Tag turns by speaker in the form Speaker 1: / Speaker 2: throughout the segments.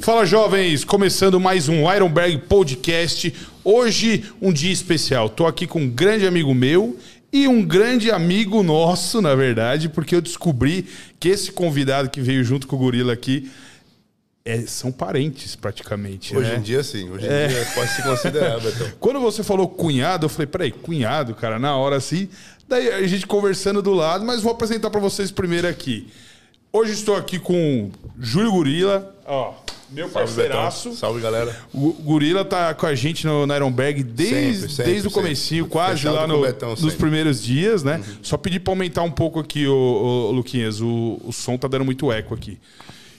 Speaker 1: Fala jovens, começando mais um Ironberg Podcast. Hoje um dia especial. Tô aqui com um grande amigo meu e um grande amigo nosso, na verdade, porque eu descobri que esse convidado que veio junto com o gorila aqui é- são parentes praticamente,
Speaker 2: Hoje
Speaker 3: É.
Speaker 1: né?
Speaker 2: em dia, sim. Hoje em dia pode então. se considerar, Betão.
Speaker 1: Quando você falou cunhado, eu falei, peraí, cunhado, cara, na hora assim. Daí a gente conversando do lado, mas vou apresentar pra vocês primeiro aqui. Hoje estou aqui com Júlio Gorila, ó, meu
Speaker 2: Salve, Betão.
Speaker 1: parceiraço.
Speaker 2: Salve, galera.
Speaker 1: O Gorila tá com a gente no na Ironberg desde,
Speaker 2: Sempre, sempre,
Speaker 1: desde o comecinho,
Speaker 2: sempre.
Speaker 1: quase
Speaker 2: Fechado
Speaker 1: lá
Speaker 2: com
Speaker 1: no-
Speaker 2: o Betão,
Speaker 1: nos
Speaker 2: sempre. Uhum.
Speaker 1: primeiros dias, né? Só pedir pra aumentar um pouco aqui, ô, ô, Luquinhas. O, o som tá dando muito eco aqui.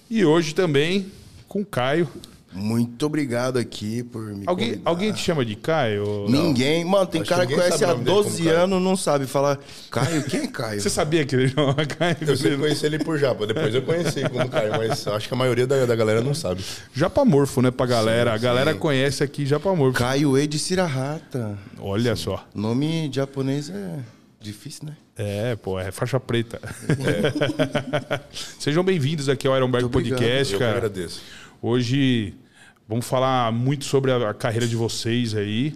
Speaker 1: E hoje também com o Caio.
Speaker 3: Muito obrigado aqui por me
Speaker 1: Alguém,
Speaker 3: convidar.
Speaker 1: alguém te chama de Caio?
Speaker 3: Ninguém. Mano, tem
Speaker 2: Acho
Speaker 3: cara
Speaker 2: que
Speaker 3: que
Speaker 2: ninguém
Speaker 3: conhece
Speaker 2: sabe
Speaker 3: há
Speaker 2: o nome dele como
Speaker 3: 12
Speaker 2: Caio.
Speaker 3: anos não sabe falar. Caio, quem é Caio?
Speaker 1: Você sabia que ele chamava Caio?
Speaker 2: Eu sempre
Speaker 1: Gorila?
Speaker 2: conheci ele por Japa, depois eu conheci como Caio, mas acho que a maioria da, da galera não sabe.
Speaker 1: Japamorfo, né, pra galera? a galera conhece aqui Japamorfo.
Speaker 3: Caio E de Cirahata.
Speaker 1: Olha só.
Speaker 3: Nome japonês é difícil, né?
Speaker 1: É, pô, é faixa preta.
Speaker 2: É.
Speaker 1: Sejam bem-vindos aqui ao Ironberg
Speaker 3: Muito obrigado.
Speaker 1: Podcast,
Speaker 2: Eu que
Speaker 1: cara.
Speaker 2: agradeço.
Speaker 1: Hoje vamos falar muito sobre a a carreira de vocês aí.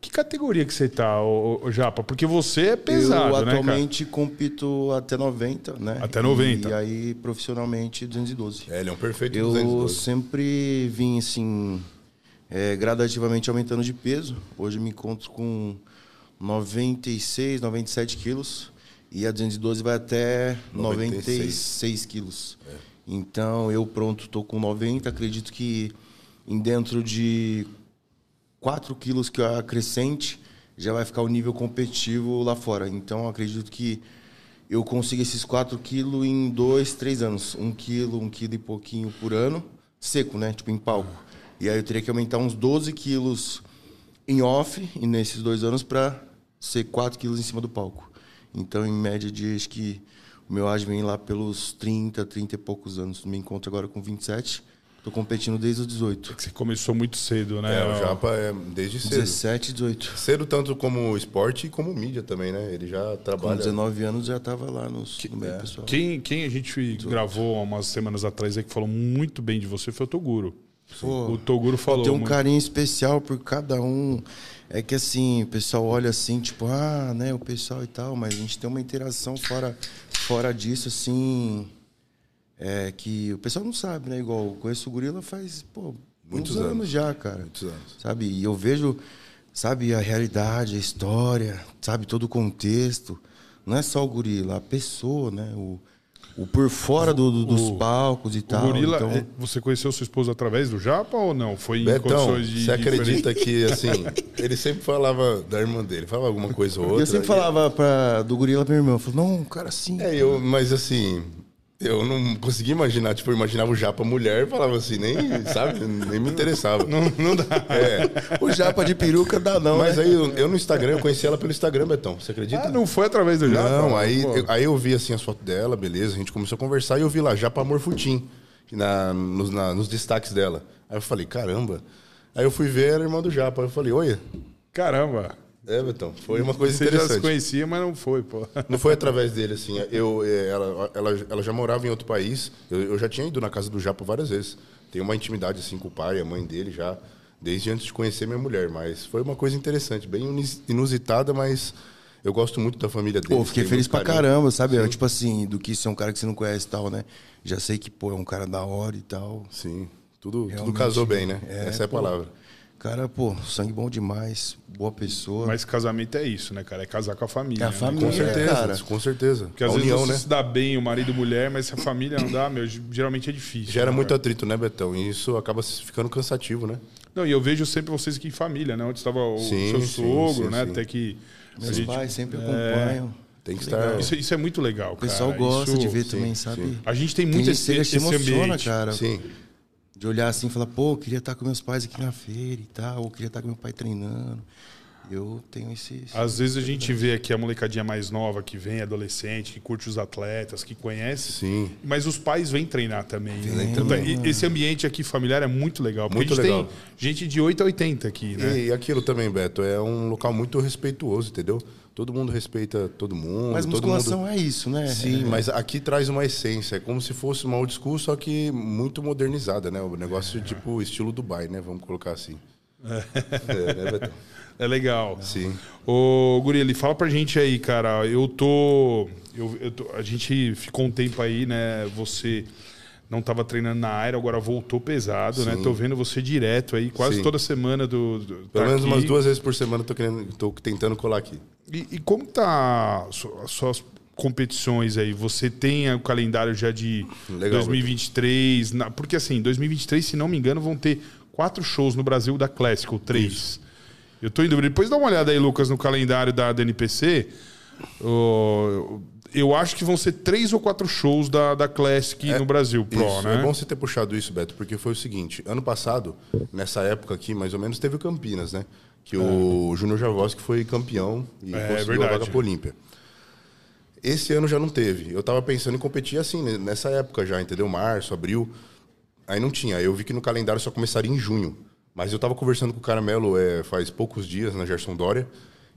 Speaker 1: Que categoria que você tá, ô, ô, ô, Japa? Porque você é pesado, né,
Speaker 3: eu
Speaker 1: cara?
Speaker 3: atualmente compito até 90, né?
Speaker 1: Até 90.
Speaker 3: E aí, profissionalmente, 212.
Speaker 2: É, ele é um perfeito
Speaker 3: Eu
Speaker 2: 212.
Speaker 3: sempre vim assim, é, gradativamente aumentando de peso. Hoje me encontro com 96, 97 quilos. E a 212 vai até 96,
Speaker 2: 96
Speaker 3: quilos. Então eu pronto, tô com 90. Acredito que em dentro de 4 quilos que eu acrescente, já vai ficar o nível competitivo lá fora. Então, eu acredito que eu consigo esses 4 quilos em 2, 3 anos. 1 quilo, 1 quilo e pouquinho por ano, seco, né? Tipo, em palco. E aí eu teria que aumentar uns 12 quilos em off, e nesses dois anos, para ser 4 quilos em cima do palco. Então, em média, de, acho que o meu age vem lá pelos 30, 30 e poucos anos. Me encontro agora com 27. Tô competindo desde os 18.
Speaker 1: Você começou muito cedo, né?
Speaker 2: É, o Japa é desde cedo.
Speaker 3: 17, 18.
Speaker 2: Cedo tanto como esporte e como mídia também, né? Ele já
Speaker 3: Com
Speaker 2: trabalha...
Speaker 3: 19 anos já tava lá nos, no meio pessoal.
Speaker 1: Quem, quem a gente gravou há umas semanas atrás aí que falou muito bem de você foi o Toguro.
Speaker 3: Pô,
Speaker 1: o Toguro falou.
Speaker 3: Tem um
Speaker 1: muito.
Speaker 3: carinho especial por cada um. É que assim, o pessoal olha assim, tipo, ah, né, o pessoal e tal, mas a gente tem uma interação fora, fora disso, assim. É que o pessoal não sabe, né? Igual eu conheço o gorila faz, pô,
Speaker 2: Muitos
Speaker 3: muitos anos,
Speaker 2: anos.
Speaker 3: já, cara.
Speaker 2: Muitos anos.
Speaker 3: Sabe? E eu vejo, sabe, a realidade, a história, sabe, todo o contexto. Não é só o gorila, a pessoa, né? O, o por fora do- do- dos
Speaker 1: O-
Speaker 3: palcos e
Speaker 1: O
Speaker 3: tal.
Speaker 1: Gorila,
Speaker 3: então-
Speaker 1: é, você conheceu sua esposa através do Japa ou não? Foi em
Speaker 2: Betão,
Speaker 1: condições de.
Speaker 2: você acredita que, assim, ele sempre falava da irmã dele, falava alguma coisa ou
Speaker 3: E
Speaker 2: outra.
Speaker 3: eu
Speaker 1: é
Speaker 3: sempre falava pra, do gorila pra minha irmã. Eu falava, não, um cara, sim.
Speaker 2: É, eu, mas assim, eu não conseguia imaginar, tipo, eu imaginava o Japa mulher e falava assim, nem, sabe, nem me interessava. Não, dá. É.
Speaker 3: O japa de peruca dá não,
Speaker 2: Mas
Speaker 3: mas
Speaker 2: aí eu, eu no Instagram, eu conheci ela pelo Instagram, Betão, você acredita?
Speaker 1: Ah, não foi através do Japa?
Speaker 2: Não, aí,
Speaker 1: Pô.
Speaker 2: eu, aí eu vi assim as fotos dela, beleza, a gente começou a conversar e eu vi lá, Japa Morfutim, na, nos, na- nos destaques dela. Aí eu falei, caramba. Aí eu fui ver, era a irmã do Japa, eu falei, oi.
Speaker 1: Caramba.
Speaker 2: É, Betão, foi uma coisa
Speaker 1: Você já
Speaker 2: interessante.
Speaker 1: se conhecia, mas não foi, pô.
Speaker 2: Não foi através dele, assim. Eu, eh, ela, ela, ela já morava em outro país. Eu, eu já tinha ido na casa do Japa várias vezes. Tenho uma intimidade, assim, com o pai, a mãe dele já, desde antes de conhecer minha mulher. Mas foi uma coisa interessante, bem inis- inusitada, mas eu gosto muito da família dele.
Speaker 3: Pô, fiquei
Speaker 2: Tem
Speaker 3: feliz
Speaker 2: muito
Speaker 1: né?"
Speaker 3: pra
Speaker 2: carinho.
Speaker 3: caramba, sabe? Eu, tipo assim, do que ser um cara que você não conhece e tal, né? Já sei que, pô, é um cara da hora e tal.
Speaker 2: Sim, tudo, tudo
Speaker 3: Realmente.
Speaker 2: casou bem, né?
Speaker 3: É,
Speaker 2: Essa é a
Speaker 3: pô.
Speaker 2: palavra.
Speaker 3: Cara, pô, sangue bom demais, boa pessoa.
Speaker 1: Mas casamento é isso, né, cara? É casar com a família.
Speaker 3: É a
Speaker 1: né?
Speaker 3: família.
Speaker 2: Com
Speaker 3: É,
Speaker 2: certeza,
Speaker 3: cara.
Speaker 2: com certeza.
Speaker 1: Porque
Speaker 2: a
Speaker 1: às
Speaker 2: união,
Speaker 1: vezes você
Speaker 2: né?
Speaker 1: se dá bem, o marido e mulher, mas se a família não dá, meu, geralmente é difícil.
Speaker 2: Gera
Speaker 3: Ah.
Speaker 1: né,
Speaker 2: muito
Speaker 1: cara?
Speaker 2: atrito, né, Betão? E isso acaba se- ficando cansativo, né?
Speaker 1: Não, e eu vejo sempre vocês aqui em família, né? Onde estava o
Speaker 2: Sim,
Speaker 1: seu
Speaker 2: sim,
Speaker 1: sogro,
Speaker 2: sim,
Speaker 1: né?
Speaker 2: sim.
Speaker 1: Até que. a
Speaker 3: Meus
Speaker 1: gente-
Speaker 3: pais sempre acompanham.
Speaker 2: Tem que
Speaker 3: Legal.
Speaker 2: estar...
Speaker 1: Isso, isso é muito legal,
Speaker 3: O
Speaker 1: é, cara.
Speaker 3: pessoal gosta
Speaker 1: Isso-
Speaker 3: de ver
Speaker 2: sim,
Speaker 3: também,
Speaker 2: sim.
Speaker 3: sabe?
Speaker 1: A gente tem
Speaker 3: Tem
Speaker 1: muito
Speaker 3: gente que
Speaker 1: esse,
Speaker 3: chega,
Speaker 1: esse
Speaker 3: se emociona,
Speaker 1: ambiente.
Speaker 3: cara.
Speaker 2: Sim.
Speaker 3: De olhar assim e falar, pô, eu queria estar com meus pais aqui na feira e tal, ou eu queria estar com meu pai treinando. Eu tenho esse.
Speaker 2: Ah,
Speaker 3: esse-
Speaker 1: Às vezes a gente vê aqui a molecadinha mais nova que vem, adolescente, que curte os atletas, que conhece.
Speaker 2: Sim.
Speaker 1: Mas os pais vêm treinar também. né?
Speaker 2: Vem
Speaker 1: Puta,
Speaker 2: também.
Speaker 1: e- Esse ambiente aqui familiar é muito legal. Porque
Speaker 2: Muito
Speaker 1: a gente
Speaker 2: legal.
Speaker 1: tem gente de 8 a 80 aqui,
Speaker 3: É.
Speaker 1: né?
Speaker 2: E aquilo também, Beto, é um local muito respeituoso, entendeu? Todo mundo respeita todo mundo.
Speaker 3: Mas
Speaker 2: todo mundo...
Speaker 3: musculação é isso, né?
Speaker 2: Sim,
Speaker 3: É.
Speaker 2: mas aqui traz uma essência. É como se fosse uma old school, só que muito modernizada, né? O negócio
Speaker 3: É.
Speaker 2: tipo estilo Dubai, né? Vamos colocar assim. É, né, Betão?
Speaker 1: É legal.
Speaker 2: Sim.
Speaker 1: Ô, Gurili, fala pra gente aí, cara. Eu tô, eu, eu tô- A gente ficou um tempo aí, né? Você não tava treinando na área, agora voltou pesado, né? Tô vendo você direto aí, quase
Speaker 2: Sim.
Speaker 1: toda semana do. do tá
Speaker 3: Então,
Speaker 2: Pelo menos
Speaker 1: aqui.
Speaker 2: umas duas vezes por semana eu tô, querendo, tô tentando colar aqui.
Speaker 1: E, e como tá su- as suas competições aí? Você tem o calendário já de
Speaker 2: Legal,
Speaker 1: 2023? na- porque assim, 2023, se não me engano, vão ter quatro shows no Brasil da Classical, três. Eu tô indo. Depois dá uma olhada aí, Lucas, no calendário da, da NPC. Ô, eu acho que vão ser três ou quatro shows da, da Classic no Brasil, Pro,
Speaker 2: É, Isso,
Speaker 1: né?
Speaker 2: É bom você ter puxado isso, Beto, porque foi o seguinte: ano passado, nessa época aqui, mais ou menos, teve o Campinas, né? Que o Júnior Javoski foi campeão e
Speaker 1: É,
Speaker 2: conseguiu
Speaker 1: verdade.
Speaker 2: a vaga pro Olímpia. Esse ano já não teve. Eu tava pensando em competir assim, né, nessa época já, entendeu? Março, abril. Aí não tinha. Eu vi que no calendário só começaria em junho. Mas eu tava conversando com o Caramelo é, faz poucos dias na Gerson Dória.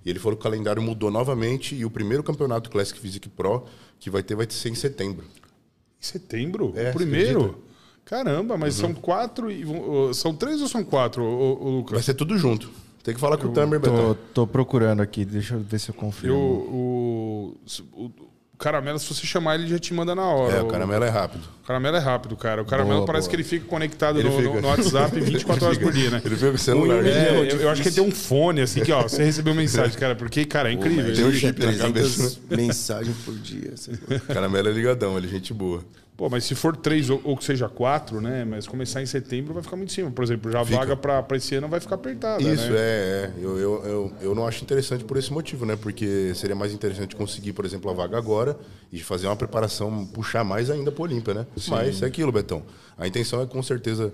Speaker 2: E ele falou que o calendário mudou novamente. E o primeiro campeonato Classic Physique Pro que vai ter vai ser em setembro.
Speaker 1: Em setembro?
Speaker 2: É,
Speaker 1: o
Speaker 2: você
Speaker 1: primeiro?
Speaker 2: acredita? Uhum.
Speaker 1: Caramba, mas são quatro e. vão- ô, São três ou são quatro, ô, ô, Lucas?
Speaker 2: Vai ser tudo junto. Tem que falar com o Tamer,
Speaker 4: Tô,
Speaker 2: Betão.
Speaker 4: tô procurando aqui, deixa eu ver se eu
Speaker 1: Eu,
Speaker 4: confirmo.
Speaker 1: o, o Caramelo, se você chamar, ele já te manda na hora.
Speaker 2: É, o caramelo é rápido.
Speaker 1: O Caramelo é rápido, cara. O Caramelo
Speaker 4: Boa,
Speaker 1: parece
Speaker 4: boa.
Speaker 1: que ele fica conectado
Speaker 2: Ele
Speaker 1: no, no-
Speaker 2: fica.
Speaker 1: no WhatsApp 24 horas por dia, né?
Speaker 2: Ele veio com o celular.
Speaker 1: É,
Speaker 2: né?
Speaker 1: eu- eu, acho que ele tem um fone, assim, que ó, você recebeu mensagem, cara, porque, cara, é incrível.
Speaker 2: Tem um
Speaker 3: Ixi, é
Speaker 2: chip na cabeça,
Speaker 3: 300 mensagens por dia. sei lá.
Speaker 2: O caramelo é ligadão, ele é gente boa.
Speaker 1: Pô, mas se for três ou, ou que seja quatro, né? Mas começar em setembro vai ficar muito em cima. Por exemplo, já a
Speaker 2: Fica.
Speaker 1: vaga pra, pra esse ano vai ficar apertada,
Speaker 2: Isso,
Speaker 1: né?
Speaker 2: é, é. Eu, eu, eu, eu não acho interessante por esse motivo, né? Porque seria mais interessante conseguir, por exemplo, a vaga agora e fazer uma preparação, puxar mais ainda pro Olímpia, né? Mas é aquilo, Betão. A intenção é com certeza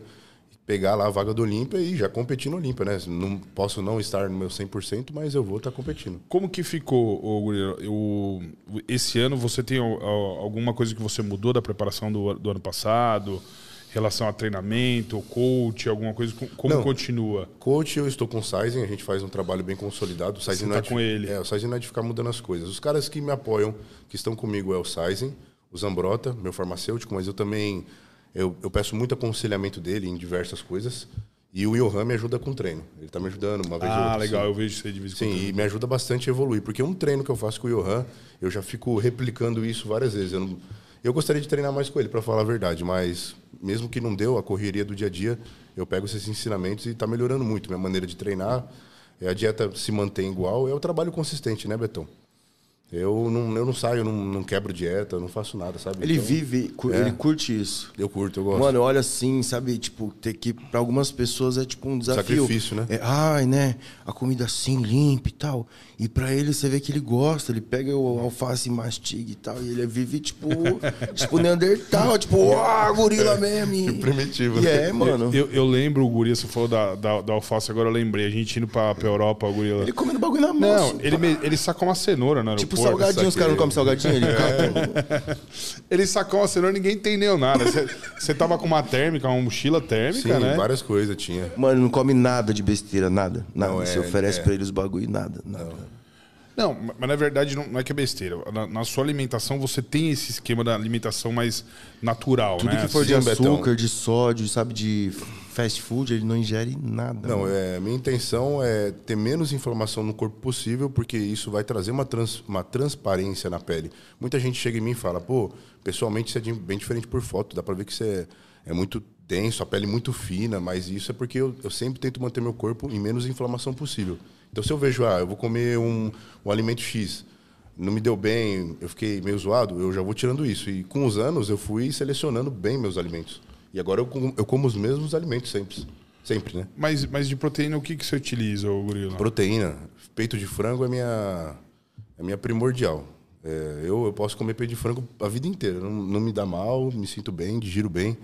Speaker 2: pegar lá a vaga do Olímpia e já competir no Olímpia, né? Não, posso não estar no meu 100%, mas eu vou estar competindo.
Speaker 1: Como que ficou, ô, Gurilo? Eu- Esse ano você tem ó, ó, alguma coisa que você mudou da preparação do, do ano passado? Relação a treinamento, coach, alguma coisa? Com- Como
Speaker 2: Não.
Speaker 1: continua?
Speaker 2: Coach, eu estou com o Sizing, a gente faz um trabalho bem consolidado. O Sizing
Speaker 1: tá
Speaker 2: não é de-
Speaker 1: com ele.
Speaker 2: É, o Sizing não é de ficar mudando as coisas. Os caras que me apoiam, que estão comigo, é o Sizing, o Zambrota, meu farmacêutico, mas eu também eu, eu peço muito aconselhamento dele em diversas coisas. E o Johan me ajuda com o treino. Ele está me ajudando uma vez ou
Speaker 1: Ah,
Speaker 2: outra.
Speaker 1: legal,
Speaker 2: assim.
Speaker 1: eu vejo você de vez em
Speaker 2: Sim,
Speaker 3: Uhum.
Speaker 1: quando.
Speaker 2: e me ajuda bastante a evoluir, porque um treino que eu faço com o Johan, eu já fico replicando isso várias vezes. Eu, não- eu gostaria de treinar mais com ele, para falar a verdade, mas mesmo que não deu, a correria do dia a dia, eu pego esses ensinamentos e está melhorando muito minha maneira de treinar. é, A dieta se mantém igual, é o trabalho consistente, né, Betão? Eu não, eu não saio, não, não quebro dieta, não faço nada, sabe?
Speaker 3: Ele
Speaker 2: Então,
Speaker 3: vive, cu-
Speaker 2: É.
Speaker 3: ele curte isso.
Speaker 2: Eu curto, eu gosto.
Speaker 3: Mano, olha assim, sabe? Tipo, ter que. Pra algumas pessoas é tipo um desafio.
Speaker 2: Sacrifício, né?
Speaker 3: É, ai, né? A comida assim, limpa e tal. E pra ele, você vê que ele gosta. Ele pega o alface e mastiga e tal. E ele vive, tipo. tipo, Neandertal. Tipo, ah, gorila mesmo. E,
Speaker 2: É, primitivo,
Speaker 3: E
Speaker 2: né?
Speaker 3: é, mano.
Speaker 1: Eu, eu lembro, o Guri, você falou da, da, da alface, agora eu lembrei. A gente indo pra, pra Europa, o Gurila.
Speaker 3: Ele comendo bagulho na mão.
Speaker 1: Não,
Speaker 3: assim,
Speaker 1: ele, me- ele sacou uma cenoura no aeroporto.
Speaker 3: Tipo, salgadinho. Os
Speaker 2: aqui.
Speaker 3: caras não comem salgadinho? Ele
Speaker 2: É.
Speaker 3: cata.
Speaker 1: Ele sacou uma cenoura e ninguém entendeu nada. Você- Você tava com uma térmica, uma mochila
Speaker 2: Sim,
Speaker 1: térmica, né?
Speaker 2: várias coisas tinha.
Speaker 3: Mano, não come nada de besteira, nada. nada.
Speaker 2: Não, é,
Speaker 3: você oferece
Speaker 2: é.
Speaker 3: pra ele os bagulho, nada. nada.
Speaker 1: Não, ma- mas na verdade não, não é que é besteira. Na, na sua alimentação você tem esse esquema da alimentação mais natural,
Speaker 3: Tudo
Speaker 1: né?
Speaker 3: que for de
Speaker 2: É, Sim, Betão.
Speaker 3: açúcar, de sódio, sabe, de fast food, ele não ingere nada.
Speaker 2: Não,
Speaker 3: mano.
Speaker 2: é, minha intenção é ter menos inflamação no corpo possível, porque isso vai trazer uma, trans- uma transparência na pele. Muita gente chega em mim e fala, pô, pessoalmente você é de- bem diferente por foto, dá pra ver que você é, é muito denso, a pele é muito fina, mas isso é porque eu, eu sempre tento manter meu corpo em menos inflamação possível. Então se eu vejo, ah, eu vou comer um, um alimento X, não me deu bem, eu fiquei meio zoado, eu já vou tirando isso. E com os anos eu fui selecionando bem meus alimentos. E agora eu, com- eu como os mesmos alimentos sempre. Sempre, né?
Speaker 1: Mas, mas de proteína, o que, que você utiliza, ô gorila?
Speaker 2: Proteína. Peito de frango é minha, é minha primordial. É, eu, eu posso comer peito de frango a vida inteira. Não, não me dá mal, me sinto bem, digiro bem.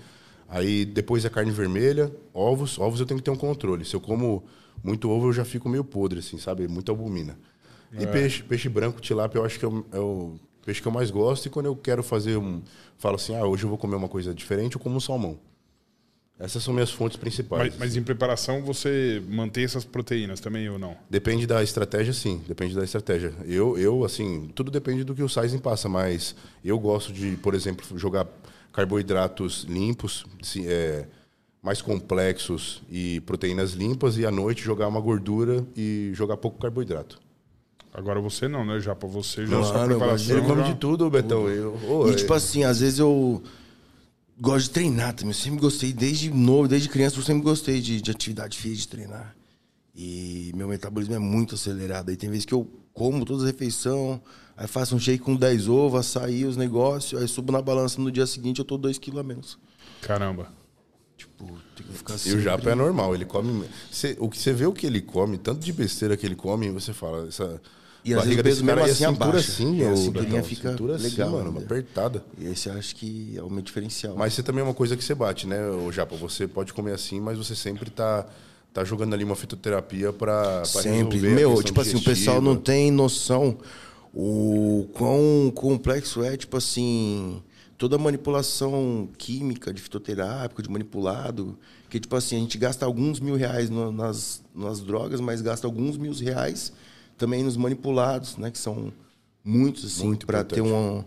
Speaker 2: Aí depois a carne vermelha, ovos. Ovos eu tenho que ter um controle. Se eu como Muito ovo eu já fico meio podre, assim, sabe? Muita albumina. E
Speaker 1: É.
Speaker 2: peixe, peixe branco, tilápia, eu acho que é o, é o peixe que eu mais gosto. E quando eu quero fazer um. Falo assim, ah, hoje eu vou comer uma coisa diferente, eu como um salmão. Essas são minhas fontes principais.
Speaker 1: Mas, mas em preparação você mantém essas proteínas também ou não?
Speaker 2: Depende da estratégia, sim. Depende da estratégia. Eu, eu assim, tudo depende do que o Sizing passa, mas eu gosto de, por exemplo, jogar carboidratos limpos, se- é, mais complexos e proteínas limpas, e à noite jogar uma gordura e jogar pouco carboidrato. Então,
Speaker 1: Agora você não, né? Já pra você já
Speaker 3: Não,
Speaker 1: só
Speaker 3: não, mas
Speaker 1: preparação.
Speaker 2: Ele come
Speaker 1: já-
Speaker 2: de tudo, Betão. Eu, ô,
Speaker 3: E tipo assim, às vezes eu gosto de treinar também. Eu sempre gostei, desde novo, desde criança, eu sempre gostei de, de atividade física, de treinar. E meu metabolismo é muito acelerado. Aí tem vezes que eu como todas as refeições, aí faço um shake com 10 ovos, açaí, os negócios, aí subo na balança no dia seguinte eu tô 2 quilos a menos.
Speaker 1: Caramba.
Speaker 3: Tipo, tem que ficar
Speaker 2: E
Speaker 3: assim.
Speaker 2: o japa é normal, ele come. Cê- o que você vê o que ele come, tanto de besteira que ele come, você fala, essa
Speaker 3: E às
Speaker 2: barriga
Speaker 3: vezes
Speaker 2: desse
Speaker 3: o peso
Speaker 2: cara
Speaker 3: mesmo
Speaker 2: aí é
Speaker 3: assim
Speaker 2: cintura
Speaker 3: abaixa.
Speaker 2: assim,
Speaker 3: É, a
Speaker 2: ô,
Speaker 3: cinturinha
Speaker 2: Betão,
Speaker 3: fica
Speaker 2: cintura assim,
Speaker 3: legal,
Speaker 2: mano,
Speaker 3: né?
Speaker 2: apertada.
Speaker 3: E esse eu acho que é o meu diferencial.
Speaker 2: Mas você também é uma coisa que você bate, né, o japa, você pode comer assim, mas você sempre tá tá jogando ali uma fitoterapia pra, pra
Speaker 3: Sempre.
Speaker 2: resolver a
Speaker 3: Meu,
Speaker 2: questão
Speaker 3: tipo assim, o pessoal não tem noção o quão complexo é, tipo assim, toda a manipulação química de fitoterápico, de manipulado, que tipo assim, a gente gasta alguns mil reais no- nas, nas drogas, mas gasta alguns mil reais também nos manipulados, né, que são muitos assim
Speaker 2: Muito
Speaker 3: para ter um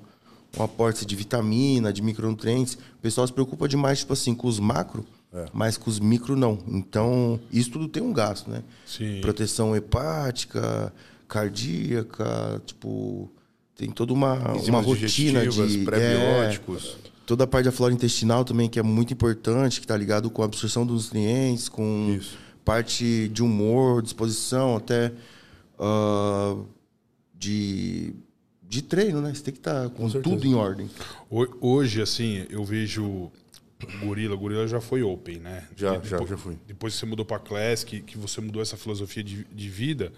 Speaker 3: um aporte de vitamina, de micronutrientes. O pessoal se preocupa demais, tipo assim, com os macro,
Speaker 2: É.
Speaker 3: mas com os micro não. Então, isso tudo tem um gasto, né?
Speaker 1: Sim.
Speaker 3: proteção hepática, cardíaca, tipo, tem toda uma,
Speaker 2: Enzimas
Speaker 3: uma rotina
Speaker 2: digestivas,
Speaker 3: de
Speaker 2: prebióticos.
Speaker 3: é, toda a parte da flora intestinal também que é muito importante, que tá ligado com a absorção dos nutrientes, com
Speaker 2: Isso.
Speaker 3: parte de humor, disposição, até ah, de de treino, né? Você tem que estar com, tudo em ordem.
Speaker 1: Ho- Hoje, assim, eu vejo o Gorila. O Gorila já foi open, né?
Speaker 2: Já,
Speaker 1: Depo-
Speaker 2: já, já fui.
Speaker 1: Depois que você mudou pra Classic, que, que você mudou essa filosofia de, de vida,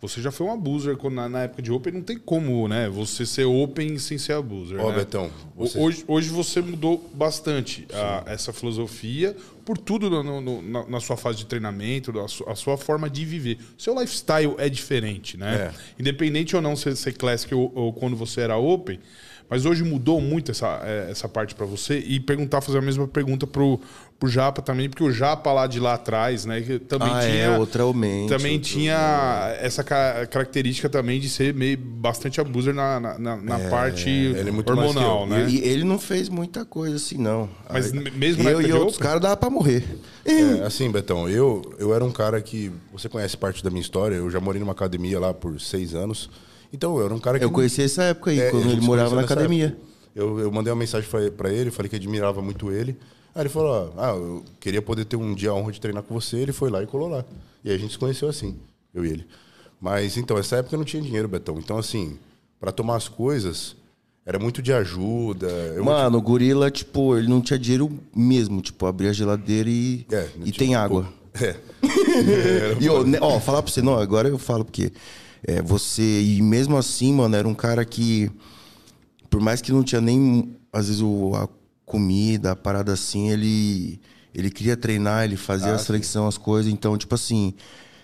Speaker 1: você já foi um abuser quando, na, na época de open. Não tem como, né? Você ser open sem ser
Speaker 3: É.
Speaker 1: abuser.
Speaker 2: Ó,
Speaker 1: né?
Speaker 2: Betão,
Speaker 1: O-
Speaker 2: você-
Speaker 1: Hoje, hoje você mudou bastante a- essa filosofia por tudo no- no- no- na, na sua fase de treinamento, na su- a sua forma de viver. Seu lifestyle é diferente, né?
Speaker 3: É.
Speaker 1: Independente ou não ser, ser classic ou, ou quando você era open, mas hoje mudou muito essa, é, essa parte pra você. E perguntar, fazer a mesma pergunta pro, pro Japa também, porque o Japa lá de lá atrás, né? que Também
Speaker 3: Ah,
Speaker 1: tinha.
Speaker 3: é, outra aumente.
Speaker 1: Também
Speaker 3: outra-
Speaker 1: tinha essa ca- característica também de ser meio bastante abuser na, na, na- na parte
Speaker 2: é muito mais que
Speaker 1: hormonal,
Speaker 2: eu.
Speaker 1: né?
Speaker 3: E ele não fez muita coisa assim, não.
Speaker 1: Mas
Speaker 3: Aí-
Speaker 1: me- mesmo na
Speaker 3: eu
Speaker 1: época
Speaker 3: e
Speaker 1: de
Speaker 3: outros
Speaker 1: Open?
Speaker 3: caras dava pra morrer.
Speaker 2: É, assim, Betão, eu, eu era um cara que. Você conhece parte da minha história, eu já morei numa academia lá por seis anos. Então eu era um cara que.
Speaker 3: Eu conheci essa época aí,
Speaker 2: É, a
Speaker 3: quando
Speaker 2: gente
Speaker 3: ele
Speaker 2: se
Speaker 3: morava
Speaker 2: conheceu
Speaker 3: na
Speaker 2: nessa
Speaker 3: academia.
Speaker 2: época. Eu, eu mandei uma mensagem pra- pra ele, falei que admirava muito ele. Aí ele falou: ó, Ah, eu queria poder ter um dia a honra de treinar com você. Ele foi lá e colou lá. E aí a gente se conheceu assim, eu e ele. Mas então, essa época eu não tinha dinheiro, Betão. Então, assim, pra tomar as coisas, era muito de ajuda. Eu
Speaker 3: Mano, o gorila, tipo, ele não tinha dinheiro mesmo. Tipo, abria a geladeira e,
Speaker 2: É, não
Speaker 3: e
Speaker 2: tinha
Speaker 3: tem água.
Speaker 2: É.
Speaker 3: E eu, né, ó, falar pra você, não, agora eu falo porque é, você, e mesmo assim, mano, era um cara que, por mais que não tinha nem, às vezes, o, a comida, a parada assim, ele, ele queria treinar, ele
Speaker 2: Ah,
Speaker 3: fazia a seleção, as coisas, então, tipo assim,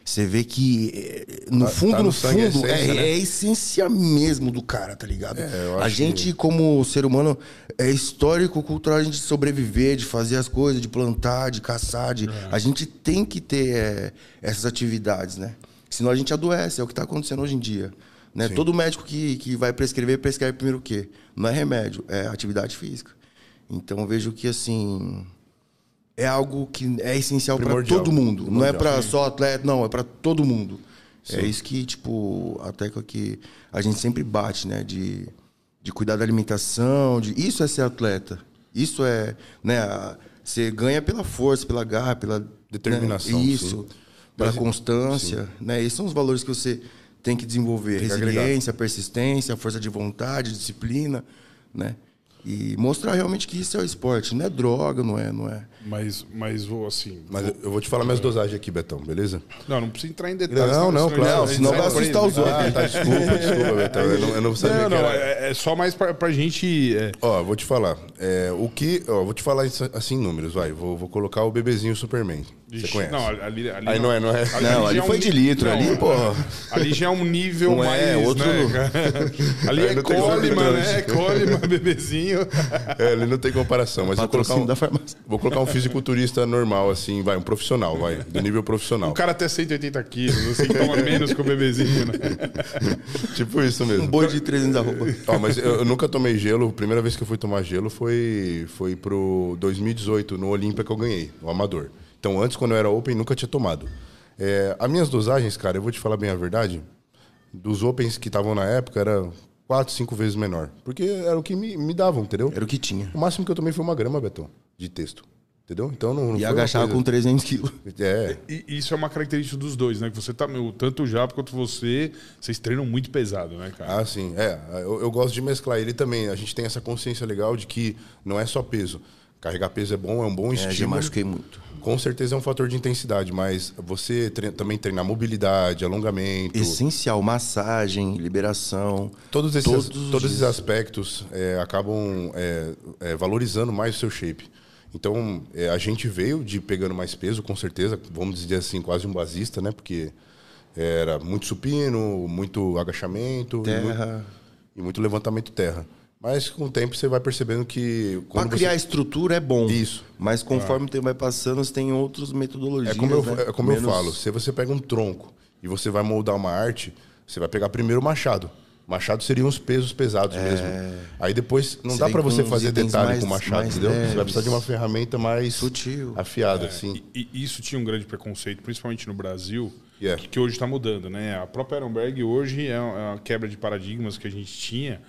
Speaker 3: você vê que, é, no
Speaker 2: Tá-
Speaker 3: fundo,
Speaker 2: tá no
Speaker 3: no
Speaker 2: sangue a
Speaker 3: fundo, é,
Speaker 2: essência, né? É,
Speaker 3: é a essência mesmo do cara, tá ligado?
Speaker 2: eu
Speaker 3: a
Speaker 2: acho
Speaker 3: gente, como ser humano, é histórico, cultural, a gente sobreviver, de fazer as coisas, de plantar, de caçar. De...
Speaker 2: É.
Speaker 3: A gente tem que ter é, essas atividades, né? Senão a gente adoece, é o que está acontecendo hoje em dia. Né? Todo médico que, que vai prescrever, prescreve primeiro o quê? Não é remédio, é atividade física. Então eu vejo que, assim, é algo que é essencial para
Speaker 2: Primordial.
Speaker 3: todo mundo. Não é
Speaker 2: Primordial.
Speaker 3: para só atleta, não, é para todo mundo. É isso que, tipo, a tecla que a gente sempre bate, né? De, de cuidar da alimentação, de isso é ser atleta. Isso é, né? a- Você ganha pela força, pela garra, pela
Speaker 2: Determinação,
Speaker 3: né, isso,
Speaker 2: sim.
Speaker 3: pela
Speaker 2: Mas-
Speaker 3: constância, né? Esses são os valores que você tem que desenvolver:
Speaker 2: que agregar.
Speaker 3: resiliência, persistência, força de vontade, disciplina, né? E mostrar realmente que isso é o esporte, não é droga, não é, não é.
Speaker 1: Mas, mas vou assim.
Speaker 2: Mas eu- eu vou te falar minhas dosagens aqui, Betão, beleza?
Speaker 1: Não, não precisa entrar em detalhes.
Speaker 2: Não,
Speaker 1: senão
Speaker 2: não,
Speaker 1: já-
Speaker 2: claro.
Speaker 1: já
Speaker 3: senão
Speaker 1: sai
Speaker 3: vai
Speaker 1: preso,
Speaker 3: assustar os
Speaker 1: né?
Speaker 3: outros.
Speaker 2: Ah, tá, desculpa, desculpa, Betão. Eu não, eu não sabia
Speaker 1: Não,
Speaker 2: que
Speaker 1: não,
Speaker 2: era-
Speaker 1: é, é só mais pra, pra gente. é,
Speaker 2: Ó, vou te falar. É, o que. Ó, vou te falar isso assim em números, vai. Vou, vou colocar o bebezinho Superman. Você
Speaker 1: Ixi,
Speaker 2: conhece.
Speaker 1: Não, ali, ali
Speaker 2: Aí não é, não é.
Speaker 3: Não, ali
Speaker 1: já é
Speaker 3: foi de litro, ali,
Speaker 1: não,
Speaker 3: pô.
Speaker 1: Ali já é um nível
Speaker 3: Não
Speaker 1: mais.
Speaker 3: é, outro-
Speaker 1: né, cara? ali é
Speaker 2: Ainda tem
Speaker 1: Coleman,
Speaker 2: outro
Speaker 1: né? Coleman, bebezinho.
Speaker 2: É, ele não tem comparação, mas eu vou colocar,
Speaker 3: Patrocínio
Speaker 2: um,
Speaker 3: da farmácia.
Speaker 2: vou colocar um fisiculturista normal, assim, vai, um profissional, vai, do nível profissional.
Speaker 1: O cara até 180 quilos, assim, toma menos que o bebezinho, né?
Speaker 2: Tipo isso mesmo.
Speaker 3: Um boi de 300 arroba.
Speaker 2: Ó, mas eu, eu nunca tomei gelo. A primeira vez que eu fui tomar gelo foi, foi pro 2018, no Olímpia que eu ganhei, o Amador. Então, antes, quando eu era Open, nunca tinha tomado. É, as minhas dosagens, cara, eu vou te falar bem a verdade, dos Opens que estavam na época, era quatro, cinco vezes menor. Porque era o que me, me davam, entendeu?
Speaker 3: Era o que tinha.
Speaker 2: O máximo que eu tomei foi uma grama, Betão, de texto. Entendeu? Então, não, não foi
Speaker 3: E
Speaker 2: uma
Speaker 3: agachava com
Speaker 2: coisa-
Speaker 3: 300 quilos.
Speaker 2: É,
Speaker 1: E isso é uma característica dos dois, né? Que você tá, meu, tanto o Japo quanto você, vocês treinam muito pesado, né, cara?
Speaker 2: Ah, sim. É, eu, eu gosto de mesclar ele também. A gente tem essa consciência legal de que não é só peso. Carregar peso é bom, é um bom
Speaker 3: É, já
Speaker 2: estímulo.
Speaker 3: machuquei muito.
Speaker 2: Com certeza é um fator de intensidade, mas você tre- também treinar mobilidade, alongamento,
Speaker 3: Essencial, massagem, liberação.
Speaker 2: todos esses,
Speaker 3: Todos
Speaker 2: todos
Speaker 3: os
Speaker 2: esses aspectos é, acabam é, é, valorizando mais o seu shape. Então, é, a gente veio de pegando mais peso, com certeza, vamos dizer assim, quase um basista, né? Porque era muito supino, muito agachamento, e muito-
Speaker 3: Terra.
Speaker 2: e muito levantamento terra. Mas com o tempo você vai percebendo que.
Speaker 3: Pra
Speaker 2: quando
Speaker 3: criar
Speaker 2: você-
Speaker 3: estrutura é bom.
Speaker 2: Isso. Ah.
Speaker 3: Mas conforme o tempo vai passando, você tem outras metodologias.
Speaker 2: É como, eu,
Speaker 3: né?
Speaker 2: é como eu
Speaker 3: Menos-
Speaker 2: falo, se você pega um tronco e você vai moldar uma arte, você vai pegar primeiro o machado. Machado seriam os pesos pesados mesmo. Aí depois não
Speaker 3: É. Você
Speaker 2: dá
Speaker 3: vem
Speaker 2: pra
Speaker 3: com
Speaker 2: você
Speaker 3: uns
Speaker 2: fazer
Speaker 3: itens
Speaker 2: detalhe
Speaker 3: mais-
Speaker 2: com o machado,
Speaker 3: mais
Speaker 2: entendeu? Você vai
Speaker 3: leves.
Speaker 2: precisar de uma ferramenta mais
Speaker 3: Sutil. É.
Speaker 2: afiada,
Speaker 3: Ah.
Speaker 2: assim.
Speaker 1: E, e isso tinha um grande preconceito, principalmente no Brasil,
Speaker 2: Yeah.
Speaker 1: que, que hoje está mudando, né? A própria Ironberg hoje é uma é uma quebra de paradigmas que a gente tinha,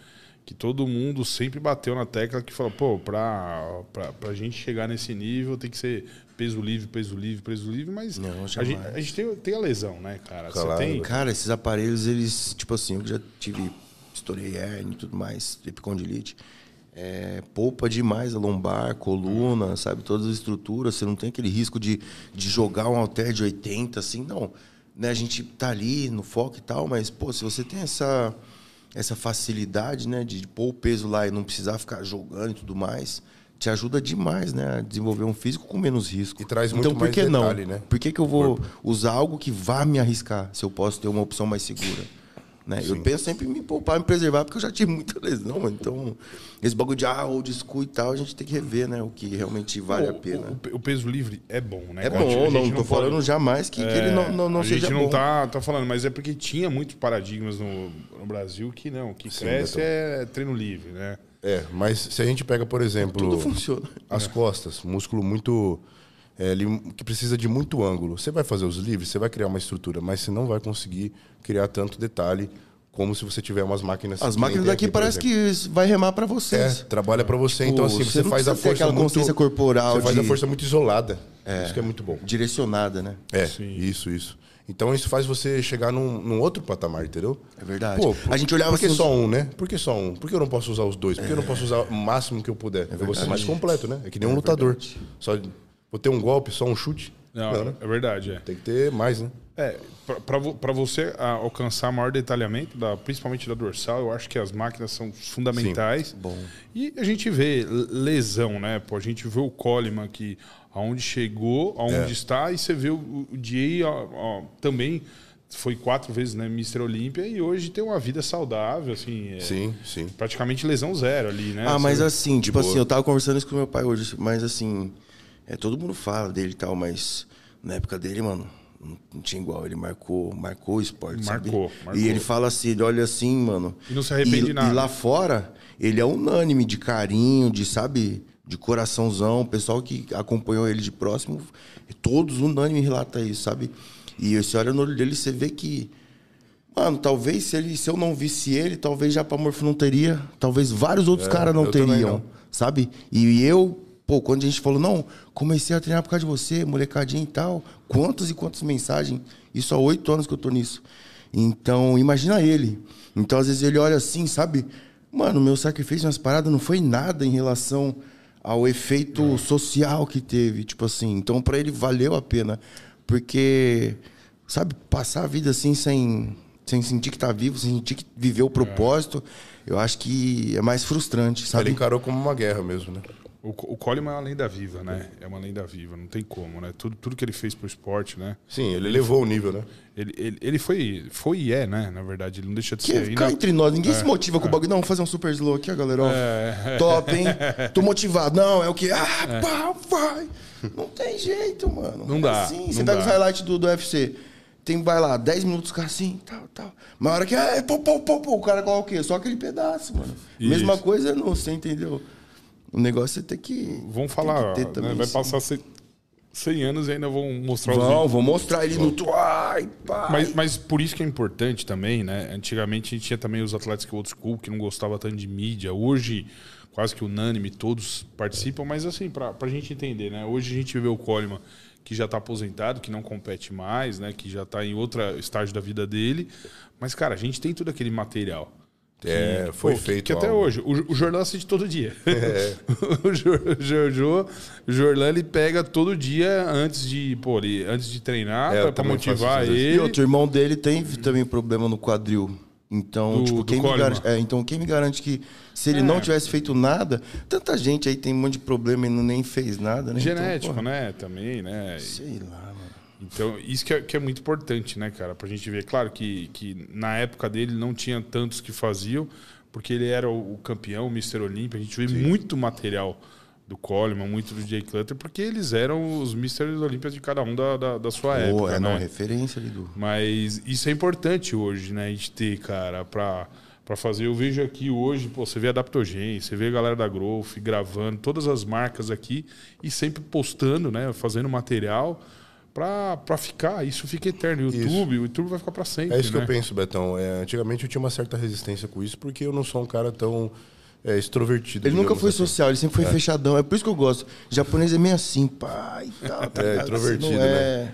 Speaker 1: que todo mundo sempre bateu na tecla que falou, pô, pra, pra, pra gente chegar nesse nível tem que ser peso livre, peso livre, peso livre, mas
Speaker 3: Não,
Speaker 1: a
Speaker 3: jamais.
Speaker 1: gente, a gente tem, tem a lesão, né, cara?
Speaker 2: Claro.
Speaker 1: Você tem...
Speaker 3: Cara, esses aparelhos, eles, tipo assim, eu já tive estourei hernia e tudo mais, epicondilite. É, poupa demais a lombar, coluna, sabe? Todas as estruturas, você não tem aquele risco de, de jogar um halter de 80, assim, não. Né, a gente tá ali no foco e tal, mas, pô, se você tem essa, essa facilidade, né, de pôr o peso lá e não precisar ficar jogando e tudo mais, te ajuda demais, né, a desenvolver um físico com menos risco.
Speaker 2: E traz muito
Speaker 3: então, por
Speaker 2: mais
Speaker 3: que
Speaker 2: detalhe,
Speaker 3: não?
Speaker 2: né?
Speaker 3: Por que, que eu vou usar algo que vá me arriscar se eu posso ter uma opção mais segura? Né? Eu penso sempre em me poupar, me preservar, porque eu já tive muita lesão. mano. Então, esse bagulho de ah, old school e tal, a gente tem que rever né? o que realmente vale a
Speaker 1: o-
Speaker 3: pena.
Speaker 1: o- o, peso livre é bom, né?
Speaker 3: é
Speaker 1: cara? A
Speaker 3: bom,
Speaker 1: gente- a gente
Speaker 3: não estou
Speaker 1: pode- É,
Speaker 3: falando jamais que, que ele não, não, não
Speaker 1: a
Speaker 3: seja
Speaker 1: gente não
Speaker 3: bom.
Speaker 1: tá, tá falando, mas é porque tinha muitos paradigmas no, no Brasil que não, o que cresce é treino livre, né?
Speaker 2: É, mas se a gente pega, por exemplo.
Speaker 3: Tudo funciona.
Speaker 2: As costas, músculo muito. é, ele- que precisa de muito ângulo. Você vai fazer os livres, você vai criar uma estrutura, mas você não vai conseguir criar tanto detalhe como se você tiver umas máquinas.
Speaker 3: As
Speaker 2: que nem
Speaker 3: máquinas
Speaker 2: tem
Speaker 3: daqui
Speaker 2: por
Speaker 3: parece
Speaker 2: exemplo.
Speaker 3: que isso vai remar para
Speaker 2: É,
Speaker 3: vocês.
Speaker 2: trabalha pra você, então assim,
Speaker 3: você
Speaker 2: você
Speaker 3: não
Speaker 2: faz a
Speaker 3: precisa ter
Speaker 2: força.
Speaker 3: aquela
Speaker 2: muito-
Speaker 3: consciência corporal
Speaker 2: Você faz a
Speaker 3: de-
Speaker 2: força muito isolada. Isso que é muito bom.
Speaker 3: Direcionada, né?
Speaker 2: É,
Speaker 1: Sim.
Speaker 2: isso, isso. Então isso faz você chegar num, num outro patamar, entendeu?
Speaker 3: É verdade. A gente olhava
Speaker 2: Por que
Speaker 3: assim- É.
Speaker 2: só um, né? Por que só um? Por que eu não posso usar os dois? Por que eu não posso usar o máximo que eu puder? eu vou ser mais completo, né? É que nem um lutador. Só vou ter um golpe, só um chute?
Speaker 1: Não,
Speaker 2: Não, né?
Speaker 1: é verdade, é.
Speaker 2: Tem que ter mais, né?
Speaker 1: É, pra- pra vo- pra você ah, alcançar maior detalhamento, da, principalmente da dorsal, eu acho que as máquinas são fundamentais. Bom. E a gente vê l- lesão, né? Pô, a gente vê o Coleman aqui, aonde chegou, aonde está, e você vê o, o Jay ó, ó, também foi quatro vezes, né, Mr. Olímpia, e hoje tem uma vida saudável, assim. é,
Speaker 2: Sim, sim.
Speaker 1: Praticamente lesão zero ali, né?
Speaker 3: Ah, mas
Speaker 1: Você-
Speaker 3: assim, tipo
Speaker 2: boa.
Speaker 3: assim, eu tava conversando isso com meu pai hoje, mas assim, é, todo mundo fala dele e tal, mas na época dele, mano, não- não tinha igual. Ele marcou, marcou o esporte, sabe?
Speaker 1: Marcou, marcou.
Speaker 3: E ele fala assim, ele olha assim, mano.
Speaker 1: E não se arrepende de
Speaker 3: e,
Speaker 1: nada.
Speaker 3: E lá fora, ele é unânime de carinho, de, sabe, de coraçãozão. O pessoal que acompanhou ele de próximo, todos unânime relata isso, sabe? E você olha no olho dele, você vê que Mano, talvez se, ele, se eu não visse ele, talvez Japamorfo não teria. Talvez vários outros caras não
Speaker 2: É, eu também
Speaker 3: teriam.
Speaker 2: não.
Speaker 3: Sabe? E eu, pô, quando a gente falou, não, comecei a treinar por causa de você, molecadinha e tal. Quantas e quantas mensagens? Isso há oito anos que eu tô nisso. Então, imagina ele. Então, às vezes ele olha assim, sabe? Mano, meu sacrifício nas paradas não foi nada em relação ao efeito social que teve. Tipo assim, então pra ele valeu a pena. Porque sabe, passar a vida assim sem, sem sentir que tá vivo, sem sentir que viveu o propósito, eu acho que é mais frustrante,
Speaker 2: Ele
Speaker 3: sabe?
Speaker 2: encarou como uma guerra mesmo, né?
Speaker 1: O, Co- o Coleman é uma lenda viva, né? É uma lenda viva, não tem como, né? Tudo, tudo que ele fez pro esporte, né?
Speaker 2: Sim, ele levou o nível, né?
Speaker 1: Ele, ele, ele foi, foi e é, né? Na verdade, ele não É, deixa de
Speaker 3: Que,
Speaker 1: ser.
Speaker 3: cá
Speaker 1: Ainda...
Speaker 3: entre nós, ninguém se motiva com o bagulho. Não, vamos fazer um super slow aqui, ó, galera. ó.
Speaker 1: É.
Speaker 3: Top, hein? Tô motivado. Não, é o que? Ah, pá, vai. Não tem jeito, mano.
Speaker 1: Não
Speaker 3: É
Speaker 1: dá,
Speaker 3: Assim,
Speaker 1: não
Speaker 3: você pega
Speaker 1: dá.
Speaker 3: os highlights do, do UFC. Tem, vai lá, 10 minutos, cara assim, tal, tal. Mas a hora que, ah, pô, pô, pô, pô, o cara coloca o quê? Só aquele pedaço, mano.
Speaker 1: Isso.
Speaker 3: Mesma coisa, não, você entendeu? O negócio é ter que.
Speaker 1: Vão
Speaker 3: tem
Speaker 1: falar,
Speaker 3: que ter
Speaker 1: né?
Speaker 3: também
Speaker 1: vai
Speaker 3: isso.
Speaker 1: passar 100 anos e ainda vão mostrar os vídeos.
Speaker 3: Vão, vão mostrar ele no. tu- Ai, pá.
Speaker 1: Mas, mas por isso que é importante também, né? Antigamente a gente tinha também os atletas que old school, que não gostava tanto de mídia. Hoje, quase que unânime, todos participam. Mas assim, pra, pra gente entender, né? Hoje a gente vê o Coleman que já tá aposentado, que não compete mais, né? Que já tá em outro estágio da vida dele. Mas, cara, a gente tem todo aquele material.
Speaker 2: É, foi
Speaker 1: Pô, que-
Speaker 2: feito.
Speaker 1: Que até
Speaker 2: algo. É.
Speaker 1: hoje. O, o Jordan assiste todo dia. o Jo- o Jojo, o Jordan, ele pega todo dia antes de, pô, ele- antes de treinar,
Speaker 2: É, eu
Speaker 1: pra- pra
Speaker 2: também faço
Speaker 1: motivar
Speaker 2: esses exercícios.
Speaker 1: ele.
Speaker 3: E outro irmão dele tem também problema no quadril. Então,
Speaker 1: Do-
Speaker 3: tipo,
Speaker 1: do
Speaker 3: quem me
Speaker 1: Coleman.
Speaker 3: garante, é, então quem me garante que se ele não tivesse feito nada, tanta gente aí tem um monte de problema e não, nem fez nada, né?
Speaker 1: Genético,
Speaker 3: então, porra,
Speaker 1: né? Também, né?
Speaker 3: Sei lá, mano.
Speaker 1: Então, isso que é, que é muito importante, né, cara? Pra gente ver. Claro que, que na época dele não tinha tantos que faziam, porque ele era o, o campeão, o Mr. Olímpia. A gente vê muito material do Coleman, muito do Jay Cutler, porque eles eram os Mr. Olímpias de cada um da, da, da sua
Speaker 3: Pô,
Speaker 1: época,
Speaker 3: é,
Speaker 1: né?
Speaker 3: não, referência ali do.
Speaker 1: Mas isso é importante hoje, né? A gente ter, cara, pra, pra fazer. Eu vejo aqui hoje, pô, você vê a Adaptogen, você vê a galera da Growth gravando, todas as marcas aqui e sempre postando, né? Fazendo material pra, pra ficar. Isso fica eterno. O YouTube, o YouTube vai ficar pra sempre.
Speaker 2: É isso que
Speaker 1: né?
Speaker 2: eu penso, Betão. É, antigamente eu tinha uma certa resistência com isso, porque eu não sou um cara tão é, extrovertido.
Speaker 3: Ele nunca
Speaker 2: digamos
Speaker 3: foi
Speaker 2: assim.
Speaker 3: social, ele sempre foi fechadão. É por isso que eu gosto. japonês é meio assim, pá, e tal, tá
Speaker 2: É,
Speaker 3: ligado? Isso
Speaker 2: introvertido,
Speaker 3: não é...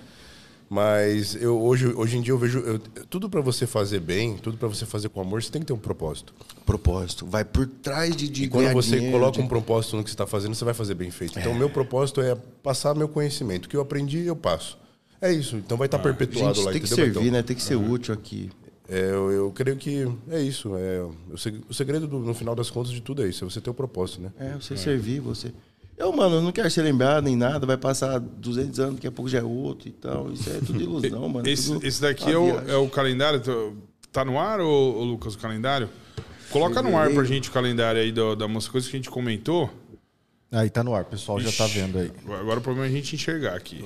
Speaker 2: Mas eu, hoje, hoje em dia eu vejo. eu- tudo pra você fazer bem, tudo pra você fazer com amor, você tem que ter um propósito.
Speaker 3: Propósito. Vai por trás de, de
Speaker 2: E quando
Speaker 3: ganhar
Speaker 2: você
Speaker 3: dinheiro,
Speaker 2: coloca
Speaker 3: de-
Speaker 2: um propósito no que você está fazendo, você vai fazer bem feito. Então, o meu propósito é passar meu conhecimento. O que eu aprendi, eu passo. É isso. Então, vai estar perpetuado
Speaker 3: Ah. Gente,
Speaker 2: lá,
Speaker 3: tem que
Speaker 2: entendeu,
Speaker 3: servir,
Speaker 2: Betão?
Speaker 3: né? Tem que ser útil aqui.
Speaker 2: É, eu, eu creio que é isso. É, o seg- o segredo, do- no final das contas, de tudo é isso. É você ter o propósito, né?
Speaker 3: É, você servir, você. Eu, mano, eu não quero ser lembrado nem nada, vai passar 200 anos, daqui a pouco já é outro e tal. Isso é tudo ilusão, mano.
Speaker 1: Esse,
Speaker 3: tudo tá
Speaker 1: esse daqui
Speaker 3: uma
Speaker 1: é o,
Speaker 3: viagem.
Speaker 1: é o calendário. Tô- Tá no ar, ô, ô Lucas, o calendário? Coloca no ar pra gente o calendário aí da, da umas coisas que a gente comentou.
Speaker 4: Aí tá no ar, o pessoal já tá vendo aí.
Speaker 1: Agora o problema é a gente enxergar aqui.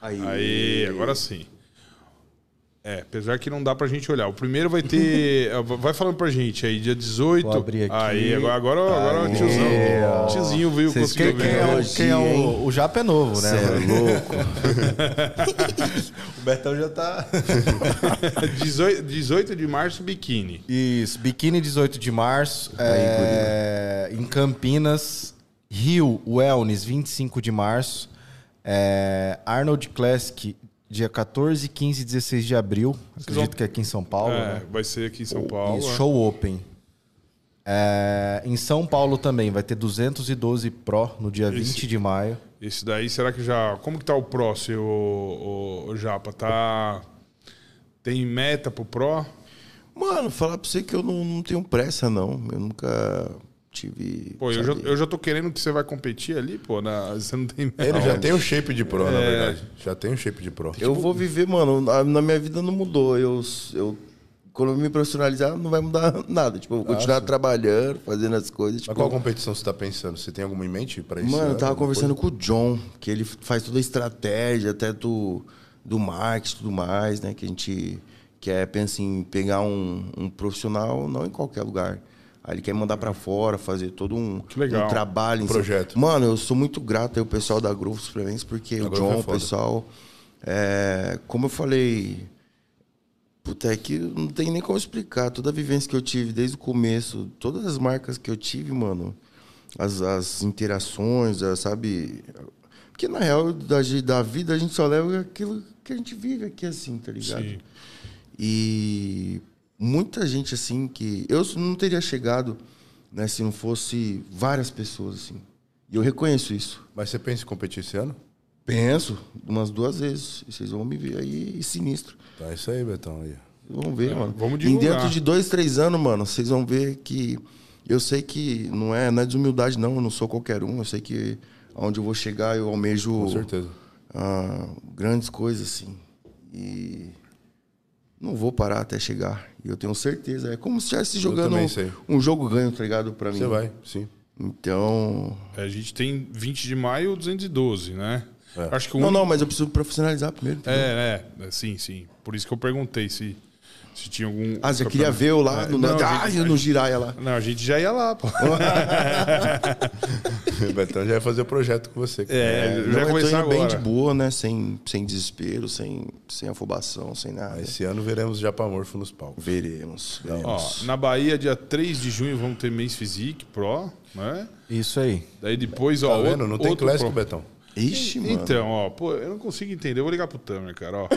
Speaker 3: Aí,
Speaker 1: Aí, agora sim. É, apesar que não dá pra gente olhar. O primeiro vai ter. eh, vai falando pra gente aí, dia 18.
Speaker 4: Vou abrir aqui.
Speaker 1: Aí, agora, agora, agora o
Speaker 4: Aí,
Speaker 1: tiozão.
Speaker 4: ó.
Speaker 1: Tiozinho veio,
Speaker 4: Vocês
Speaker 1: conseguiu
Speaker 4: quem, quem é
Speaker 1: ver.
Speaker 4: o, quem é o, o Japa é novo, né?
Speaker 3: Cê é louco.
Speaker 4: O Betão já tá.
Speaker 1: 18, 18 de março, biquíni.
Speaker 4: Isso, biquíni 18 de março. é, em Campinas. Rio Wellness, 25 de março. é, Arnold Classic, dia 14, 15 e 16 de abril. Acredito que é aqui em São Paulo.
Speaker 1: É,
Speaker 4: né?
Speaker 1: vai ser aqui em São Paulo.
Speaker 4: E
Speaker 1: é.
Speaker 4: show Open. É, em São Paulo também, vai ter 212 Pro no dia 20 de maio.
Speaker 1: Esse daí, será que já. Como que tá o Pro, seu o, Japa? Tá. Tem meta pro Pro?
Speaker 3: Mano, falar pra você que eu não, não tenho pressa, não. Eu nunca tive.
Speaker 1: Pô, eu já,
Speaker 3: sabe?
Speaker 1: eu já tô querendo que você vai competir ali, pô. na- você não tem meta.
Speaker 3: É,
Speaker 2: Ele já tem o shape de pro, na verdade. Já tem o shape de pro.
Speaker 1: tipo-
Speaker 3: Eu vou viver, mano. Na, na minha vida não mudou. Eu, eu, quando eu me profissionalizar, não vai mudar nada. Tipo, eu vou continuar trabalhando, fazendo as coisas.
Speaker 2: Mas
Speaker 3: Tipo,
Speaker 2: qual competição você está pensando? Você tem alguma em mente para isso?
Speaker 3: Mano,
Speaker 1: é
Speaker 3: eu tava conversando com o John, que ele faz toda a estratégia, até do, do marketing e tudo mais, né? Que a gente quer, pensa em pegar um, um profissional, não em qualquer lugar. Aí ele quer mandar pra fora, fazer todo um,
Speaker 1: Que legal.
Speaker 3: um trabalho. em cima.
Speaker 2: projeto.
Speaker 3: Mano, eu sou muito grato aí ao pessoal da Groove Suplementos, porque
Speaker 2: A
Speaker 3: o
Speaker 2: Groove
Speaker 3: John,
Speaker 2: é
Speaker 3: o
Speaker 2: foda.
Speaker 3: pessoal... é, como eu falei... Puta, é que não tem nem como explicar. Toda a vivência que eu tive desde o começo, todas as marcas que eu tive, mano, as, as interações, a- sabe? Porque na real, da, gi- da vida, a gente só leva aquilo que a gente vive aqui, assim, tá ligado?
Speaker 1: Sim.
Speaker 3: E muita gente, assim, que. Eu não teria chegado, né, se não fosse várias pessoas, assim. E eu reconheço isso.
Speaker 2: Mas você pensa em competir esse ano?
Speaker 3: Penso umas duas vezes. E vocês vão me ver aí sinistro.
Speaker 2: Tá, é isso aí, Betão. Aí.
Speaker 3: Vamos ver, mano.
Speaker 1: vamos
Speaker 3: em
Speaker 1: divulgar.
Speaker 3: dentro de dois, três anos, mano, vocês vão ver que Eu sei que não é, não é desumildade, não. Eu não sou qualquer um. Eu sei que aonde eu vou chegar, eu almejo.
Speaker 2: Com certeza.
Speaker 3: ah, grandes coisas, assim. E não vou parar até chegar. E eu tenho certeza. É como se estivesse jogando
Speaker 2: também sei.
Speaker 3: um, um jogo ganho, tá ligado? Pra mim.
Speaker 2: Você vai, sim.
Speaker 3: Então.
Speaker 1: A gente tem 20 de maio 212, né? Acho que o
Speaker 2: um
Speaker 3: Não,
Speaker 1: único-
Speaker 3: não, mas eu preciso profissionalizar primeiro. entendeu?
Speaker 1: É, é, é, sim, sim. Por isso que eu perguntei se, se tinha algum.
Speaker 3: Ah, já queria ver eu lá no.
Speaker 2: É,
Speaker 1: Não,
Speaker 3: ah,
Speaker 1: gente,
Speaker 3: eu no Jiraya lá.
Speaker 1: Não, a gente já ia lá, pô.
Speaker 2: O Betão já vai fazer o projeto com você. cara.
Speaker 1: É, eu
Speaker 3: Não,
Speaker 1: já
Speaker 3: eu tô
Speaker 1: comecei
Speaker 3: indo bem
Speaker 1: agora.
Speaker 3: de boa, né? Sem, sem desespero, sem, sem afobação, sem nada.
Speaker 2: Ah, Esse ano veremos Japamorfo nos palcos.
Speaker 3: Veremos,
Speaker 1: Ó,
Speaker 3: veremos.
Speaker 1: na Bahia, dia 3 de junho, vamos ter mês Physique Pro, né?
Speaker 4: Isso aí.
Speaker 1: Daí depois, ó.
Speaker 2: Tá vendo?
Speaker 1: outro-
Speaker 2: Não tem
Speaker 1: outro
Speaker 2: clássico,
Speaker 1: pro-
Speaker 2: Betão.
Speaker 3: Ixi, mano.
Speaker 1: Então, ó, pô, eu não consigo entender. Eu vou ligar pro Tamer, cara, ó.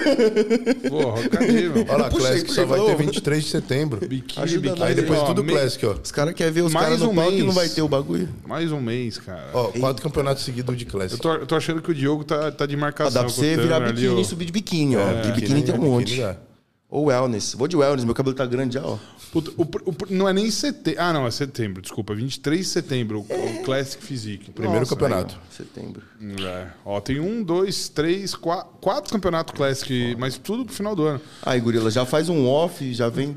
Speaker 1: Porra, cadê, meu?
Speaker 2: Olha lá,
Speaker 3: Puxa aí,
Speaker 2: Classic
Speaker 3: puxa
Speaker 2: só
Speaker 3: aí,
Speaker 2: vai
Speaker 3: falou.
Speaker 2: ter 23 de setembro.
Speaker 1: Biquíni,
Speaker 3: Ajuda
Speaker 1: biquíni.
Speaker 3: nós
Speaker 2: Aí depois
Speaker 1: Ó,
Speaker 2: tudo
Speaker 1: me-
Speaker 2: Classic, ó.
Speaker 3: Os caras querem ver os
Speaker 1: Mais
Speaker 3: caras
Speaker 1: um
Speaker 3: no palco e
Speaker 1: mês.
Speaker 3: não vai ter o bagulho.
Speaker 1: Mais um mês, cara.
Speaker 2: Ó, quatro campeonatos seguidos de Classic.
Speaker 1: Eu tô, eu tô achando que o Diogo tá, tá de
Speaker 3: Ó,
Speaker 1: marcação.
Speaker 3: Ah, dá pra
Speaker 1: com o
Speaker 3: você
Speaker 1: Tamer
Speaker 3: virar
Speaker 1: né, ali,
Speaker 3: biquíni
Speaker 1: ó.
Speaker 3: e subir de biquíni,
Speaker 1: É,
Speaker 3: ó. de biquíni tem
Speaker 2: É,
Speaker 3: um
Speaker 2: biquíni
Speaker 3: monte.
Speaker 2: dá.
Speaker 3: Ou wellness. Vou de wellness, meu cabelo tá grande já, ó.
Speaker 1: Puta, o pr- o pr- não é nem setembro. Ah, não, é setembro, desculpa. 23 de setembro, o, o Classic Physique.
Speaker 2: Primeiro
Speaker 3: Nossa,
Speaker 2: campeonato.
Speaker 3: aí, ó, setembro.
Speaker 1: É. Ó, tem um, dois, três, quatro, quatro campeonatos Classic, mas tudo pro final do ano.
Speaker 3: Aí, gorila, já faz um off, já vem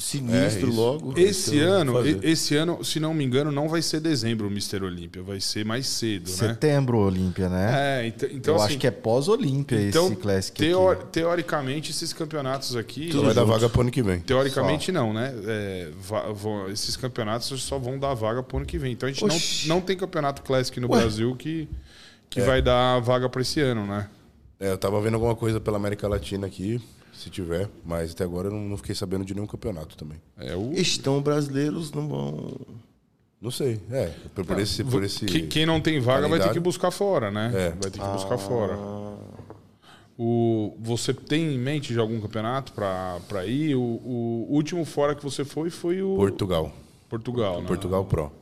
Speaker 3: sinistro
Speaker 2: É, isso.
Speaker 3: logo. Então,
Speaker 1: Esse
Speaker 2: eu vou
Speaker 1: ano, e-
Speaker 2: fazer.
Speaker 1: esse ano, se não me engano, não vai ser dezembro o Mr. Olímpia, vai ser mais cedo, né?
Speaker 4: Setembro, Olímpia, né?
Speaker 1: É, ent- então
Speaker 4: eu
Speaker 1: assim,
Speaker 4: acho que é pós-Olímpia
Speaker 1: então,
Speaker 4: esse Classic. aqui.
Speaker 1: teor- teoricamente, esses campeonatos aqui.
Speaker 2: Só vai dar vaga pro ano que vem.
Speaker 1: Teoricamente não, né? É, va- vão- esses campeonatos só vão dar vaga pro ano que vem. Então a gente
Speaker 3: Oxi.
Speaker 1: não, não tem campeonato Classic no Brasil que, que vai dar vaga pra esse ano, né?
Speaker 2: É, eu tava vendo alguma coisa pela América Latina aqui, se tiver, mas até agora eu não, não fiquei sabendo de nenhum campeonato também.
Speaker 1: É o.
Speaker 3: Estão brasileiros, não vão.
Speaker 2: Não sei, é, por, por esse... Por esse
Speaker 1: Tá. Que- quem não tem vaga vai ter
Speaker 2: calendário.
Speaker 1: que buscar fora, né?
Speaker 2: É.
Speaker 1: Vai ter que buscar fora. O, você tem em mente de algum campeonato pra pra ir? O, o último fora que você foi foi o
Speaker 2: Portugal,
Speaker 1: Portugal, né?
Speaker 2: Portugal Pro.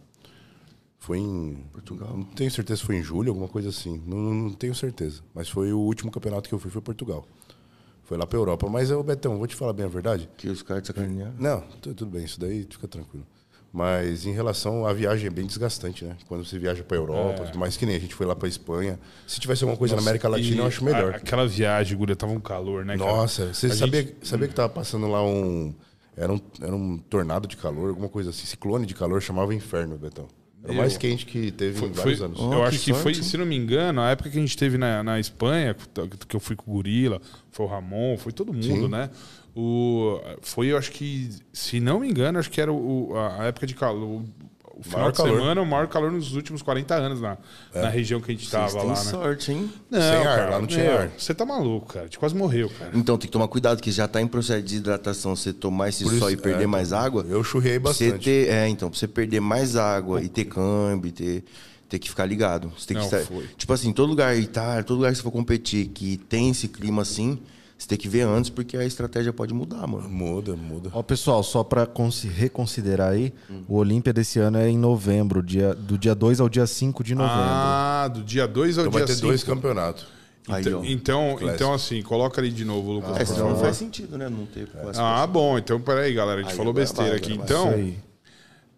Speaker 2: Foi em... Portugal. Não tenho certeza se foi em julho, alguma coisa assim, não, não tenho certeza. Mas foi o último campeonato que eu fui, foi Portugal. Foi lá pra Europa, mas, ô Betão, vou te falar bem a verdade.
Speaker 3: Que os caras te sacanearam.
Speaker 2: Não, tu- tudo bem, isso daí fica tranquilo. Mas em relação à viagem é bem desgastante, né? Quando você viaja pra Europa,
Speaker 1: É.
Speaker 2: tudo mais que nem a gente foi lá pra Espanha. Se tivesse alguma coisa na América Latina,
Speaker 1: E
Speaker 2: eu acho melhor.
Speaker 1: a- aquela viagem, Guria, tava um calor, né? cara?
Speaker 2: Nossa, você
Speaker 1: A
Speaker 2: sabia,
Speaker 1: gente-
Speaker 2: sabia que tava passando lá um era, um. era um tornado de calor, alguma coisa assim, ciclone de calor, chamava inferno, Betão. Era o mais quente que teve
Speaker 1: Foi-
Speaker 2: em vários
Speaker 1: foi-
Speaker 2: anos.
Speaker 1: Eu acho que foi, se não me engano, a época que a gente teve na, na Espanha, que eu fui com o Gorila, foi o Ramon, foi todo mundo, né? O, foi, eu acho que, se não me engano, acho que era o, o- a época de calor. O final
Speaker 2: Maior
Speaker 1: de
Speaker 2: calor. É.
Speaker 1: semana, o maior calor nos últimos 40 anos na, na região que a gente
Speaker 3: Vocês
Speaker 1: tava
Speaker 3: têm
Speaker 1: lá, né?
Speaker 3: sorte, hein?
Speaker 1: Não,
Speaker 2: Sem ar, lá não tinha
Speaker 1: meu,
Speaker 2: ar.
Speaker 1: Você tá maluco, cara. A gente quase morreu, cara.
Speaker 3: Então tem que tomar cuidado, que já tá em processo de hidratação. Você tomar esse
Speaker 2: Por
Speaker 3: sol e
Speaker 2: isso-
Speaker 3: perder
Speaker 2: é,
Speaker 3: mais água.
Speaker 2: Eu churrei
Speaker 3: pra Você
Speaker 2: bastante.
Speaker 3: ter, é, então, pra você perder mais água e ter câmbio, e ter, ter que ficar ligado. Você tem que
Speaker 1: Não,
Speaker 3: estar,
Speaker 1: foi.
Speaker 3: Tipo assim, todo lugar, Itália, todo lugar que você for competir, que tem esse clima assim, você tem que ver antes, porque a estratégia pode mudar, mano.
Speaker 2: Muda, muda.
Speaker 4: Ó, pessoal, só pra consi- reconsiderar aí,
Speaker 1: Hum.
Speaker 4: o Olímpia desse ano é em novembro, dia, do dia 2 ao dia 5 de novembro.
Speaker 1: Ah, do dia 2 ao
Speaker 2: Então vai
Speaker 1: dia
Speaker 2: ter
Speaker 1: 5.
Speaker 2: dois campeonatos.
Speaker 3: Aí, ó.
Speaker 1: Então, então,
Speaker 2: Clássico.
Speaker 1: então, assim, coloca ali de novo,
Speaker 2: Ah,
Speaker 1: Lucas,
Speaker 3: É,
Speaker 1: por
Speaker 3: senão não
Speaker 1: favor.
Speaker 3: faz sentido, né? Não
Speaker 2: É.
Speaker 3: ter quase-
Speaker 1: Ah, bom. Então, peraí, galera. A gente
Speaker 3: Aí,
Speaker 1: falou
Speaker 3: agora
Speaker 1: besteira
Speaker 3: vai,
Speaker 1: aqui.
Speaker 3: agora
Speaker 1: Então,
Speaker 4: Isso aí.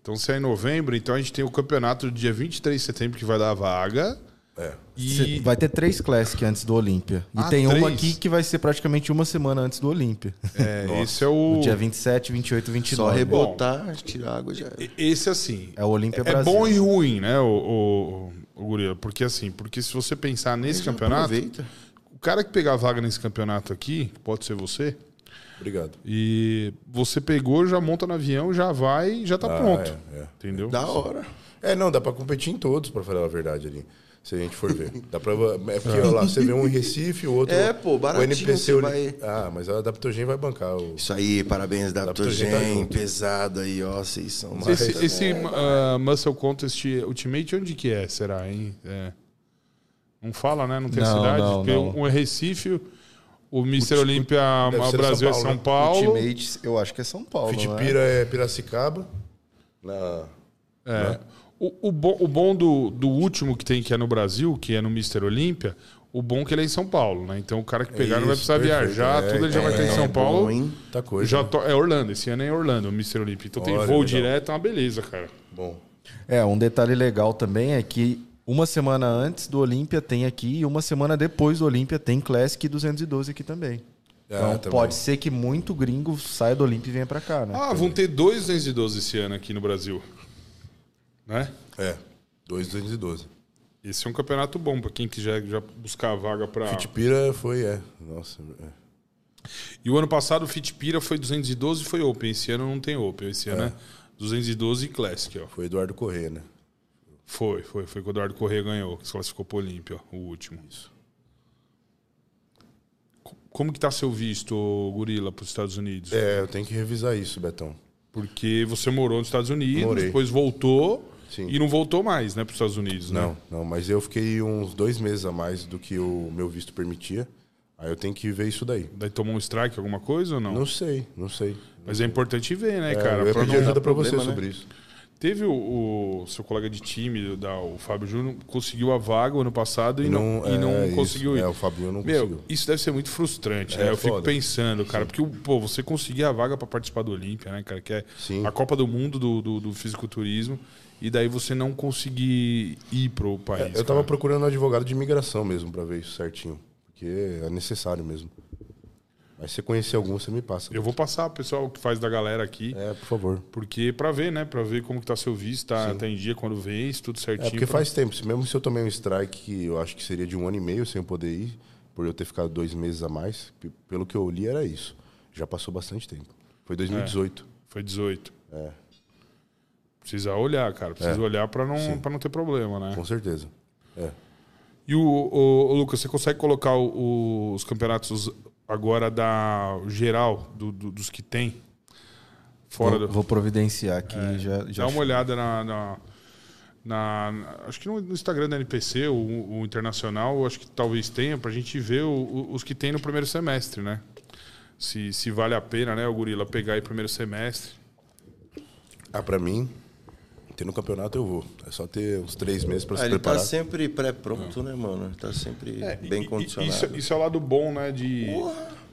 Speaker 1: Então, se é em novembro, então a gente tem o campeonato do dia 23 de setembro que vai dar a vaga.
Speaker 2: É.
Speaker 1: E
Speaker 4: Vai ter três Classic antes do Olímpia. E
Speaker 1: Ah,
Speaker 4: tem uma
Speaker 1: três?
Speaker 4: aqui que vai ser praticamente uma semana antes do Olímpia.
Speaker 1: é, esse é o.
Speaker 4: No dia 27, 28,
Speaker 3: Só
Speaker 4: 29.
Speaker 3: rebotar, tirar água já. era.
Speaker 1: Esse assim.
Speaker 4: É o Olímpia
Speaker 1: É
Speaker 4: Brasil.
Speaker 1: bom e ruim, né, o, o, o Gorila? Porque assim, porque se você pensar nesse
Speaker 3: Já
Speaker 1: campeonato,
Speaker 3: Aproveita.
Speaker 1: o cara que pegar a vaga nesse campeonato aqui, pode ser você,
Speaker 2: Obrigado.
Speaker 1: e você pegou, já monta no avião, já vai, já tá
Speaker 2: Ah,
Speaker 1: pronto.
Speaker 2: é, é.
Speaker 1: Entendeu?
Speaker 3: Da hora.
Speaker 2: É, não, dá pra competir em todos, pra falar a verdade ali. Se a gente for ver. Dá pra, é porque ó, lá, você vê um em Recife, o outro.
Speaker 3: É, pô, baratinho,
Speaker 2: O NPC.
Speaker 3: você
Speaker 2: o-
Speaker 3: vai-
Speaker 2: Ah, mas a Adaptogen vai bancar. O...
Speaker 3: Isso aí, parabéns, Daptogen.
Speaker 2: Daptogen tá junto.
Speaker 3: pesado aí, ó. Vocês são mais.
Speaker 1: Esse, esse
Speaker 2: É,
Speaker 1: ah, Muscle Contest Ultimate, onde que é? Será, hein? É. Não fala, né? Não tem
Speaker 4: Não,
Speaker 1: cidade?
Speaker 4: não,
Speaker 1: Porque
Speaker 4: não.
Speaker 1: um é Recife, o Mr. Olímpia
Speaker 2: deve
Speaker 1: o
Speaker 2: ser
Speaker 1: Brasil é
Speaker 2: São
Speaker 1: São
Speaker 2: Paulo, né?
Speaker 1: Paulo.
Speaker 4: Ultimate, eu acho que é São Paulo.
Speaker 2: Fitipira é Piracicaba. Na... né?
Speaker 1: É. O, o bom, o bom do, do último que tem, que é no Brasil, que é no Mr. Olímpia, o bom é que ele é em São Paulo, né? Então o cara que pegar não vai
Speaker 2: Isso,
Speaker 1: precisar
Speaker 2: perfeito.
Speaker 1: viajar,
Speaker 2: É,
Speaker 1: tudo ele já vai ter em São
Speaker 3: bom,
Speaker 1: Paulo.
Speaker 3: hein?
Speaker 2: Tá coisa.
Speaker 1: Já to- É Orlando, esse ano é em Orlando, o Mr. Olímpia. Então tem
Speaker 2: Olha,
Speaker 1: voo
Speaker 2: legal.
Speaker 1: direto, é uma beleza, cara.
Speaker 2: Bom.
Speaker 4: É, um detalhe legal também é que uma semana antes do Olímpia tem aqui e uma semana depois do Olímpia tem Classic 212 aqui também. Então
Speaker 2: tá
Speaker 4: pode
Speaker 2: bom.
Speaker 4: ser que muito gringo saia do Olímpia e venha pra cá, né?
Speaker 1: Ah, vão ter dois 212 esse ano aqui no Brasil. Né?
Speaker 2: É. 2,212.
Speaker 1: Esse é um campeonato bom pra quem quiser já buscar a vaga pra.
Speaker 2: Fitipira foi, é. Nossa, é.
Speaker 1: E o ano passado o Fitpira foi 212 e foi Open. Esse ano não tem Open. Esse ano é 212 e Classic, ó.
Speaker 2: Foi Eduardo Corrêa, né?
Speaker 1: Foi, foi. Foi que o Eduardo Corrêa ganhou, que se classificou pro Olímpia, ó, o último. Isso. Como que tá seu visto, ô, Gorila, pros Estados Unidos?
Speaker 2: É, eu tenho que revisar isso, Betão.
Speaker 1: Né? Porque você morou nos Estados Unidos,
Speaker 2: Morei.
Speaker 1: depois voltou
Speaker 2: Sim.
Speaker 1: e não voltou mais, né, pros Estados Unidos, né?
Speaker 2: Não, não, mas eu fiquei uns dois meses a mais do que o meu visto permitia. Aí eu tenho que ver isso daí.
Speaker 1: Daí tomou um strike, alguma coisa ou não?
Speaker 2: Não sei, não sei.
Speaker 1: Mas é importante ver, né,
Speaker 2: É,
Speaker 1: cara?
Speaker 2: eu ia
Speaker 1: Pra
Speaker 2: pedir
Speaker 1: não-
Speaker 2: ajuda pra
Speaker 3: problema,
Speaker 2: você
Speaker 3: né?
Speaker 2: sobre isso.
Speaker 1: Teve o, o seu colega de time, da, o Fábio Júnior, conseguiu a vaga o ano passado e não, e não
Speaker 2: é, isso.
Speaker 1: conseguiu ir.
Speaker 2: É, o Fabinho não
Speaker 1: Meu,
Speaker 2: conseguiu.
Speaker 1: isso deve ser muito frustrante,
Speaker 2: É,
Speaker 1: né? Eu fico
Speaker 2: foda.
Speaker 1: pensando, cara, porque, pô, você conseguir a vaga pra participar do Olímpia, né, cara? Que é
Speaker 2: Sim.
Speaker 1: a Copa do Mundo do, do, do fisiculturismo, e daí você não conseguir ir pro país.
Speaker 2: Eu tava
Speaker 1: cara.
Speaker 2: procurando um advogado de imigração mesmo pra ver isso certinho. Porque é necessário mesmo. Mas se você conhecer algum, você me passa.
Speaker 1: Eu vou passar, pro pessoal, que faz da galera aqui.
Speaker 2: É, por favor.
Speaker 1: Porque pra ver, né? Pra ver como que tá seu visto, tá, tá em dia, quando vem, se tudo certinho.
Speaker 2: É porque
Speaker 3: Tipo, né?
Speaker 1: pra-
Speaker 2: faz tempo. se- Mesmo se eu tomei um strike, que eu acho que seria de um ano e meio sem eu poder ir, por eu ter ficado dois meses a mais, p- pelo que eu li era isso. Já passou bastante tempo. Foi 2018.
Speaker 1: Foi 18.
Speaker 2: É.
Speaker 1: Precisa olhar, cara.
Speaker 4: É.
Speaker 1: Precisa olhar pra não, pra não ter problema, né?
Speaker 2: Com certeza. É.
Speaker 1: E o, o- o Lucas, você consegue colocar o- o- os campeonatos agora da geral, do- do- dos que tem? Fora
Speaker 4: vou,
Speaker 1: do.
Speaker 4: vou providenciar aqui já, já
Speaker 1: Dá uma olhada na. na- na- na- acho que no, no Instagram da NPC, o, o Internacional, eu acho que talvez tenha, pra gente ver o- o- os que tem no primeiro semestre, né? Se, se vale a pena, né, o Gorila, pegar aí primeiro semestre.
Speaker 2: Ah, pra mim, ter no campeonato eu vou. É só ter uns três meses pra
Speaker 3: Ah,
Speaker 2: se
Speaker 3: ele
Speaker 2: preparar.
Speaker 3: tá sempre pré-pronto, né, mano? Ele tá sempre
Speaker 2: É,
Speaker 3: bem
Speaker 1: E- e-
Speaker 3: condicionado.
Speaker 1: Isso, isso é o lado bom, né? De,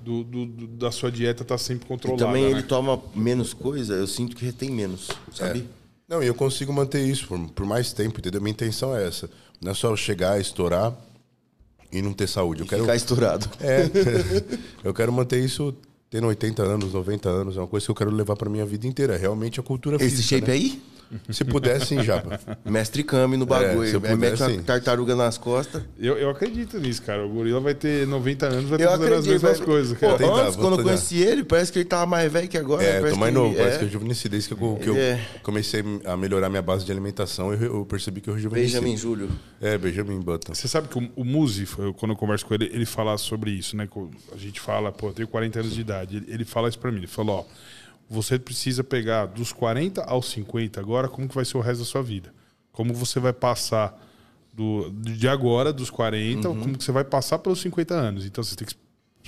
Speaker 1: do, do- do- da sua dieta tá sempre
Speaker 3: e
Speaker 1: controlada.
Speaker 3: também
Speaker 1: né?
Speaker 3: ele toma menos coisa, eu sinto que retém menos, sabe?
Speaker 2: Não, e eu consigo manter isso por, por mais tempo, entendeu? Minha intenção é essa. Não é só eu chegar, estourar e não ter saúde. Eu quero,
Speaker 3: Ficar estourado.
Speaker 2: É. eu quero manter isso tendo 80 anos, 90 anos. É uma coisa que eu quero levar pra minha vida inteira. Realmente a cultura
Speaker 3: Esse
Speaker 2: física.
Speaker 3: shape é-
Speaker 2: né?
Speaker 3: aí?
Speaker 2: Se puder, sim, Japa.
Speaker 3: Mestre Kami
Speaker 2: É, se
Speaker 3: no
Speaker 2: eu
Speaker 3: bagulho.
Speaker 2: puder,
Speaker 3: É, mete uma
Speaker 2: sim.
Speaker 3: tartaruga nas costas.
Speaker 1: Eu, eu acredito nisso, cara. O gorila vai ter 90 anos, vai
Speaker 3: Eu
Speaker 1: estar fazendo as
Speaker 3: acredito.
Speaker 1: mesmas
Speaker 3: velho.
Speaker 1: coisas,
Speaker 3: Pô,
Speaker 1: cara.
Speaker 2: Tentar,
Speaker 3: antes,
Speaker 2: vou
Speaker 3: quando eu
Speaker 2: tentar.
Speaker 3: conheci ele, parece que ele tava mais velho que agora.
Speaker 2: É,
Speaker 3: parece
Speaker 2: tô mais novo,
Speaker 3: é.
Speaker 2: parece que eu rejuvenesci. Desde que eu, que eu-
Speaker 3: É.
Speaker 2: comecei a melhorar minha base de alimentação, eu, eu percebi que eu rejuvenesci.
Speaker 3: Benjamin Júlio.
Speaker 2: É, Benjamin Button.
Speaker 1: Você sabe que o, o Muzi, foi- quando eu converso com ele, ele fala sobre isso, né? Co- A gente fala, pô, eu tenho 40 anos de idade. Ele, ele fala isso pra mim. Ele falou, ó, você precisa pegar dos 40 aos 50 agora, como que vai ser o resto da sua vida? Como você vai passar do, de agora, dos 40,
Speaker 3: Uhum.
Speaker 1: como que você vai passar pelos 50 anos? Então você tem que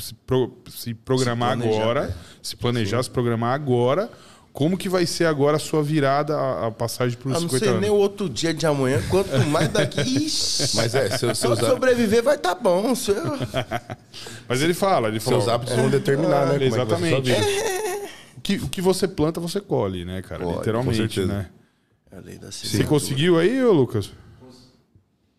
Speaker 1: se, pro- se programar
Speaker 3: Se planejar, né?
Speaker 1: agora, se planejar, se programar agora. Como que vai ser agora a sua virada, a, a passagem para
Speaker 3: Eu
Speaker 1: os
Speaker 3: Ah, não
Speaker 1: 50
Speaker 3: sei
Speaker 1: anos?
Speaker 3: nem o outro dia de amanhã, quanto mais daqui. Ixi,
Speaker 2: Mas é, se eu, se
Speaker 3: se eu
Speaker 2: eu usar-
Speaker 3: sobreviver, vai tá bom. Se eu-
Speaker 1: Mas ele fala, ele falou.
Speaker 2: Seus hábitos vão determinar, né, como é que vai ser a sua
Speaker 1: Ah, Exatamente. O que, o que você planta, você colhe, né, cara?
Speaker 3: Colhe,
Speaker 2: com
Speaker 1: Literalmente,
Speaker 2: certeza.
Speaker 1: né?
Speaker 3: É a lei da
Speaker 1: Você
Speaker 3: semeadura.
Speaker 1: conseguiu aí, ô Lucas?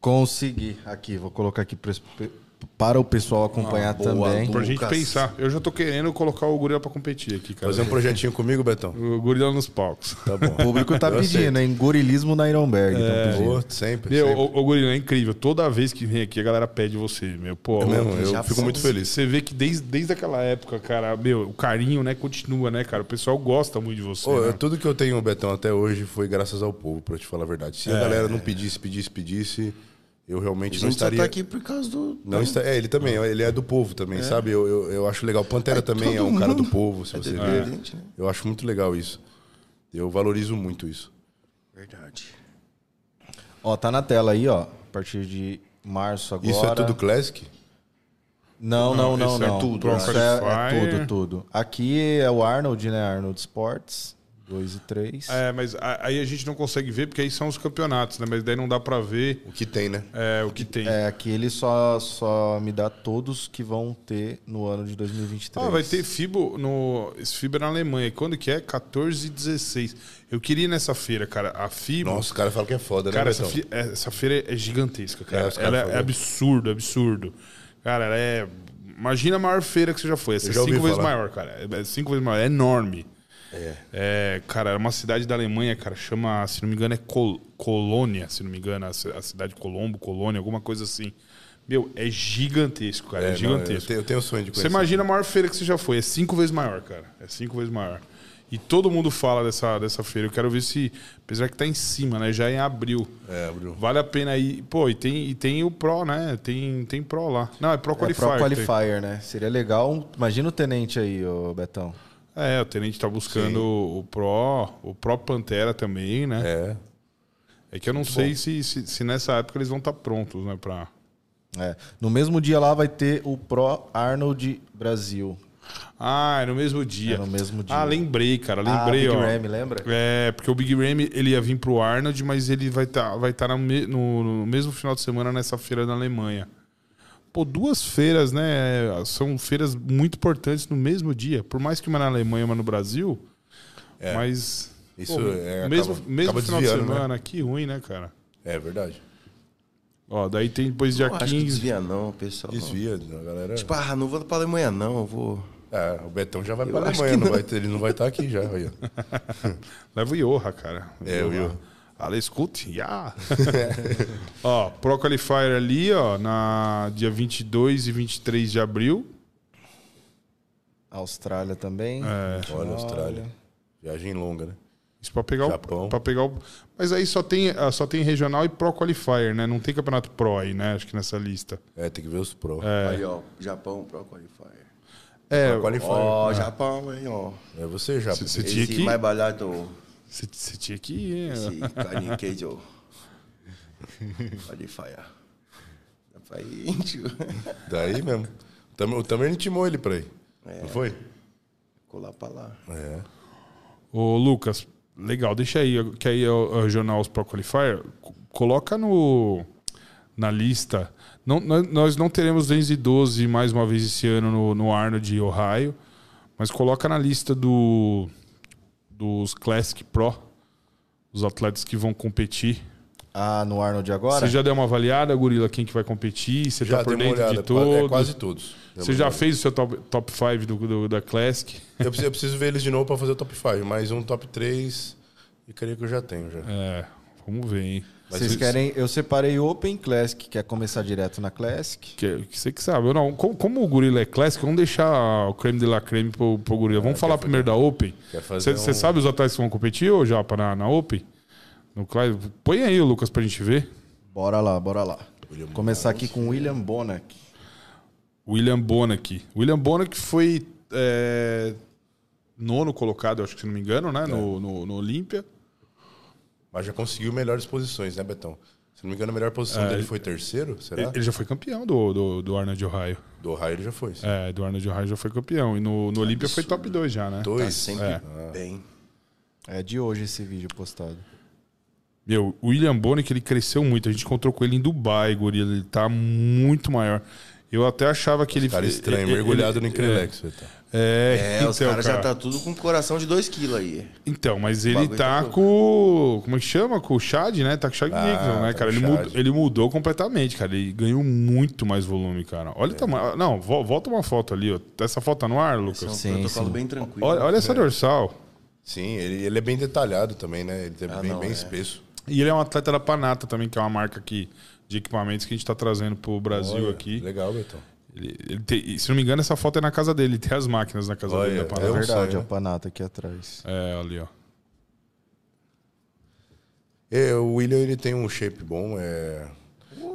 Speaker 4: Consegui. Aqui, vou colocar aqui pres- pe- para o pessoal acompanhar
Speaker 3: boa,
Speaker 4: também.
Speaker 1: Pra gente
Speaker 3: Lucas.
Speaker 1: pensar. Eu já tô querendo colocar o gorila pra competir aqui, cara.
Speaker 2: fazer um projetinho comigo, Betão.
Speaker 1: O gorila nos palcos.
Speaker 2: Tá bom.
Speaker 4: O público tá
Speaker 2: Eu
Speaker 4: pedindo, hein? Gorilismo na Ironberg. tão pedindo.
Speaker 2: Boa, sempre.
Speaker 1: Meu,
Speaker 2: sempre.
Speaker 1: o, gorila é incrível. Toda vez que vem aqui, a galera pede você, meu. Pô,
Speaker 2: É mesmo, eu
Speaker 3: já
Speaker 2: fico muito
Speaker 3: somos-
Speaker 2: feliz.
Speaker 1: Você vê que desde, desde aquela época, cara, meu, o carinho, né, continua, né, cara? O pessoal gosta muito de você.
Speaker 2: Ô,
Speaker 1: né?
Speaker 2: eu- tudo que eu tenho, Betão, até hoje foi graças ao povo, pra te falar a verdade. Se a galera não pedisse, pedisse, pedisse, eu
Speaker 3: A
Speaker 2: realmente não
Speaker 3: gente só
Speaker 2: estaria.
Speaker 3: tá aqui por causa do.
Speaker 2: Não está... É, ele também, ele é do povo também, sabe? Eu, eu, eu acho legal. Pantera também é
Speaker 3: todo
Speaker 2: um cara do
Speaker 3: mundo
Speaker 2: povo, se você
Speaker 1: é.
Speaker 2: ver.
Speaker 3: dependente, né?
Speaker 2: Eu acho muito legal isso. Eu valorizo muito isso.
Speaker 3: Verdade.
Speaker 4: Ó, tá na tela aí, ó. A partir de março agora.
Speaker 2: Isso é tudo Classic?
Speaker 4: Não,
Speaker 1: Não,
Speaker 4: não, não,
Speaker 1: isso é
Speaker 4: não.
Speaker 1: tudo,
Speaker 4: Isso é, é
Speaker 1: Qualifier.
Speaker 4: tudo, tudo. Aqui é o Arnold, né? Arnold Sports. 2 e 3.
Speaker 1: É, mas a- aí a gente não consegue ver, porque aí são os campeonatos, né? Mas daí não dá pra ver
Speaker 2: O que tem, né?
Speaker 1: é, o que tem.
Speaker 4: É, aqui ele só, só me dá todos que vão ter no ano de 2023.
Speaker 1: Ah, vai ter FIBO no. Esse FIBO é na Alemanha. Quando que é? 14 e 16. Eu queria ir nessa feira, cara. A FIBO.
Speaker 2: Nossa, o cara fala que é foda,
Speaker 1: Cara,
Speaker 2: né,
Speaker 1: essa,
Speaker 2: Betão?
Speaker 1: fi- é- essa feira é gigantesca, cara.
Speaker 2: É, os caras
Speaker 1: ela é
Speaker 2: falam.
Speaker 1: absurdo, absurdo. Cara, ela é. Imagina a maior feira que você já foi. Essa
Speaker 2: Eu
Speaker 1: é
Speaker 2: já ouvi
Speaker 1: cinco vezes
Speaker 2: falar.
Speaker 1: maior, cara. É cinco vezes maior. É enorme.
Speaker 2: É.
Speaker 1: É, cara, é uma cidade da Alemanha, cara, chama, se não me engano, é Col- Colônia, se não me engano, a, ci- a cidade de Colombo, Colônia, alguma coisa assim. Meu, é gigantesco, cara, é,
Speaker 2: não, eu,
Speaker 1: gigantesco.
Speaker 2: tenho, eu tenho sonho de
Speaker 1: Você
Speaker 4: é.
Speaker 2: conhecer.
Speaker 1: imagina a maior feira que você já foi, é cinco vezes maior, cara. É cinco vezes maior. E todo mundo fala dessa, dessa feira. Eu quero ver se. Apesar que tá em cima, né? Já é em abril.
Speaker 2: É, Bruno.
Speaker 1: Vale a pena ir. Pô, e tem, e tem o Pro, né? Tem, tem Pro lá. Não, é Pro
Speaker 4: É
Speaker 1: Qualifier.
Speaker 4: pro qualifier, né? Seria legal. Imagina o tenente aí, ô Betão.
Speaker 1: tem. É, o Tenente tá buscando o, o Pro, o Pro Pantera também, né?
Speaker 2: É.
Speaker 1: É que eu não sei se, se, se nessa época eles vão estar prontos, né? Pra...
Speaker 4: É. No mesmo dia lá vai ter o Pro Arnold Brasil.
Speaker 1: Ah, é no mesmo dia.
Speaker 4: É no mesmo dia.
Speaker 1: Ah, lembrei, cara. Lembrei,
Speaker 4: ah, Big
Speaker 1: ó.
Speaker 4: Ram, lembra?
Speaker 1: É, porque o Big Ram ele ia vir pro Arnold, mas ele vai estar vai tá na me- no, no mesmo final de semana nessa feira na Alemanha. Pô, duas feiras, né? São feiras muito importantes no mesmo dia. Por mais que uma na Alemanha e uma no Brasil. Mas.
Speaker 2: É. Isso é, acaba-
Speaker 1: mesmo mesmo
Speaker 2: acaba
Speaker 1: final de
Speaker 2: desviando, né?
Speaker 1: semana, que ruim, né, cara?
Speaker 2: É verdade.
Speaker 1: Ó, daí tem depois dia
Speaker 3: Eu acho que
Speaker 1: 15.
Speaker 3: desvia não, pessoal.
Speaker 2: Desvia, a galera.
Speaker 3: Tipo, ah, não vou pra Alemanha não, eu vou...
Speaker 2: É, o Betão já vai
Speaker 3: Eu
Speaker 2: pra
Speaker 3: acho
Speaker 2: Alemanha,
Speaker 3: que
Speaker 2: não.
Speaker 3: não.
Speaker 2: vai ter, ele não vai estar aqui já. Aí, ó.
Speaker 1: Leva o Ioha, cara.
Speaker 2: É, o Ioha.
Speaker 1: Ale, escute, já. ó, Pro Qualifier ali, ó, na dia 22 e 23 de abril.
Speaker 4: Austrália também.
Speaker 1: É,
Speaker 2: Olha, Austrália. Viagem longa, né?
Speaker 1: isso pra pegar o
Speaker 2: Japão.
Speaker 1: para pegar o, mas aí só tem ah, só tem regional e pro qualifier, né? Não tem campeonato pro aí, né? Acho que nessa lista.
Speaker 2: É, tem que ver os pro.
Speaker 3: Aí, ó, Japão Pro Qualifier.
Speaker 1: É,
Speaker 2: Qualifier.
Speaker 3: Ó, Japão, hein, ó.
Speaker 2: É você já.
Speaker 1: você tinha
Speaker 3: Esse
Speaker 1: que
Speaker 3: mais barato,
Speaker 1: você você tinha que ir. né?
Speaker 3: esse carne queijo. Qualifier. Dá pra ir, tio.
Speaker 2: Daí mesmo. Tam- O Tamer intimou ele pra ir. Não foi?
Speaker 3: Colar pra lá.
Speaker 2: É.
Speaker 1: Ô, Lucas, legal, deixa aí, que aí é o, é o jornal Os Pro Qualifier. Co- Coloca no, na lista. Não, nó- nós não teremos 212 mais uma vez esse ano no, no Arnold e Ohio, mas coloca na lista do, dos Classic Pro, os atletas que vão competir.
Speaker 4: Ah, no Arnold agora?
Speaker 1: Você já deu uma avaliada, Gorila, quem que vai competir? Você
Speaker 2: Já
Speaker 1: tá por
Speaker 2: dei uma
Speaker 1: dentro
Speaker 2: olhada.
Speaker 1: de
Speaker 2: é qua-
Speaker 1: todos?
Speaker 2: É quase todos.
Speaker 1: Você já fez o seu top 5 do, do- da Classic?
Speaker 2: Eu preciso, eu preciso ver eles de novo pra fazer o top 5, mas um top 3 eu creio que eu já tenho já.
Speaker 1: É, vamos ver, hein?
Speaker 4: Vocês querem. Eu separei Open Classic, quer começar direto na Classic.
Speaker 1: Que, que você que sabe. Eu não, como, como o gorila é clássico, vamos deixar o creme de la creme pro, pro gorila. Vamos falar primeiro da Open.
Speaker 2: Ah, quer
Speaker 1: Você
Speaker 2: fazer um-
Speaker 1: sabe os atletas que vão competir, ô Japa, na, na Open? No, Cla- põe aí o Lucas pra gente ver.
Speaker 4: Bora lá, bora lá. começar aqui com William Bonac.
Speaker 1: William Bonac. William Bonac foi é, nono colocado, acho que se não me engano,
Speaker 2: É.
Speaker 1: né? No, no, no Olímpia.
Speaker 2: Mas já conseguiu melhores posições, né, Betão? Se não me engano, a melhor posição dele foi terceiro, será?
Speaker 1: Ele, ele já foi campeão do, do, do Arnold Ohio.
Speaker 2: Do raio ele já foi. sim.
Speaker 1: É, do Arnold Ohio já foi campeão. E no, no Olímpia foi top 2 já, né?
Speaker 2: Dois. Ah,
Speaker 3: Tá sempre
Speaker 1: é.
Speaker 3: bem.
Speaker 4: É de hoje esse vídeo postado.
Speaker 1: Meu, o William Bonnick, ele cresceu muito. A gente encontrou com ele em Dubai, gorila. Ele tá muito maior. Eu até achava que ele...
Speaker 2: Cara estranho,
Speaker 1: ele-
Speaker 2: mergulhado
Speaker 1: ele-
Speaker 2: no Increlex, Betão.
Speaker 1: É,
Speaker 3: É,
Speaker 1: é então,
Speaker 3: os caras já
Speaker 1: cara.
Speaker 3: tá tudo com coração de 2kg aí.
Speaker 1: Então, mas ele
Speaker 3: bagulho
Speaker 1: tá
Speaker 3: tá louco.
Speaker 1: com... Como é que chama? Com o Chad, né? Tá com o Chad
Speaker 2: Ah,
Speaker 1: Nixon, né,
Speaker 2: tá
Speaker 1: cara?
Speaker 2: com
Speaker 1: Ele,
Speaker 2: o
Speaker 1: mud-
Speaker 2: Chad.
Speaker 1: ele mudou completamente, cara. Ele ganhou muito mais volume, cara.
Speaker 2: É.
Speaker 1: Olha o tamanho... Não, vo- volta uma foto ali, ó. Essa foto tá no ar,
Speaker 3: Isso é um
Speaker 1: Lucas?
Speaker 4: Sim,
Speaker 3: protocolo
Speaker 4: sim.
Speaker 3: bem tranquilo.
Speaker 1: Olha, olha essa dorsal.
Speaker 2: Sim, ele, ele é bem detalhado também, né? Ele é
Speaker 3: Ah,
Speaker 2: bem,
Speaker 3: não,
Speaker 2: bem
Speaker 3: é.
Speaker 2: espesso.
Speaker 1: E ele é um atleta da Panata também, que é uma marca que, de equipamentos que a gente tá trazendo pro Brasil
Speaker 2: Olha,
Speaker 1: aqui.
Speaker 2: Legal, Betão.
Speaker 1: Ele, ele tem- e, se não me engano, essa foto é na casa dele. Tem as máquinas na casa
Speaker 2: Olha,
Speaker 1: dele. Da
Speaker 2: É
Speaker 4: É
Speaker 2: um
Speaker 1: parada.
Speaker 4: verdade,
Speaker 2: sonho, né?
Speaker 4: ó, o Panata aqui atrás.
Speaker 1: É, ali, ó.
Speaker 2: É, o William ele tem um shape bom. É...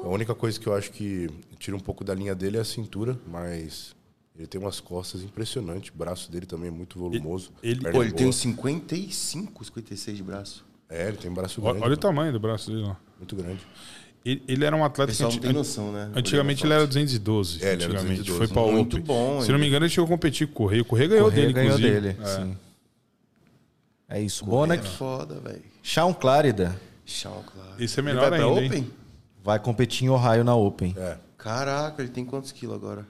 Speaker 2: A única coisa que eu acho que tira um pouco da linha dele é a cintura, mas ele tem umas costas impressionantes. O braço dele também é muito volumoso.
Speaker 1: Ele-
Speaker 2: perna
Speaker 3: Pô, ele tem
Speaker 2: boa.
Speaker 3: uns 55, 56 de braço.
Speaker 2: É, ele tem um braço
Speaker 1: Ó-
Speaker 2: grande.
Speaker 1: Olha, o tamanho do braço dele, ó.
Speaker 2: Muito grande.
Speaker 1: Ele, ele era um
Speaker 3: O
Speaker 1: atleta que
Speaker 3: pessoal não
Speaker 1: anti-
Speaker 3: tem noção, né?
Speaker 1: Antigamente ele
Speaker 3: Olhando
Speaker 1: era
Speaker 3: a
Speaker 1: 212.
Speaker 2: É, ele era
Speaker 1: antigamente.
Speaker 2: 212.
Speaker 1: Foi pra
Speaker 3: Muito
Speaker 1: Open.
Speaker 3: bom,
Speaker 1: Se não me
Speaker 3: hein?
Speaker 1: engano, ele chegou a competir com o Correio. O Correio ganhou É.
Speaker 4: Correia
Speaker 1: dele,
Speaker 4: ganhou
Speaker 1: inclusive.
Speaker 4: dele.
Speaker 1: É.
Speaker 4: Sim. É isso. Bonac,
Speaker 3: Foda, velho.
Speaker 4: Shawn Clarida
Speaker 3: Chão, claro.
Speaker 1: Isso é
Speaker 3: Ele
Speaker 1: melhor
Speaker 3: vai
Speaker 1: ainda,
Speaker 3: pra
Speaker 1: hein?
Speaker 3: Open?
Speaker 4: vai competir em Ohio na Open.
Speaker 2: É.
Speaker 3: Caraca, ele tem quantos quilos agora?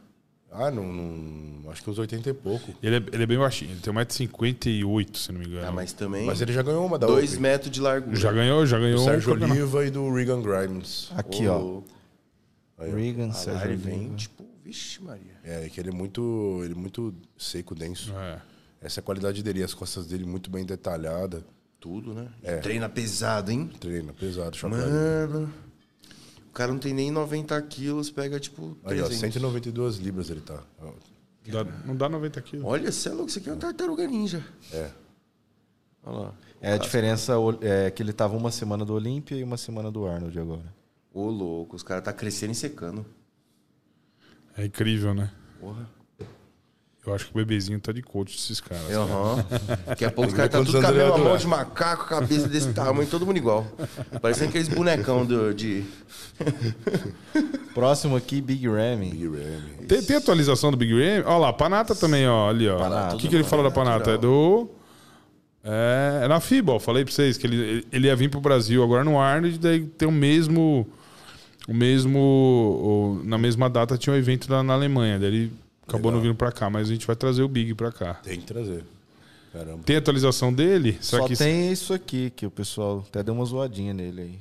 Speaker 2: Ah, não, não- Acho que uns 80 e pouco.
Speaker 1: Ele é, ele é bem baixinho, ele tem 1,58m, se não me engano.
Speaker 3: Ah, mas também.
Speaker 2: Mas ele já ganhou uma da
Speaker 3: dois
Speaker 2: Open.
Speaker 3: metros de largura.
Speaker 1: é Já ganhou, já ganhou.
Speaker 2: Do
Speaker 1: um
Speaker 2: Sérgio
Speaker 1: campeonato. Ah.
Speaker 2: Oliva e do Regan Grimes.
Speaker 4: Aqui,
Speaker 3: Ô,
Speaker 4: ó.
Speaker 3: louco.
Speaker 4: Regan,
Speaker 3: Ah, lá ele
Speaker 4: Sérgio
Speaker 3: vem,
Speaker 1: né?
Speaker 4: Oliva.
Speaker 3: tipo, vixe, Maria.
Speaker 2: É, é que ele é muito. Ele é muito seco, denso.
Speaker 1: É.
Speaker 2: Essa é a qualidade dele, as costas dele muito bem detalhada.
Speaker 3: Tudo, né?
Speaker 1: É.
Speaker 3: Treina pesado, hein?
Speaker 2: Treina, pesado,
Speaker 1: Tá
Speaker 2: chocolate.
Speaker 3: Mano. O cara não tem nem 90 quilos, pega tipo
Speaker 2: Aí, ó,
Speaker 3: 300.
Speaker 2: 192 libras ele tá. Ó,
Speaker 1: Dá- não dá 90 quilos.
Speaker 3: Olha, você é louco, isso aqui é um tartaruga ninja.
Speaker 2: É.
Speaker 3: Olha lá.
Speaker 4: É a diferença ol- é que ele tava uma semana do Olímpia e uma semana do Arnold agora.
Speaker 3: Ô, louco, os caras tá crescendo e secando.
Speaker 1: É incrível, né?
Speaker 3: Porra.
Speaker 1: Eu acho que o bebezinho tá de coach desses caras.
Speaker 3: Aham. Daqui a
Speaker 2: Vamos
Speaker 3: pouco os
Speaker 2: ver
Speaker 3: caras tá
Speaker 2: quantos
Speaker 3: tudo com a
Speaker 2: anos ele
Speaker 3: mesma
Speaker 2: vai
Speaker 3: mão
Speaker 2: durar.
Speaker 3: de macaco, cabeça desse tamanho, todo mundo igual. Parecendo aqueles bonecão do, de.
Speaker 4: Próximo aqui, Big Ramy.
Speaker 2: Big Ram.
Speaker 1: Tem, tem atualização do Big Ram? Olha lá, Panata também, ó. Ali, ó.
Speaker 4: Panata.
Speaker 1: o que, que ele falou da Panata? É do. É, é na FIBA, ó. Falei pra vocês que ele, ele ia vir pro Brasil agora no Arnold, daí tem o mesmo. O mesmo. o- na mesma data tinha um evento lá na Alemanha. Daí ele acabou não vindo pra cá, mas a gente vai trazer o Big pra cá.
Speaker 2: Tem que trazer. Caramba.
Speaker 1: Tem atualização dele? Será
Speaker 4: Só
Speaker 1: que
Speaker 4: tem isso aqui, que o pessoal até deu uma zoadinha nele aí.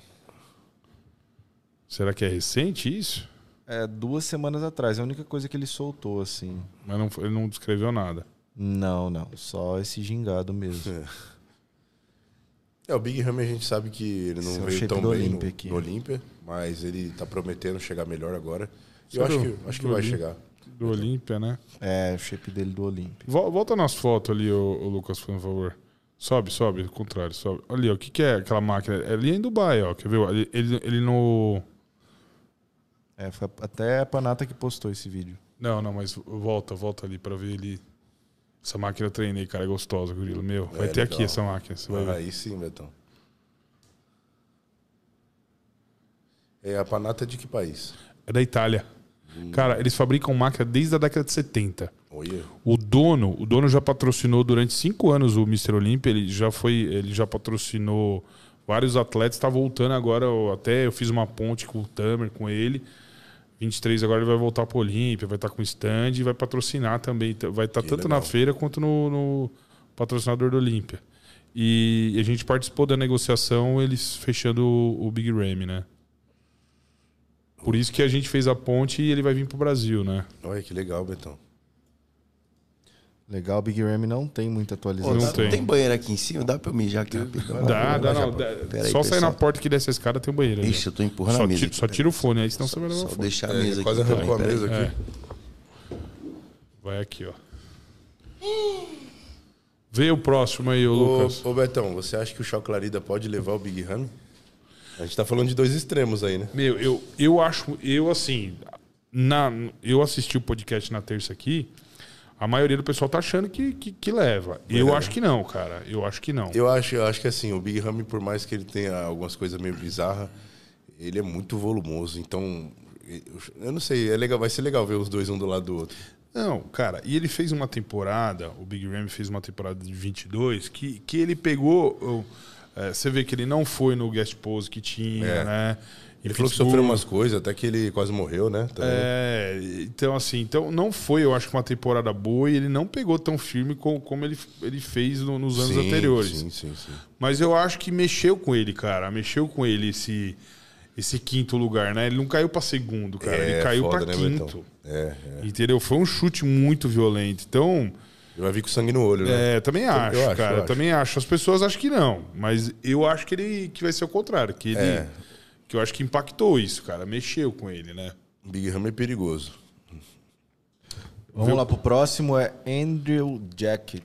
Speaker 1: será que é recente isso?
Speaker 4: É, duas semanas atrás, é a única coisa que ele soltou, assim.
Speaker 1: Mas não, ele não descreveu nada.
Speaker 4: Não, não, só esse gingado mesmo.
Speaker 2: É, o Big Ram a gente sabe que ele não
Speaker 4: Esse é o shape
Speaker 2: veio tão
Speaker 4: do
Speaker 2: bem
Speaker 4: Olympia
Speaker 2: no,
Speaker 4: aqui.
Speaker 2: no Olímpia, mas ele tá prometendo chegar melhor agora. E
Speaker 1: Sabe
Speaker 2: eu acho
Speaker 1: o-
Speaker 2: que, acho que
Speaker 1: do
Speaker 2: vai
Speaker 1: Olympia?
Speaker 2: chegar.
Speaker 1: Do Olímpia, né?
Speaker 4: É, o shape dele do Olímpia.
Speaker 1: Vol- Volta nas fotos ali, ô, ô Lucas, por favor. Sobe, sobe, ao contrário, sobe. Ali, ó, o que, que é aquela máquina? É ali em Dubai, ó. Quer ver? Ele, ele, ele no.
Speaker 4: É, foi até a Panata que postou esse vídeo.
Speaker 1: Não, não, mas volta, volta ali pra ver ele. Essa máquina eu treinei, cara, é gostosa, gorila. Meu, vai
Speaker 2: É,
Speaker 1: ter
Speaker 2: legal.
Speaker 1: aqui essa máquina, você vai ver.
Speaker 2: Ah, Aí sim, Betão. É a panata de que país?
Speaker 1: É da Itália.
Speaker 2: Hum.
Speaker 1: Cara, eles fabricam máquina desde a década de 70.
Speaker 2: Olha.
Speaker 1: O dono, o dono já patrocinou durante cinco anos o Mr. Olympia, ele já foi, ele já patrocinou vários atletas, tá voltando agora, eu- até eu fiz uma ponte com o Tamer, com ele. 23 agora ele vai voltar pro Olímpia, vai estar com stand e vai patrocinar também, tá- vai estar
Speaker 2: Que
Speaker 1: tanto
Speaker 2: legal.
Speaker 1: na feira quanto no, no patrocinador do Olímpia. E a gente participou da negociação, eles fechando o, o Big Ram, né? Por isso que a gente fez a ponte e ele vai vir pro Brasil, né?
Speaker 2: Olha que legal, Betão.
Speaker 4: Legal, o Big Ramy não tem muita atualização.
Speaker 1: Não
Speaker 3: dá-
Speaker 1: tem.
Speaker 3: tá- banheiro aqui em cima? Dá pra eu mijar aqui rapidão?
Speaker 1: Dá, dá,
Speaker 3: Vai,
Speaker 1: não.
Speaker 3: Japão.
Speaker 1: dá.
Speaker 3: Pera aí,
Speaker 1: só sair
Speaker 3: pessoal.
Speaker 1: na porta que desce a escada tem um banheiro. ali.
Speaker 3: Ixi, eu tô empurrando
Speaker 1: só,
Speaker 3: a mesa.
Speaker 1: ti- só tira o fone, aí senão você vai levar
Speaker 3: Só
Speaker 1: o fone.
Speaker 3: deixar a
Speaker 2: É,
Speaker 3: mesa
Speaker 2: ele
Speaker 3: aqui.
Speaker 2: quase arrancou a
Speaker 3: também,
Speaker 2: mesa
Speaker 3: pera
Speaker 1: É.
Speaker 2: aqui.
Speaker 1: Vai aqui, ó. Vê o próximo aí, ô Lucas.
Speaker 2: Ô, ô, Betão, você acha que o Chau Clarida pode levar o Big Ram? A gente tá falando de dois extremos aí, né?
Speaker 1: Meu, eu, eu acho, eu assim, na, eu assisti o podcast na terça aqui, a maioria do pessoal tá achando que, que, que leva. Eu acho que não, cara. Eu acho que não.
Speaker 2: Eu acho, eu acho que assim, o Big Ram, por mais que ele tenha algumas coisas meio bizarras, ele é muito volumoso. Então, eu- eu não sei, é legal, vai ser legal ver os dois um do lado do outro.
Speaker 1: Não, cara, e ele fez uma temporada, o Big Ram fez uma temporada de 22, que, que ele pegou. eu, é, você vê que ele não foi no guest pose que tinha,
Speaker 2: É.
Speaker 1: né? Em
Speaker 2: Ele falou que
Speaker 1: Pittsburgh.
Speaker 2: sofreu umas coisas, até que ele quase morreu, né? Também.
Speaker 1: É, então assim, então não foi, eu acho, uma temporada boa e ele não pegou tão firme como, como ele, ele fez no- nos anos
Speaker 2: Sim,
Speaker 1: anteriores.
Speaker 2: Sim, sim, sim.
Speaker 1: Mas eu acho que mexeu com ele, cara. Mexeu com ele esse, esse quinto lugar, né? Ele não caiu pra segundo, cara. ele
Speaker 2: É,
Speaker 1: caiu
Speaker 2: foda,
Speaker 1: pra
Speaker 2: né,
Speaker 1: quinto.
Speaker 2: Betão? É, é.
Speaker 1: Entendeu? Foi um chute muito violento. Então,
Speaker 2: Ele vai vir com sangue no olho, né?
Speaker 1: é, também acho,
Speaker 2: acho,
Speaker 1: cara.
Speaker 2: eu acho.
Speaker 1: Também acho. As pessoas acham que não, mas eu acho que ele que vai ser o contrário, que ele
Speaker 2: É.
Speaker 1: que eu acho que impactou isso, cara, mexeu com ele, né?
Speaker 2: O Big Ram é perigoso.
Speaker 4: Vamos lá pro próximo, é Andrew Jack.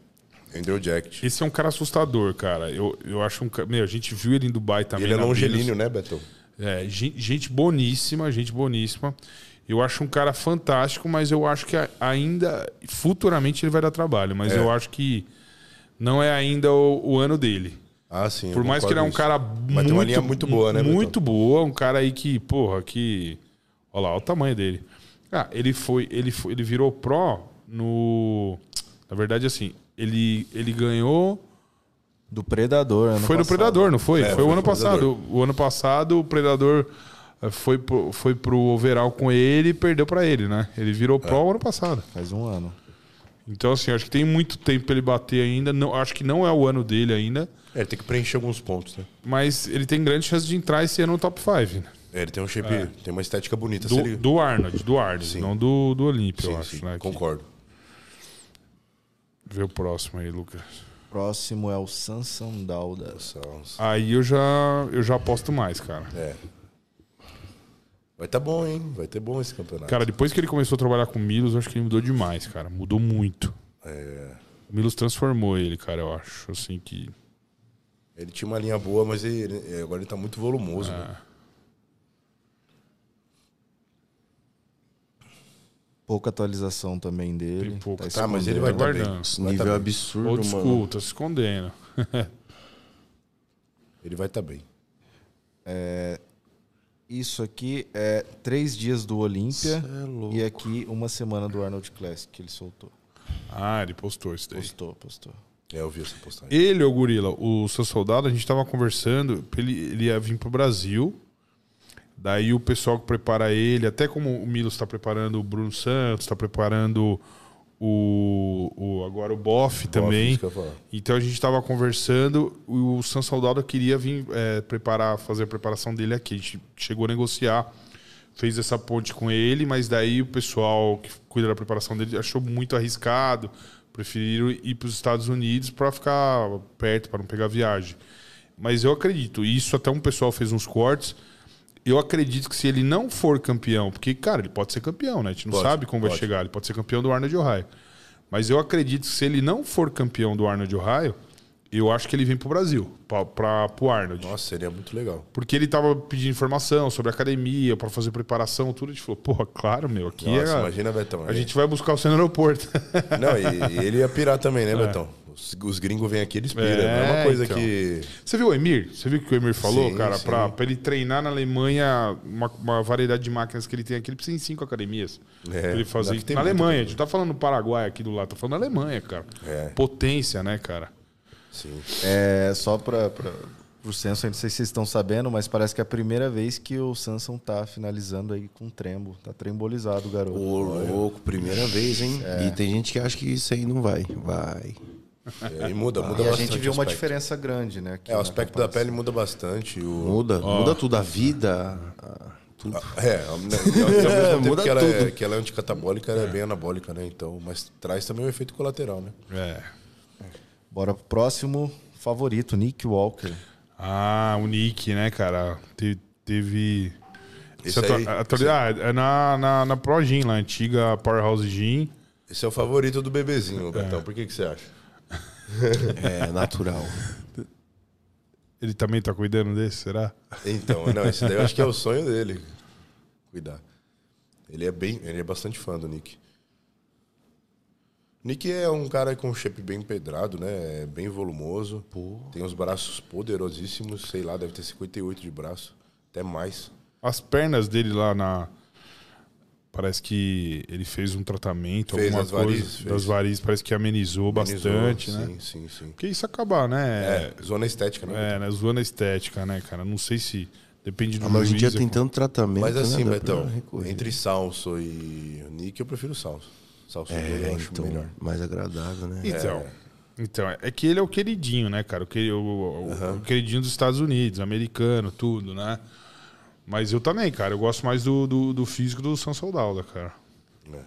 Speaker 2: Andrew Jack.
Speaker 1: Esse é um cara assustador, cara. Eu, eu acho um cara, meu, a gente viu ele em Dubai também.
Speaker 2: Ele é
Speaker 1: na
Speaker 2: longelíneo, né, Betão?
Speaker 1: É, gen- gente boníssima, gente boníssima. Eu acho um cara fantástico, mas eu acho que a- ainda, futuramente ele vai dar trabalho, mas
Speaker 2: É.
Speaker 1: eu acho que não é ainda o, o ano dele.
Speaker 2: Ah, sim. eu
Speaker 1: Por mais que ele é
Speaker 2: concordo
Speaker 1: um
Speaker 2: nisso.
Speaker 1: cara
Speaker 2: Mas
Speaker 1: muito,
Speaker 2: tem uma linha muito boa, né,
Speaker 1: Muito boa, um cara aí que, porra, que olha lá, olha o tamanho dele. Ah, ele foi, ele foi, ele virou pro no na verdade assim, ele ele ganhou
Speaker 4: Do Predador. ano
Speaker 1: Foi no
Speaker 4: passado.
Speaker 1: Predador, não foi?
Speaker 2: É,
Speaker 1: foi o
Speaker 2: foi
Speaker 1: ano
Speaker 2: pro
Speaker 1: passado. O ano passado o Predador eh, foi pro, foi pro overall com ele e perdeu pra ele, né? Ele virou
Speaker 2: É.
Speaker 1: pro ano passado.
Speaker 4: Faz um ano.
Speaker 1: Então, assim, acho que tem muito tempo pra ele bater ainda. Não, acho que não é o ano dele ainda,
Speaker 2: É, ele tem que preencher alguns pontos, né?
Speaker 1: mas ele tem grande chance de entrar esse ano no top 5. Né?
Speaker 2: É, ele tem um shape, tem uma estética bonita. se ele-
Speaker 1: Do, do Arnold, do Arnold,
Speaker 2: Sim.
Speaker 1: não do, do Olímpio,
Speaker 2: sim,
Speaker 1: eu acho.
Speaker 2: sim,
Speaker 1: né? Que-
Speaker 2: concordo.
Speaker 1: Vê o próximo aí, Lucas.
Speaker 4: Próximo é o Sansão Dauda.
Speaker 2: Nossa.
Speaker 1: Aí eu já, eu já aposto mais, cara.
Speaker 2: É. Vai tá bom, hein? Vai ter bom esse campeonato.
Speaker 1: Cara, depois que ele começou a trabalhar com o Milos, eu acho que ele mudou demais, cara. Mudou muito.
Speaker 2: É,
Speaker 1: O Milos transformou ele, cara, eu acho. Assim que.
Speaker 2: Ele tinha uma linha boa, mas ele- é, agora ele tá muito volumoso.
Speaker 1: Ah.
Speaker 2: né?
Speaker 4: Pouca atualização também dele.
Speaker 1: Tem pouca.
Speaker 2: Tá, mas ele vai estar bem.
Speaker 1: Aguardando.
Speaker 3: Esse
Speaker 2: Vai tá
Speaker 3: nível é
Speaker 2: bem.
Speaker 3: absurdo,
Speaker 1: Old
Speaker 3: mano.
Speaker 1: school, tá se escondendo.
Speaker 2: Ele vai estar bem.
Speaker 4: É, Isso aqui é três dias do Olímpia
Speaker 3: Cê é louco.
Speaker 4: e aqui uma semana do Arnold Classic que ele soltou.
Speaker 1: ah, ele postou isso daí.
Speaker 4: Postou, postou.
Speaker 2: É, eu vi essa postagem.
Speaker 1: Ele, o gorila, o seu soldado, a gente tava conversando, ele, ele ia vir pro Brasil. Daí o pessoal que prepara ele, até como o Milos tá preparando o Bruno Santos, tá preparando o, o agora o Boff também.
Speaker 2: isso que eu ia falar.
Speaker 1: Então a gente tava conversando, o San Soldado queria vir é, preparar, fazer a preparação dele aqui. A gente chegou a negociar, fez essa ponte com ele, mas daí o pessoal que cuida da preparação dele achou muito arriscado, preferiram ir para os Estados Unidos para ficar perto, para não pegar viagem. Mas eu acredito, e isso até um pessoal fez uns cortes. Eu acredito que se ele não for campeão, porque, cara, ele pode ser campeão, né? A gente não
Speaker 2: Pode,
Speaker 1: sabe como vai
Speaker 2: pode.
Speaker 1: chegar, ele pode ser campeão do Arnold Ohio. Mas eu acredito que se ele não for campeão do Arnold Ohio, eu acho que ele vem pro Brasil, pra, pra, pro Arnold.
Speaker 2: Nossa, seria muito legal.
Speaker 1: Porque ele tava pedindo informação sobre academia, pra fazer preparação, tudo. A gente falou, porra, claro, meu, aqui
Speaker 2: Nossa,
Speaker 1: é-
Speaker 2: imagina, Betão.
Speaker 1: A gente vai buscar você no aeroporto.
Speaker 2: Não, e, e ele ia pirar também, né, Betão? Os, os gringos vêm aqui, eles piram.
Speaker 1: É,
Speaker 2: É, uma coisa
Speaker 1: então.
Speaker 2: que.
Speaker 1: Você viu o Emir? Você viu o que o Emir falou,
Speaker 2: Sim,
Speaker 1: cara?
Speaker 2: sim.
Speaker 1: Pra, pra ele treinar na Alemanha uma, uma variedade de máquinas que ele tem aqui, ele precisa em cinco academias.
Speaker 2: É,
Speaker 1: pra ele fazer
Speaker 2: daqui tem
Speaker 1: na
Speaker 2: muita
Speaker 1: Alemanha. A gente não tá falando do Paraguai aqui do lado, tá falando da Alemanha, cara.
Speaker 2: É.
Speaker 1: Potência, né, cara?
Speaker 2: Sim.
Speaker 4: É, só para o Samson, não sei se vocês estão sabendo, mas parece que é a primeira vez que o Samson tá finalizando aí com trembo. Tá trembolizado o garoto.
Speaker 3: Ô, louco, primeira vez, hein? E tem gente que acha que isso aí não vai. Vai.
Speaker 2: É, e muda, muda
Speaker 4: E a
Speaker 2: bastante.
Speaker 4: gente viu
Speaker 2: o
Speaker 4: uma
Speaker 2: aspecto.
Speaker 4: diferença grande, né? aqui
Speaker 2: É, o
Speaker 4: na
Speaker 2: aspecto da
Speaker 4: comparação.
Speaker 2: pele muda bastante. O...
Speaker 3: Muda, muda tudo, a vida, a- tudo.
Speaker 2: É, ao me- ao mesmo tempo
Speaker 3: Muda
Speaker 2: que ela, é,
Speaker 3: tudo.
Speaker 2: que ela é anticatabólica, ela é. bem anabólica, né? Então, mas traz também o efeito colateral, né?
Speaker 1: É.
Speaker 4: Bora pro próximo favorito, Nick Walker.
Speaker 1: Ah, o Nick, né, cara? Te- teve.
Speaker 2: Esse
Speaker 1: Essa
Speaker 2: aí,
Speaker 1: atua- atua- Ah, é na, na, na Pro Gym lá, antiga Powerhouse Gym.
Speaker 2: Esse é o favorito do bebezinho, Betão. Por que, que você acha?
Speaker 3: É natural.
Speaker 1: Ele também tá cuidando desse, será?
Speaker 2: Então, não, esse daí eu acho que é o sonho dele. Cuidar. Ele é bem. Ele é bastante fã do Nick. Nick é um cara com um shape bem pedrado, né? É Bem volumoso. Tem os braços poderosíssimos, sei lá, deve ter 58 de braço. Até mais.
Speaker 1: As pernas dele lá na. Parece que ele fez um tratamento,
Speaker 2: Fez
Speaker 1: alguma
Speaker 2: as
Speaker 1: coisa
Speaker 2: varizes, fez.
Speaker 1: das varizes, parece que amenizou, bastante, né?
Speaker 2: Sim, sim, sim.
Speaker 1: Porque isso acabar, né?
Speaker 2: É, zona estética, né?
Speaker 1: É, né? zoando a estética, né, cara? Não sei se. Depende do
Speaker 3: Ah, mas hoje em dia
Speaker 1: juiz,
Speaker 3: tem tanto tratamento.
Speaker 2: Mas assim,
Speaker 3: né, dá pra
Speaker 2: Betão,
Speaker 3: recorrer.
Speaker 2: entre Salso e Nick, eu prefiro Salso. Salso
Speaker 3: É,
Speaker 2: eu acho
Speaker 3: então,
Speaker 2: melhor. É.
Speaker 3: mais agradável, né?
Speaker 1: Então, então, é que ele é o queridinho, né, cara? O, que- o- o- o queridinho dos Estados Unidos, americano, tudo, né? Mas eu também, cara. Eu gosto mais do, do, do físico do Sansão Dauda, cara.
Speaker 2: né?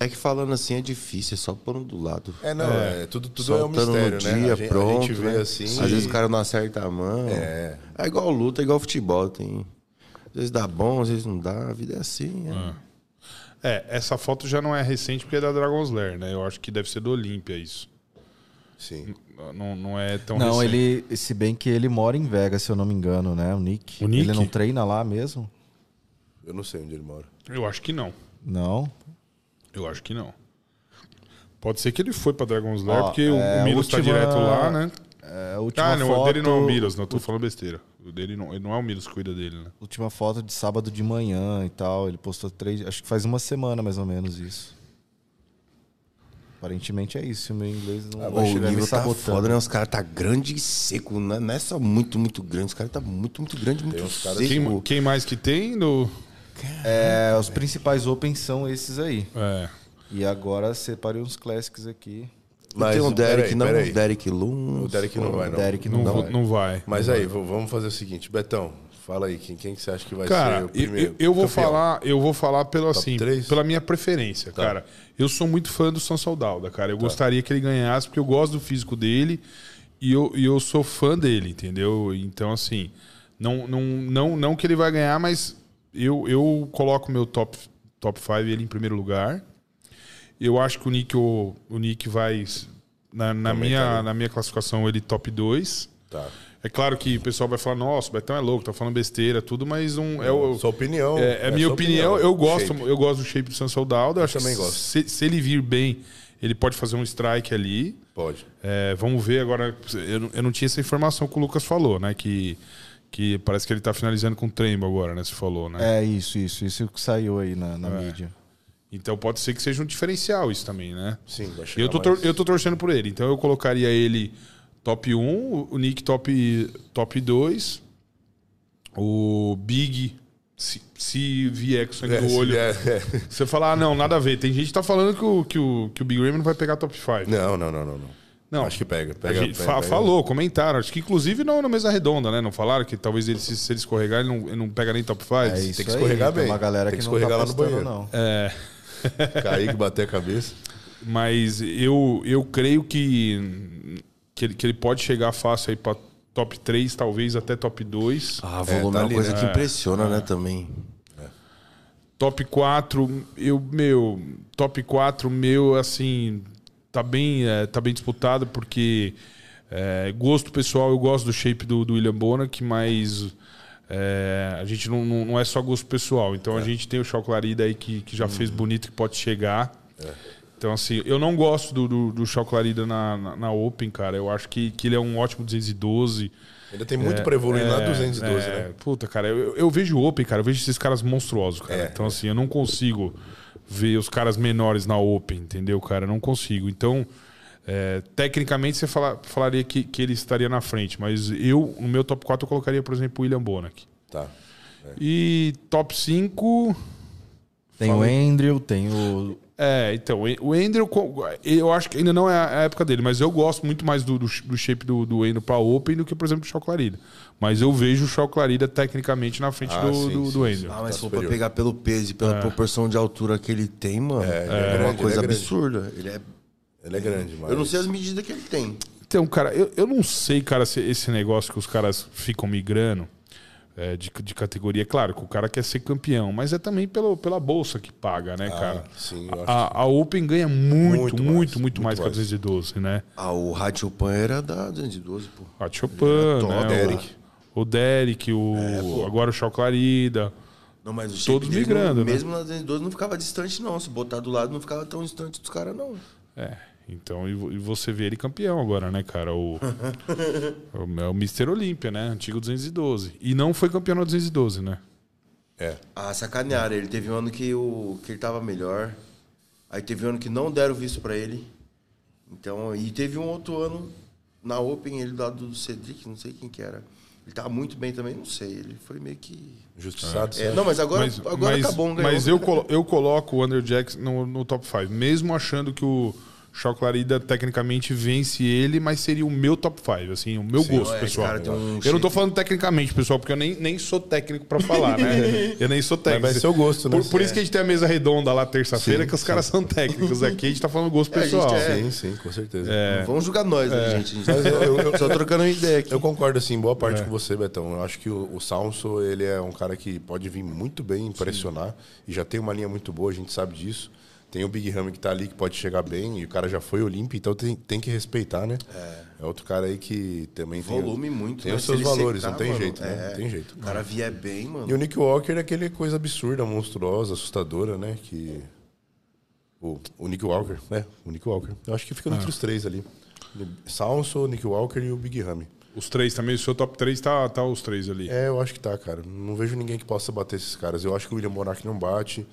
Speaker 3: É que falando assim é difícil, é só por um do lado.
Speaker 2: É, não, é, tudo, tudo é um
Speaker 3: Soltando
Speaker 2: mistério,
Speaker 3: no
Speaker 2: né?
Speaker 3: dia,
Speaker 2: a gente,
Speaker 3: pronto.
Speaker 2: a gente vê
Speaker 3: né?
Speaker 2: assim.
Speaker 3: Às vezes o cara não acerta a mão.
Speaker 2: É.
Speaker 3: É igual luta, é igual futebol. Tem... Às vezes dá bom, às vezes não dá. A vida é assim. né?
Speaker 1: É, essa foto já não é recente porque é da Dragon's Lair, né? Eu acho que deve ser do Olímpia isso.
Speaker 2: Sim.
Speaker 1: Não, não é tão
Speaker 4: não,
Speaker 1: recente.
Speaker 4: ele. Se bem que ele mora em Vegas, se eu não me engano, né? O Nick.
Speaker 1: O Nick?
Speaker 4: Ele não treina lá mesmo?
Speaker 2: Eu não sei onde ele mora.
Speaker 1: Eu acho que não.
Speaker 4: Não.
Speaker 1: Eu acho que não. Pode ser que ele foi pra Dragon's Lair,
Speaker 4: Ó,
Speaker 1: porque
Speaker 4: é,
Speaker 1: o Milos tá
Speaker 4: última-
Speaker 1: direto lá, né?
Speaker 4: É, a última
Speaker 1: Ah, não,
Speaker 4: foto,
Speaker 1: o dele não é o Milos, não. Tô falando besteira. O dele não, ele não é o Milos que cuida dele, né?
Speaker 4: Última foto de sábado de manhã e tal. Ele postou três. Acho que faz uma semana mais ou menos isso. Aparentemente é isso. Ah, O meu inglês não
Speaker 2: Ah,
Speaker 3: Ô,
Speaker 4: vai
Speaker 3: o
Speaker 4: chegar me
Speaker 3: nível tá
Speaker 4: sabotando.
Speaker 3: foda, né? Os caras tá grande e seco. Não é- não é só muito, muito grande. Os caras tá muito, muito grande, muito seco.
Speaker 1: Quem, quem mais que tem no.
Speaker 4: É, os principais opens são esses aí.
Speaker 1: É.
Speaker 4: E agora separei uns classics aqui.
Speaker 3: E tem o
Speaker 2: Mas,
Speaker 3: Derek,
Speaker 2: peraí,
Speaker 3: não.
Speaker 2: peraí.
Speaker 3: O Derek Lund.
Speaker 2: O Derek não vai, não.
Speaker 4: Derek
Speaker 1: Não,
Speaker 4: não,
Speaker 1: vo-
Speaker 4: vai.
Speaker 1: não vai.
Speaker 2: Mas aí, v- vamos fazer o seguinte. Betão, fala aí. Quem, quem que você acha que vai ser
Speaker 1: Cara,
Speaker 2: o
Speaker 1: eu,
Speaker 2: primeiro?
Speaker 1: eu- eu vou
Speaker 2: campeão?
Speaker 1: falar, eu vou falar pelo assim,
Speaker 2: três? Tá.
Speaker 1: pela minha preferência, cara. Eu sou muito fã do São Soldalda, cara. Eu gostaria que ele ganhasse porque eu gosto do físico dele e eu, e eu sou fã dele, entendeu? Então assim, não não não não que ele vai ganhar, mas eu eu coloco meu top top 5 ele em primeiro lugar. Eu acho que o Nick o, o Nick vai na, na minha na minha classificação ele top 2.
Speaker 2: Tá.
Speaker 1: É claro que o pessoal vai falar, nossa, o Betão é louco, tá falando besteira, tudo, mas um, é, o,
Speaker 2: Sua opinião.
Speaker 1: é, é minha
Speaker 2: sua
Speaker 1: opinião, eu gosto,
Speaker 2: Shape.
Speaker 1: eu gosto do shape do Sansol Dauda. Eu acho
Speaker 2: também
Speaker 1: que
Speaker 2: gosto.
Speaker 1: Se, se ele vir bem, ele pode fazer um strike ali.
Speaker 2: Pode.
Speaker 1: É, vamos ver agora. Eu, não- eu não tinha essa informação que o Lucas falou, né? Que, que parece que ele tá finalizando com o Trembo agora, né? Você falou, né?
Speaker 4: É isso, isso. Isso que saiu aí na, na mídia.
Speaker 1: Então pode ser que seja um diferencial isso também, né?
Speaker 2: Sim, vai chegar
Speaker 1: Eu tô,
Speaker 2: mais.
Speaker 1: tor- eu tô torcendo por ele. Então eu colocaria ele top 1, o Nick top, top 2, o Big, se, se vier com sangue
Speaker 2: É,
Speaker 1: do
Speaker 2: se
Speaker 1: olho.
Speaker 2: vier, é.
Speaker 1: Você falar, ah, não, nada a ver. Tem gente que tá falando que o, que o, que o Big Ram não vai pegar top 5.
Speaker 2: Não, não, não, não, não.
Speaker 1: Não.
Speaker 2: Acho que pega.
Speaker 1: A
Speaker 2: Né, pega,
Speaker 1: gente
Speaker 2: pega,
Speaker 1: fa-
Speaker 2: pega.
Speaker 1: Falou, comentaram. Acho que inclusive não na mesa redonda, né? Não falaram que talvez ele, se, se ele escorregar, ele não, ele não pega nem top 5.
Speaker 4: É isso
Speaker 2: que escorregar
Speaker 4: aí. Tem
Speaker 2: bem.
Speaker 4: uma galera
Speaker 2: Tem
Speaker 4: que,
Speaker 2: que
Speaker 4: não tá
Speaker 2: escorregar lá no
Speaker 4: apostando,
Speaker 2: banheiro.
Speaker 4: não.
Speaker 2: Cair que bater a cabeça.
Speaker 1: Mas eu, eu creio que, que, ele, que ele pode chegar fácil aí pra top 3, talvez até top 2.
Speaker 3: Ah, volume é,
Speaker 2: tá
Speaker 3: uma
Speaker 2: ali,
Speaker 3: coisa
Speaker 2: né?
Speaker 3: que impressiona, né, também.
Speaker 1: Top 4, eu, meu, top 4 meu, assim, tá bem, eh, tá bem disputado, porque eh, gosto pessoal, eu gosto do shape do, do William Bonac, mas eh, a gente não, não, não é só gosto pessoal. Então a gente tem o Choclarida aí que, que já fez bonito, que pode chegar. Então, assim, eu não gosto do, do, do Choclarida na, na, na Open, cara. Eu acho que, que ele é um ótimo 212.
Speaker 2: Ainda tem muito pra evoluir na 212,
Speaker 1: É,
Speaker 2: né?
Speaker 1: Puta, cara, eu, eu vejo o Open, cara, eu vejo esses caras monstruosos, cara.
Speaker 2: É.
Speaker 1: então, assim, eu não consigo ver os caras menores na Open, entendeu, cara? Eu não consigo. Então, é, tecnicamente, você fala- falaria que, que ele estaria na frente, mas eu, no meu top 4, eu colocaria, por exemplo, o William Bonac.
Speaker 2: Tá.
Speaker 1: E top 5.
Speaker 4: Tem o Andrew, tem o.
Speaker 1: É, então, o Andrew, eu acho que ainda não é a época dele, mas eu gosto muito mais do, do, do shape do, do Andrew pra Open do que, por exemplo, do Shaw Clarida. Mas eu vejo o Shaw Clarida tecnicamente na frente
Speaker 2: Ah,
Speaker 1: do, do,
Speaker 2: sim,
Speaker 1: do
Speaker 2: sim, sim.
Speaker 1: Andrew.
Speaker 3: Ah, mas se for pra
Speaker 2: superior.
Speaker 3: pegar pelo peso e
Speaker 1: É.
Speaker 3: pela proporção de altura que ele tem, mano, é,
Speaker 2: é grande,
Speaker 3: uma
Speaker 2: ele
Speaker 3: coisa
Speaker 2: é grande.
Speaker 3: absurda. Ele é...
Speaker 2: Ele é grande, mas...
Speaker 3: Eu não sei as medidas que ele tem.
Speaker 1: Então, cara, eu, eu não sei, cara, se esse negócio que os caras ficam migrando é, de, de categoria. Claro que o cara quer ser campeão, mas é também pelo, pela bolsa que paga, né, cara?
Speaker 2: sim, Ah, eu acho
Speaker 1: a, a Open ganha muito, muito,
Speaker 2: Muito mais,
Speaker 1: muito,
Speaker 2: muito
Speaker 1: mais que a
Speaker 2: mais.
Speaker 1: 212, né?
Speaker 3: Ah, o Rádio Pan era da 212, pô.
Speaker 1: A
Speaker 2: É,
Speaker 1: Chopin,
Speaker 3: top,
Speaker 1: né? O
Speaker 3: Derek.
Speaker 1: O Derek, o, agora o Choclarida.
Speaker 3: Não, mas o
Speaker 1: Todos
Speaker 3: shape dele,
Speaker 1: migrando, né?
Speaker 3: Mesmo na 212 não ficava distante, não. Se botar do lado, não ficava tão distante dos caras, não.
Speaker 1: É, então e vo- e você vê ele campeão agora, né, cara? O, o, é o Mr. Olímpia, né? Antigo 212. E não foi campeão no 212, né?
Speaker 2: É.
Speaker 3: Ah, sacanearam. Ele teve um ano que, o, que ele tava melhor. Aí teve um ano que não deram visto pra ele. Então, e teve um outro ano na Open, ele lá do Cedric, não sei quem que era. Ele tava muito bem também, não sei. Ele foi meio que.
Speaker 2: Justiçado,
Speaker 3: É,
Speaker 2: sabe?
Speaker 3: não, mas agora,
Speaker 1: mas,
Speaker 3: agora
Speaker 1: mas-
Speaker 3: tá bom, ganhou.
Speaker 1: Mas eu, colo- eu coloco o Under Jackson no, no top 5, mesmo achando que o Shaw Clarida tecnicamente vence ele, mas seria o meu top 5, assim, o meu gosto,
Speaker 3: é,
Speaker 1: pessoal.
Speaker 3: cara, tem um
Speaker 1: eu não tô
Speaker 3: shape-
Speaker 1: falando tecnicamente, pessoal, porque eu nem, nem sou técnico pra falar, né? eu nem sou técnico.
Speaker 2: vai ser o gosto, né?
Speaker 1: Por, por isso que a gente tem a mesa redonda lá terça-feira,
Speaker 2: Sim,
Speaker 1: que os caras são técnicos aqui, a gente tá falando gosto
Speaker 3: É, a gente
Speaker 1: pessoal.
Speaker 3: é-
Speaker 2: Sim, sim, com certeza.
Speaker 1: É.
Speaker 3: Vamos julgar nós, né, gente? A gente tá
Speaker 2: Mas eu- eu- eu-
Speaker 3: só trocando uma ideia aqui.
Speaker 2: Eu concordo, assim, em boa
Speaker 1: É.
Speaker 2: parte com você, Betão. Eu acho que o, o Salso, ele é um cara que pode vir muito bem, impressionar. E já tem uma linha muito boa, a gente sabe disso. Tem o Big Ram que tá ali, que pode chegar bem. E o cara já foi olímpico, então tem, tem que respeitar, né? É. outro cara aí que também tem...
Speaker 3: Volume muito,
Speaker 2: Tem
Speaker 3: né?
Speaker 2: os
Speaker 3: Se
Speaker 2: seus
Speaker 3: ele
Speaker 2: valores,
Speaker 3: secar,
Speaker 2: não tem
Speaker 3: mano,
Speaker 2: jeito, né?
Speaker 3: é.
Speaker 2: Não tem jeito.
Speaker 3: O cara vier bem, mano.
Speaker 2: E o Nick Walker é aquele coisa absurda, monstruosa, assustadora, né? Que. O, o Nick Walker, né? O Nick Walker. Eu acho que fica
Speaker 1: Ah.
Speaker 2: entre os três ali. Salso, Nick Walker e o Big Ramy.
Speaker 1: Os três também, o seu top 3 tá, tá os três ali.
Speaker 2: É, eu acho que tá, cara. Não vejo ninguém que possa bater esses caras. Eu acho que o William Monark não bate.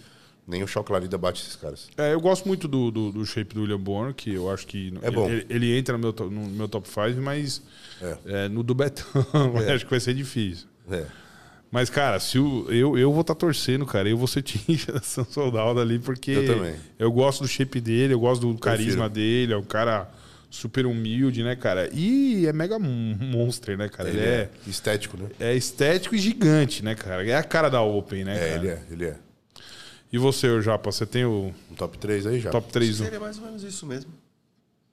Speaker 2: Nem o Choclarida bate esses caras.
Speaker 1: É, eu gosto muito do, do, do shape do William Bonner, que eu acho que
Speaker 2: É bom.
Speaker 1: Ele, ele entra no meu, to- no meu top 5, mas
Speaker 2: É.
Speaker 1: é, no do Betão eu acho que vai ser difícil.
Speaker 2: É.
Speaker 1: Mas, cara, se o, eu, eu vou estar torcendo, cara. Eu vou ser time geração soldado ali, porque
Speaker 2: Eu também.
Speaker 1: eu gosto do shape dele, eu gosto do carisma
Speaker 2: Prefiro.
Speaker 1: dele. É um cara super humilde, né, cara? E é mega mon- monster, né, cara? Ele,
Speaker 2: Ele
Speaker 1: é,
Speaker 2: é. estético, né?
Speaker 1: é estético e gigante, né, cara? É a cara da Open, né,
Speaker 2: É,
Speaker 1: cara?
Speaker 2: ele é, ele é.
Speaker 1: E você, ô Japa, você tem o
Speaker 2: Um top 3 aí já.
Speaker 1: top 3
Speaker 3: Seria mais ou menos isso mesmo.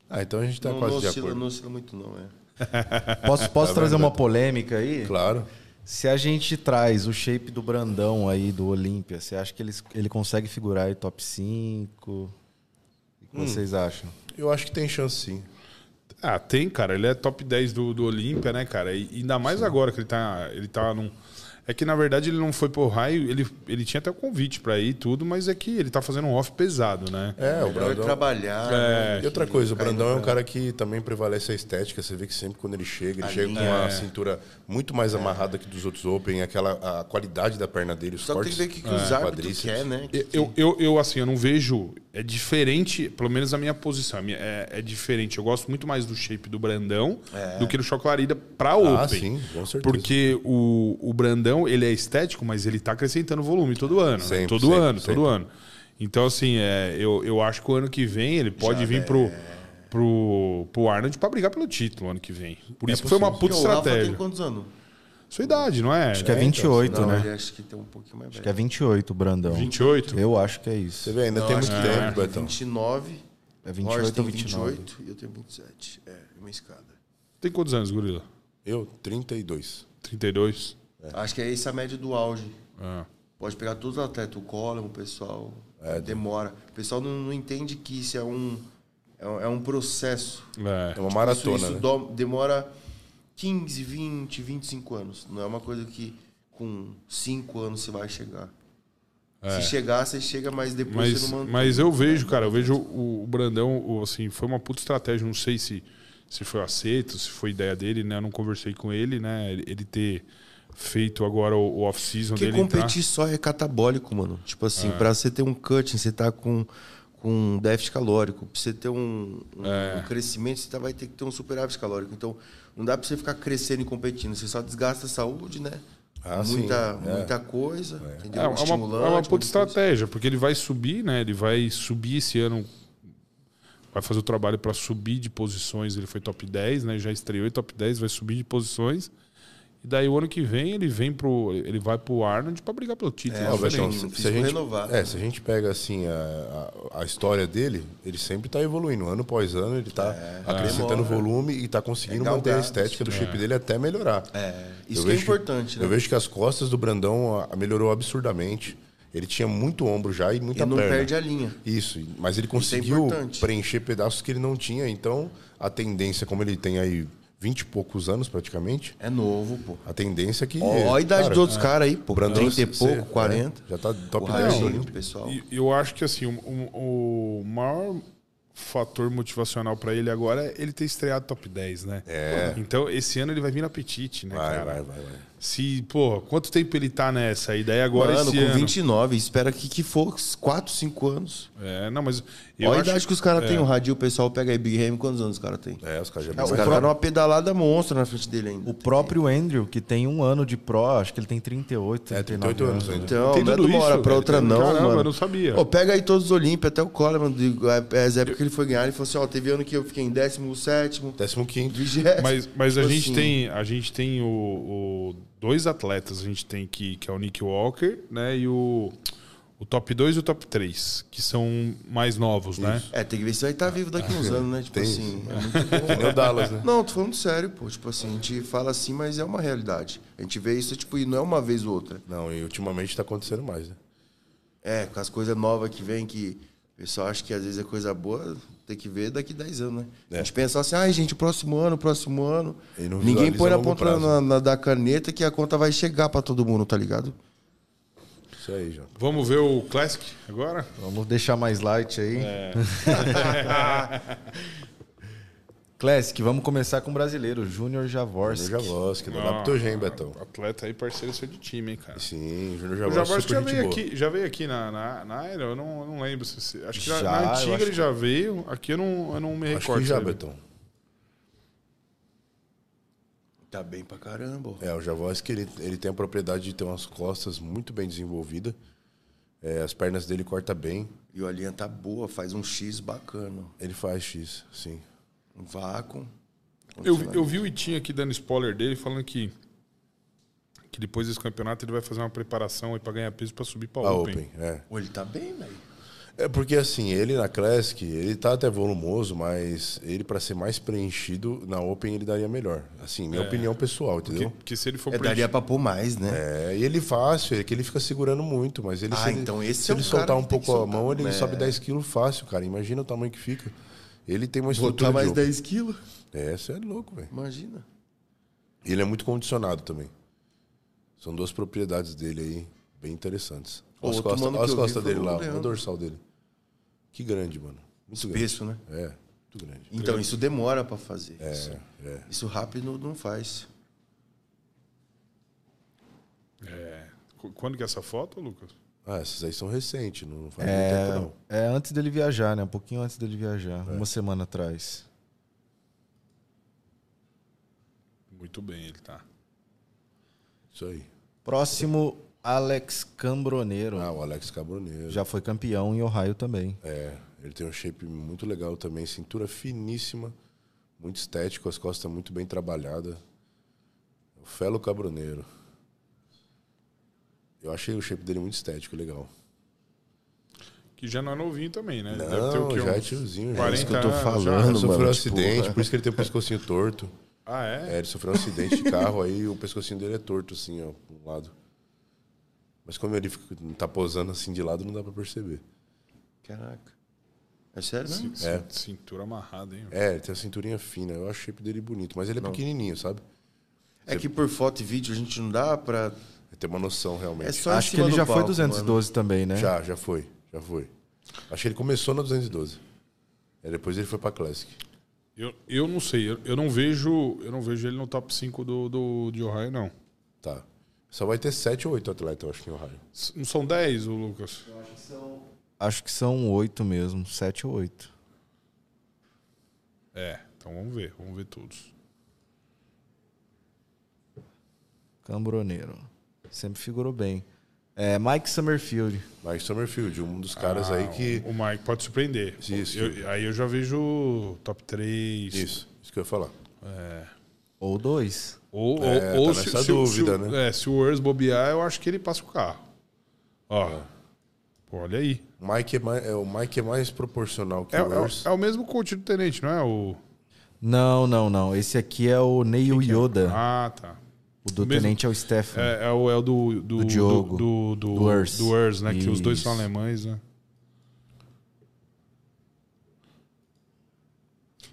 Speaker 2: Ah, então a gente tá
Speaker 3: Não, não,
Speaker 2: quase de
Speaker 3: oscila,
Speaker 2: acordo.
Speaker 3: não oscila muito, não, é.
Speaker 4: Posso, posso
Speaker 2: É
Speaker 4: trazer uma
Speaker 2: verdade.
Speaker 4: polêmica aí?
Speaker 2: Claro.
Speaker 4: Se a gente traz o shape do Brandão aí, do Olímpia, você acha que ele, ele consegue figurar aí top 5? O
Speaker 2: Hum.
Speaker 4: que vocês acham?
Speaker 2: Eu acho que tem chance sim.
Speaker 1: Ah, tem, cara. Ele é top 10 do, do Olímpia, né, cara? E ainda mais agora que ele tá, ele tá num. É que, na verdade, ele não foi pro raio. Ele, ele tinha até convite pra ir e tudo, mas é que ele tá fazendo um off pesado, né?
Speaker 2: É, o
Speaker 3: Melhor é
Speaker 2: Brandão.
Speaker 3: trabalhar. né,
Speaker 1: É.
Speaker 2: E outra coisa, o Brandão é um cara que também prevalece a estética. Você vê que sempre quando ele chega, ele
Speaker 3: A
Speaker 2: chega
Speaker 3: linha.
Speaker 2: com uma
Speaker 1: É.
Speaker 2: cintura muito mais amarrada que dos outros Open, aquela a qualidade da perna dele, os
Speaker 3: Só que tem
Speaker 2: cortes.
Speaker 3: que ver o que, que os árbitros
Speaker 2: É, Quadríceps.
Speaker 3: querem, né? Que-
Speaker 1: Eu, eu, eu, assim, eu não vejo. É diferente, pelo menos a minha posição. a minha- é, é diferente. Eu gosto muito mais do shape do Brandão do que do Chocolarida pra Open.
Speaker 2: É. Ah, sim, com certeza.
Speaker 1: Porque o, o Brandão, ele é estético, mas ele tá acrescentando volume todo ano. né?
Speaker 2: Sempre,
Speaker 1: todo
Speaker 2: sempre,
Speaker 1: ano, todo
Speaker 2: sempre.
Speaker 1: ano. Então, assim, é, eu, eu acho que o ano que vem ele pode
Speaker 2: é.
Speaker 1: vir pro, pro, pro Arnold pra brigar pelo título ano que vem.
Speaker 2: É
Speaker 1: Por isso que foi uma puta
Speaker 3: E o Rafa
Speaker 1: estratégia.
Speaker 3: tem quantos anos?
Speaker 1: Sua idade, não é? Acho
Speaker 4: que é 28,
Speaker 3: não,
Speaker 4: né?
Speaker 3: ele acho que tem um pouquinho mais
Speaker 4: Que é
Speaker 3: velho.
Speaker 4: 28, Brandão.
Speaker 1: 28?
Speaker 4: Eu acho que é
Speaker 2: Você
Speaker 4: isso.
Speaker 2: vê, ainda tem muito
Speaker 3: acho que
Speaker 2: tempo,
Speaker 3: tem
Speaker 2: Betão.
Speaker 3: 29.
Speaker 4: É
Speaker 3: Horst
Speaker 4: 28
Speaker 3: tem
Speaker 4: ou 29.
Speaker 3: 28 e eu tenho 27. É, uma escada.
Speaker 1: Tem quantos anos, Gorila?
Speaker 2: Eu, 32.
Speaker 1: 32?
Speaker 3: Acho que é essa a média do auge.
Speaker 1: Ah.
Speaker 3: Pode pegar todos os atletas, o Colin, o pessoal.
Speaker 2: É,
Speaker 3: demora. O pessoal não, não entende que isso é um, é um, é um processo.
Speaker 1: É.
Speaker 2: É uma maratona,
Speaker 3: Tipo, isso isso
Speaker 2: né?
Speaker 3: do- demora 15, 20, 25 anos. Não é uma coisa que com 5 anos você vai chegar.
Speaker 2: É.
Speaker 3: Se chegar, você chega, mas depois
Speaker 1: Mas,
Speaker 3: você não mantém. né?
Speaker 1: mas eu vejo, cara, eu vejo o, o Brandão, o- assim, foi uma puta estratégia. Não sei se, se foi aceito, se foi ideia dele, né? Eu não conversei com ele, né? Ele, ele ter feito agora o, o off-season
Speaker 3: Porque
Speaker 1: dele
Speaker 3: competir só é catabólico, mano. Tipo assim,
Speaker 1: É.
Speaker 3: pra você ter um cutting, você tá com, com um déficit calórico. Pra você ter um, um-
Speaker 1: É.
Speaker 3: um crescimento, você tá- vai ter que ter um superávit calórico. Então, não dá pra você ficar crescendo e competindo. Você só desgasta a saúde, né?
Speaker 2: Ah, sim.
Speaker 3: muita,
Speaker 2: É.
Speaker 3: muita coisa, entendeu?
Speaker 1: entrar. É, é, uma, é uma
Speaker 3: Estimulante,
Speaker 1: puta
Speaker 3: muita coisa.
Speaker 1: estratégia, porque ele vai subir, né? Ele vai subir esse ano. Vai fazer o trabalho pra subir de posições. Ele foi top 10, né? Já estreou em top 10, vai subir de posições. E daí o ano que vem ele vem pro. ele vai pro Arnold pra brigar pelo título.
Speaker 2: Ó,
Speaker 1: né?
Speaker 3: diferente,
Speaker 2: Betão,
Speaker 3: um
Speaker 2: se, se
Speaker 3: físico
Speaker 2: a gente,
Speaker 3: renovado,
Speaker 2: é,
Speaker 3: né?
Speaker 2: se a gente pega assim a, a, a história dele, ele sempre está evoluindo, ano após ano, ele está acrescentando
Speaker 3: É, Demora.
Speaker 2: volume e está conseguindo
Speaker 3: É galgado,
Speaker 2: manter a estética do shape dele até melhorar.
Speaker 3: É, isso
Speaker 2: Eu
Speaker 3: que é
Speaker 2: vejo
Speaker 3: importante, né?
Speaker 2: Eu vejo que as costas do Brandão a- melhorou absurdamente. Ele tinha muito ombro já e muita
Speaker 3: E não
Speaker 2: perna.
Speaker 3: perde a linha.
Speaker 2: Isso, e- mas ele conseguiu
Speaker 3: importante.
Speaker 2: preencher pedaços que ele não tinha. Então, a tendência, como ele tem aí 20 e poucos anos praticamente,
Speaker 3: É novo, pô.
Speaker 2: a tendência é que.
Speaker 3: Ó, ó a idade
Speaker 2: cara,
Speaker 3: dos outros caras aí, pô.
Speaker 2: o Brandão
Speaker 3: 30 e
Speaker 2: se- se-
Speaker 3: pouco, 40.
Speaker 2: é, já tá
Speaker 3: o
Speaker 2: top 10 do
Speaker 3: Rafinha,
Speaker 2: Olímpico.
Speaker 3: pessoal.
Speaker 1: E eu acho que assim, o, o- o maior fator motivacional pra ele agora é ele ter estreado top 10, né? É. Então, esse ano ele vai vir no apetite, né,
Speaker 2: Vai,
Speaker 1: cara?
Speaker 2: vai, vai, vai.
Speaker 1: Se, pô, quanto tempo ele tá nessa? E daí agora
Speaker 3: Mano,
Speaker 1: esse
Speaker 3: com
Speaker 1: ano.
Speaker 3: 29, espera que, que for 4, 5 anos.
Speaker 1: É, não, mas eu
Speaker 3: Olha a
Speaker 1: acho é.
Speaker 3: idade que os caras têm, o Radinho, o pessoal pega aí Big Ham, quantos anos os caras têm?
Speaker 2: É, os caras já
Speaker 3: Os
Speaker 2: pensaram.
Speaker 3: caras deram uma pedalada monstra na frente dele ainda.
Speaker 4: O próprio Andrew, que tem um ano de pro, acho que ele tem 38,
Speaker 2: É,
Speaker 4: 39
Speaker 2: 38 anos
Speaker 4: anos.
Speaker 2: ainda.
Speaker 3: Então,
Speaker 1: Tem
Speaker 3: não é de
Speaker 1: tudo
Speaker 3: uma hora
Speaker 1: isso,
Speaker 3: pra
Speaker 1: velho.
Speaker 3: outra não,
Speaker 1: Caramba,
Speaker 3: mano.
Speaker 1: eu não sabia.
Speaker 3: Ô, pega aí todos os Olímpia, até o Coleman, de- é, as épocas que ele foi ganhar, ele falou assim, ó, teve ano que eu fiquei em 17
Speaker 2: Décimo quinto.
Speaker 3: 20
Speaker 1: Mas, mas a,
Speaker 3: Tipo
Speaker 1: gente
Speaker 3: assim.
Speaker 1: tem, a gente tem o, o- dois atletas, a gente tem que, que é o Nick Walker, né? E o, o top 2 e o top 3, que são mais novos, né?
Speaker 3: É, tem que ver se vai estar vivo daqui uns anos, né? Tipo assim, é muito
Speaker 2: Que nem o Dallas, né?
Speaker 3: Não, tô falando sério, pô. Tipo assim, a gente fala assim, mas é uma realidade. A gente vê isso, tipo, e não é uma vez ou outra.
Speaker 2: Não, e ultimamente tá acontecendo mais, né?
Speaker 3: É, com as coisas novas que vem, que o pessoal acha que às vezes é coisa boa, tem que ver daqui 10 anos, né? A gente pensa assim, ai, gente, próximo ano, próximo ano.
Speaker 2: É. E não
Speaker 3: Ninguém
Speaker 2: visualiza
Speaker 3: põe
Speaker 2: a
Speaker 3: na
Speaker 2: longo
Speaker 3: ponta
Speaker 2: prazo.
Speaker 3: na- na- da caneta que a conta vai chegar pra todo mundo, tá ligado?
Speaker 2: Isso aí, já.
Speaker 1: Vamos ver o Classic agora?
Speaker 2: É.
Speaker 4: Vamos deixar mais light aí. Classic, vamos começar com o brasileiro, Júnior Javorski.
Speaker 2: Júnior Javorski, do Laptogen, Betão.
Speaker 1: Atleta aí, parceiro seu de time, hein, cara.
Speaker 2: Sim, Júnior
Speaker 1: O
Speaker 2: Javorski,
Speaker 1: Javorski
Speaker 2: super
Speaker 1: já
Speaker 2: gente
Speaker 1: veio
Speaker 2: boa.
Speaker 1: aqui, já veio aqui na, na, na Iron, eu não, não lembro se- se. Acho que na-
Speaker 4: Já, eu
Speaker 1: na antiga
Speaker 4: acho
Speaker 1: ele
Speaker 4: que-
Speaker 1: já veio, aqui eu não, eu não me
Speaker 2: Acho
Speaker 1: recordo.
Speaker 2: que já,
Speaker 1: dele.
Speaker 2: Betão.
Speaker 3: Tá bem pra caramba.
Speaker 2: É, o Javorski, ele, ele tem a propriedade de ter umas costas muito bem desenvolvidas. É, as pernas dele corta bem.
Speaker 3: E a linha tá boa, faz um X bacana.
Speaker 2: Ele faz X, sim.
Speaker 3: Um vácuo.
Speaker 1: Eu, eu vi o Itinho aqui dando spoiler dele, falando que, que depois desse campeonato ele vai fazer uma preparação aí pra ganhar peso pra subir pra
Speaker 2: A
Speaker 1: Open.
Speaker 2: Open, é.
Speaker 3: Ô, ele tá bem, velho.
Speaker 2: É porque assim, ele na Classic, ele tá até volumoso, mas ele pra ser mais preenchido na Open ele daria melhor. Assim, minha opinião pessoal,
Speaker 1: Que,
Speaker 2: entendeu?
Speaker 1: que se ele for
Speaker 3: É,
Speaker 1: preenchi-
Speaker 3: daria pra pôr mais, né?
Speaker 2: É, e ele fácil, é que ele fica segurando muito, mas ele
Speaker 3: Ah,
Speaker 2: se ele,
Speaker 3: então esse
Speaker 2: se
Speaker 3: é
Speaker 2: ele
Speaker 3: um cara
Speaker 2: soltar um
Speaker 3: que tem
Speaker 2: pouco
Speaker 3: que
Speaker 2: a
Speaker 3: soltar,
Speaker 2: mão, ele
Speaker 3: né?
Speaker 2: sobe 10 quilos fácil, cara. Imagina o tamanho que fica. Ele tem uma estrutura
Speaker 3: Botar mais
Speaker 2: de open.
Speaker 3: 10 quilos.
Speaker 2: É, isso é louco, velho.
Speaker 3: Imagina.
Speaker 2: E Ele é muito condicionado também. São duas propriedades dele aí, bem interessantes. Olha as
Speaker 3: Outro
Speaker 2: costas,
Speaker 3: mano
Speaker 2: olha as
Speaker 3: que eu vi
Speaker 2: costas
Speaker 3: foi
Speaker 2: dele
Speaker 3: o
Speaker 2: lá, olha o
Speaker 3: Leandro.
Speaker 2: dorsal dele. Que grande, mano. Muito grande.
Speaker 3: Peso, né?
Speaker 2: É, muito grande.
Speaker 3: Então, isso demora pra fazer. Isso,
Speaker 2: É, é.
Speaker 3: isso rápido não faz.
Speaker 1: É. Qu- Quando que é essa foto, Lucas?
Speaker 2: Ah, essas aí são recentes, não não faz muito tempo, não.
Speaker 4: É antes dele viajar, né? Um pouquinho antes dele viajar,
Speaker 2: É.
Speaker 4: uma semana atrás.
Speaker 1: Muito bem, ele tá.
Speaker 2: Isso aí.
Speaker 4: Próximo, Alex Cambroneiro.
Speaker 2: Ah, o Alex Cabroneiro.
Speaker 4: Já foi campeão em Ohio também.
Speaker 2: É, ele tem um shape muito legal também, cintura finíssima, muito estético, as costas muito bem trabalhadas. O Felo Cabroneiro. Eu achei o shape dele muito estético, legal.
Speaker 1: Que já não é novinho também, né?
Speaker 2: Não, já é tiozinho, já. É isso
Speaker 3: que eu tô
Speaker 1: anos,
Speaker 2: Ele
Speaker 3: falando.
Speaker 2: sofreu
Speaker 3: mano,
Speaker 2: um
Speaker 3: tipo,
Speaker 2: acidente,
Speaker 3: né?
Speaker 2: por isso que ele tem o pescocinho torto.
Speaker 1: Ah, é?
Speaker 2: É, ele sofreu um acidente de carro, aí o pescocinho dele é torto, assim, ó, pra um lado. Mas como ele fica- tá posando assim de lado, não dá pra perceber.
Speaker 3: Caraca. É sério
Speaker 1: Cin-
Speaker 3: mesmo?
Speaker 1: cin-
Speaker 2: É.
Speaker 1: Cintura amarrada, hein?
Speaker 2: É, ele tem a cinturinha fina, eu acho o shape dele bonito, mas ele é pequenininho, sabe?
Speaker 3: É que por foto e vídeo a gente não dá pra.
Speaker 2: Tem uma noção, realmente.
Speaker 3: É só em
Speaker 4: Acho que
Speaker 3: cima
Speaker 4: ele
Speaker 3: do
Speaker 4: já foi
Speaker 3: palco,
Speaker 4: 212 também, né?
Speaker 2: Já, já foi, já foi. Acho que ele começou na 212. Aí É, depois ele foi pra Classic.
Speaker 1: Eu, eu não sei, eu, eu não vejo. Eu não vejo ele no top 5 do, do, de Ohio, não.
Speaker 2: Tá. Só vai ter 7 ou 8 atletas, eu acho, em Ohio.
Speaker 1: S- Não são 10, o Lucas?
Speaker 4: Acho que são oito mesmo, sete ou oito.
Speaker 1: É, então vamos ver, vamos ver todos.
Speaker 4: Cambroneiro. Sempre figurou bem. É, Mike Summerfield.
Speaker 2: Mike Summerfield, um dos caras aí
Speaker 1: Ah,
Speaker 2: que.
Speaker 1: O Mike pode surpreender.
Speaker 2: Isso.
Speaker 1: Eu- aí eu já vejo top 3.
Speaker 2: Isso, isso que eu ia falar.
Speaker 1: É.
Speaker 4: Ou dois.
Speaker 1: Ou, ou,
Speaker 2: É,
Speaker 1: ou
Speaker 2: tá
Speaker 1: se,
Speaker 2: nessa
Speaker 1: se o- se o-
Speaker 2: dúvida, né?
Speaker 1: É, se o Urs bobear, eu acho que ele passa o carro. Ó.
Speaker 2: É.
Speaker 1: Pô, olha aí.
Speaker 2: O Mike é mais, é, o Mike é mais proporcional que
Speaker 1: É, é
Speaker 2: o Urs.
Speaker 1: o- é o mesmo coach do Tenente, não é? O...
Speaker 4: Não, não, não. Esse aqui é o Neil Yoda.
Speaker 1: Ah, tá.
Speaker 4: O do
Speaker 1: mesmo-
Speaker 4: Tenente é o Stefan.
Speaker 1: É, é o, é o do, do,
Speaker 4: Do Diogo.
Speaker 1: Do, do,
Speaker 4: Do Urs.
Speaker 1: do Urs, né? Que os dois
Speaker 4: Isso.
Speaker 1: são alemães, né?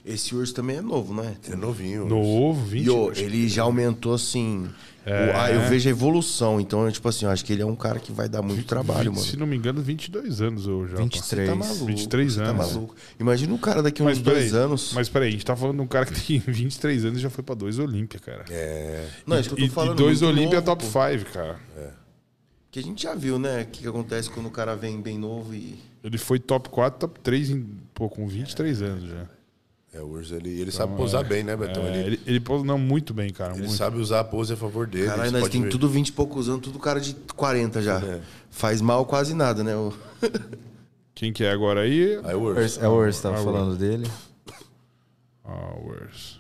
Speaker 3: Esse urso também é novo, não é?
Speaker 2: É novinho. o Urs.
Speaker 1: Novo, 20.
Speaker 3: E ô,
Speaker 1: é.
Speaker 3: ele já aumentou assim. o- ah, eu vejo a evolução. Então, eu, tipo assim, eu acho que ele é um cara que vai dar muito trabalho, mano.
Speaker 1: Se não me engano, 22 anos hoje. ó.
Speaker 4: 23.
Speaker 3: Tá maluco.
Speaker 1: 23
Speaker 3: você
Speaker 1: anos.
Speaker 3: Tá maluco. Imagina um cara daqui uns
Speaker 1: Mas
Speaker 3: dois
Speaker 1: peraí,
Speaker 3: anos.
Speaker 1: mas peraí, a gente tá falando de um cara que tem 23 anos e já foi pra dois Olímpia, cara.
Speaker 2: É,
Speaker 3: Não, isso que eu
Speaker 1: E,
Speaker 3: tô tá falando.
Speaker 1: e dois
Speaker 3: muito
Speaker 1: Olímpia é
Speaker 3: novo,
Speaker 1: top
Speaker 3: pô.
Speaker 1: 5, cara.
Speaker 3: Que a gente já viu, né? O que, que acontece quando o cara vem bem novo e.
Speaker 1: Ele foi top 4, top 3 em, pô, com 23 anos já.
Speaker 2: é, o Urs, ele, ele sabe posar bem, né, Betão?
Speaker 1: É,
Speaker 2: ele
Speaker 1: ele, ele pôs não, muito bem, cara.
Speaker 2: ele
Speaker 1: muito.
Speaker 2: sabe usar a pose a favor dele.
Speaker 3: Caralho,
Speaker 2: você
Speaker 3: nós
Speaker 2: pode
Speaker 3: tem
Speaker 2: ver.
Speaker 3: tudo 20 e poucos anos, tudo cara de 40 já.
Speaker 1: É.
Speaker 3: Faz mal quase nada, né? O-
Speaker 1: Quem que é agora aí?
Speaker 2: Aí o Urs.
Speaker 4: Urs- É o Urs, tava
Speaker 1: Ah, o
Speaker 4: falando dele.
Speaker 1: Hours.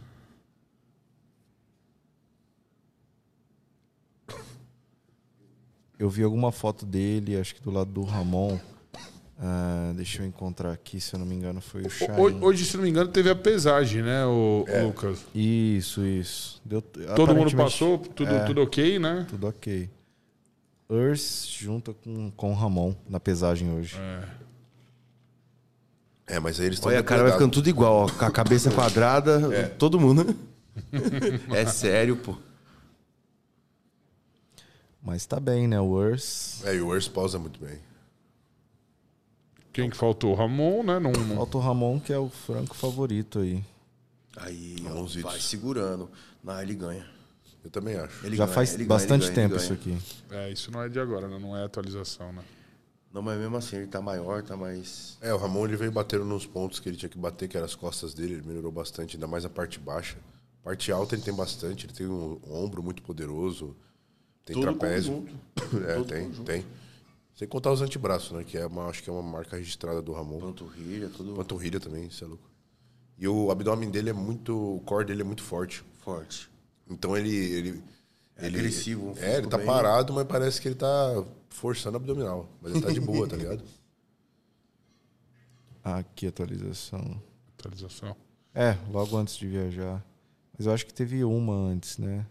Speaker 4: Eu vi alguma foto dele, acho que do lado do Ramon. Ah, deixa eu encontrar aqui, se eu não me engano, foi o Shine.
Speaker 1: Hoje, hoje, se não me engano, teve a pesagem, né, o Lucas?
Speaker 4: Isso, isso. Deu,
Speaker 1: Todo
Speaker 4: aparentemente,
Speaker 1: mundo passou, tudo, tudo ok, né?
Speaker 4: Tudo ok. Urs junta com, com o Ramon na pesagem hoje.
Speaker 2: É, mas aí eles estão.
Speaker 3: Olha, a cara vai ficando tudo igual, ó. Com a cabeça quadrada, todo mundo, né? é sério, pô.
Speaker 4: Mas tá bem, né? O Urs.
Speaker 2: É, e o Urs posa muito bem.
Speaker 1: Quem que faltou? O Ramon, né? Não, não-
Speaker 4: Falta o Ramon, que é o franco favorito aí.
Speaker 3: Aí ó,
Speaker 2: 11
Speaker 3: vai
Speaker 2: itens.
Speaker 3: segurando. Não, ele ganha.
Speaker 2: Eu também acho.
Speaker 3: Ele
Speaker 4: Já
Speaker 3: ganha,
Speaker 4: faz
Speaker 3: ele ganha,
Speaker 4: bastante
Speaker 3: ele ganha, ele
Speaker 4: tempo isso
Speaker 3: ganha.
Speaker 4: aqui.
Speaker 1: É, isso não é de agora, né? não é atualização, né?
Speaker 3: Não, mas mesmo assim, ele tá maior, tá mais.
Speaker 2: É, o Ramon ele veio batendo nos pontos que ele tinha que bater, que eram as costas dele, ele melhorou bastante, ainda mais a parte baixa. Parte alta ele tem bastante, ele tem um ombro muito poderoso, tem
Speaker 3: Todo
Speaker 2: trapézio.
Speaker 3: conjunto.
Speaker 2: É,
Speaker 3: Todo
Speaker 2: tem,
Speaker 3: conjunto.
Speaker 2: tem. Sem contar os antebraços, né? Que é uma, acho que é uma marca registrada do Ramon.
Speaker 3: Panturrilha, tudo
Speaker 2: Panturrilha também, isso é louco. E o abdômen dele é muito. O core dele é muito forte.
Speaker 3: forte.
Speaker 2: Então ele. ele é ele,
Speaker 3: agressivo, um
Speaker 2: É, ele
Speaker 3: físico
Speaker 2: tá
Speaker 3: bem-
Speaker 2: parado, mas parece que ele tá forçando abdominal. Mas ele tá de boa, tá ligado?
Speaker 4: Aqui, atualização.
Speaker 1: Atualização.
Speaker 4: É, logo antes de viajar. Mas eu acho que teve uma antes, né?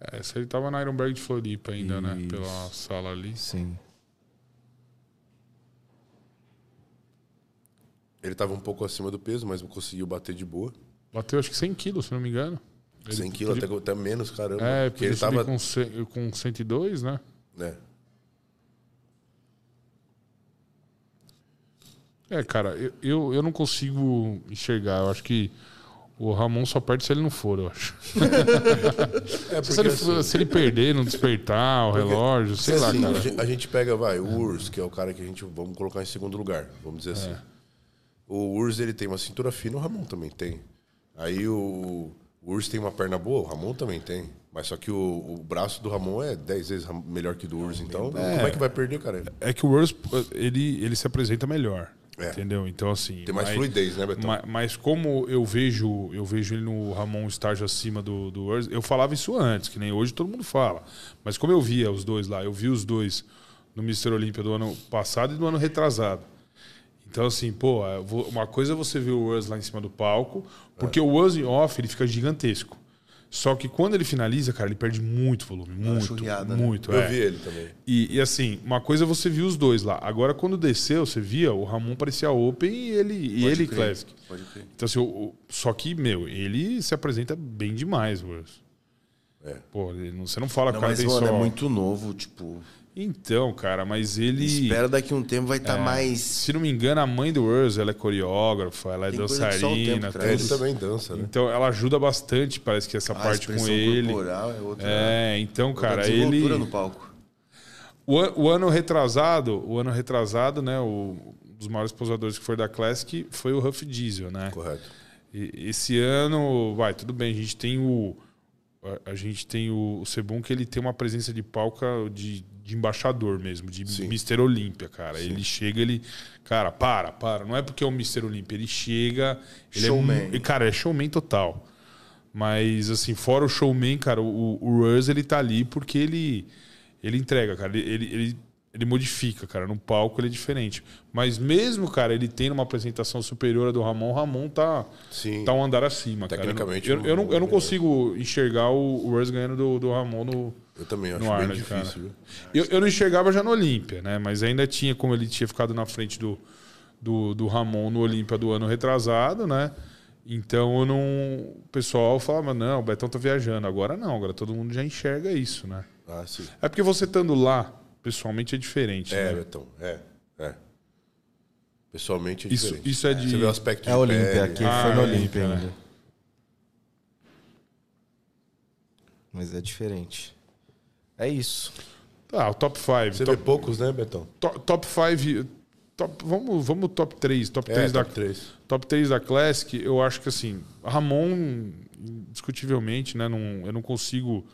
Speaker 1: É, Essa ele tava na Ironberg de Floripa ainda, né?
Speaker 4: Isso.
Speaker 1: Pela sala ali.
Speaker 4: Sim.
Speaker 2: Ele tava um pouco acima do peso, mas conseguiu bater de boa.
Speaker 1: Bateu acho que 100 quilos, se não me engano. Ele
Speaker 2: 100 quilos,
Speaker 1: podia-
Speaker 2: até, até menos, caramba.
Speaker 1: É,
Speaker 2: porque ele tava.
Speaker 1: tava... com, ce- com 102, né?
Speaker 2: né?
Speaker 1: É, cara, eu, eu, eu não consigo enxergar. Eu acho que o Ramon só perde se ele não for, eu acho.
Speaker 2: É, porque
Speaker 1: Se ele,
Speaker 2: assim,
Speaker 1: for- se ele perder, não despertar o relógio, sei lá,
Speaker 2: assim,
Speaker 1: cara.
Speaker 2: a gen- a gente pega, vai, o Urs, que é o cara que a gente. Vamos colocar em segundo lugar, vamos dizer assim.
Speaker 1: É.
Speaker 2: O Urs, ele tem uma cintura fina, o Ramon também tem. Aí o, o Urs tem uma perna boa, o Ramon também tem. Mas só que o, o braço do Ramon é 10 vezes ram- melhor que do Urs, então como é que vai perder, cara?
Speaker 1: É que o Rose, ele, ele se apresenta melhor.
Speaker 2: É.
Speaker 1: Entendeu? Então, assim.
Speaker 2: Tem mais fluidez, né, Betão?
Speaker 1: ma- Mas, como eu vejo, eu vejo ele no Ramon um estágio acima do, do Urz, eu falava isso antes, que nem hoje todo mundo fala. Mas como eu via os dois lá, eu vi os dois no Mr. Olímpia do ano passado e do ano retrasado. Então, assim, pô, eu vou- uma coisa é você ver o Urz lá em cima do palco, porque o Urz em off ele fica gigantesco. Só que quando ele finaliza, cara, ele perde muito volume, muito,
Speaker 3: churriada, né?
Speaker 1: muito.
Speaker 2: Eu
Speaker 1: é.
Speaker 2: vi ele também.
Speaker 1: E, e, assim, uma coisa você viu os dois lá. Agora, quando desceu, você via, o Ramon parecia Open e ele, e ele
Speaker 3: crer.
Speaker 1: Classic.
Speaker 3: Pode crer.
Speaker 1: Então, assim, o- o- só que, meu, ele se apresenta bem demais, Wurz.
Speaker 2: É.
Speaker 1: Pô, ele não- você não fala que
Speaker 3: Não,
Speaker 1: o cara
Speaker 3: mas,
Speaker 1: tem
Speaker 3: mano,
Speaker 1: só...
Speaker 3: é muito novo, tipo.
Speaker 1: Então, cara, mas ele...
Speaker 3: Espera daqui um tempo vai estar mais.
Speaker 1: É. Se não me engano, a mãe do Wurz, ela é coreógrafa, ela é
Speaker 3: Tem coisa que só o tempo
Speaker 1: dançarina,
Speaker 3: traz.
Speaker 2: É, ele
Speaker 1: tudo.
Speaker 2: também dança, né?
Speaker 1: Então, ela ajuda bastante, parece que essa
Speaker 3: A
Speaker 1: parte com
Speaker 3: expressão
Speaker 1: ele.
Speaker 3: corporal é outra.
Speaker 1: É, então,
Speaker 3: outra
Speaker 1: cara,
Speaker 3: desenvoltura
Speaker 1: ele...
Speaker 3: no palco.
Speaker 1: O, an- o ano retrasado, o ano retrasado, né? O, um dos maiores posadores que foi da Classic foi o Huff Diesel, né?
Speaker 2: Correto.
Speaker 1: E- esse ano, vai, tudo bem, a gente tem o. a- A gente tem o, o Sebum que ele tem uma presença de palca de, de embaixador mesmo, de
Speaker 2: Sim.
Speaker 1: Mr. Olímpia, cara. Ele chega, ele. Cara, para, para. Não é porque é o Mr. Olímpia, ele chega. Ele É,
Speaker 3: Showman.
Speaker 1: mu- e, cara, é showman total. Mas, assim, fora o showman, cara, o, o Russ, ele tá ali porque ele, ele entrega, cara. Ele, ele, ele, ele modifica, cara. No palco ele é diferente. Mas mesmo, cara, ele tendo uma apresentação superior à do Ramon, o Ramon tá,
Speaker 2: Sim.
Speaker 1: tá um andar acima,
Speaker 2: Tecnicamente,
Speaker 1: cara. Eu, eu, não, eu não
Speaker 2: é.
Speaker 1: consigo enxergar o, o Russ ganhando do, do Ramon no,
Speaker 2: Eu também acho
Speaker 1: no
Speaker 2: bem
Speaker 1: Arnold, cara.
Speaker 2: difícil. viu?
Speaker 1: Eu, eu não enxergava já no Olímpia, né? Mas ainda tinha, como ele tinha ficado na frente do, do, do Ramon no Olímpia do ano retrasado, né? Então eu não. O pessoal falava, não, o Betão tá viajando. Agora não, agora todo mundo já enxerga isso, né?
Speaker 2: Ah, sim.
Speaker 1: É porque você estando lá, pessoalmente, é diferente.
Speaker 2: É,
Speaker 1: né?
Speaker 2: Betão, é, é. Pessoalmente é
Speaker 1: Isso,
Speaker 2: diferente.
Speaker 1: isso é de.
Speaker 2: Você vê o aspecto
Speaker 4: É
Speaker 2: de
Speaker 4: Olímpia,
Speaker 2: pele. né?
Speaker 4: aqui
Speaker 1: Ah,
Speaker 4: foi no
Speaker 1: é,
Speaker 4: Olímpia
Speaker 1: cara.
Speaker 4: ainda. Mas é diferente. É isso.
Speaker 1: Ah, o top 5.
Speaker 2: Você
Speaker 1: Top,
Speaker 2: vê poucos, né, Betão?
Speaker 1: to- top 5. Top, vamos, vamos top 3. Top 3
Speaker 2: É,
Speaker 1: da,
Speaker 2: top três.
Speaker 1: Top 3 da Classic, eu acho que assim, Ramon, indiscutivelmente, né? Não, eu não consigo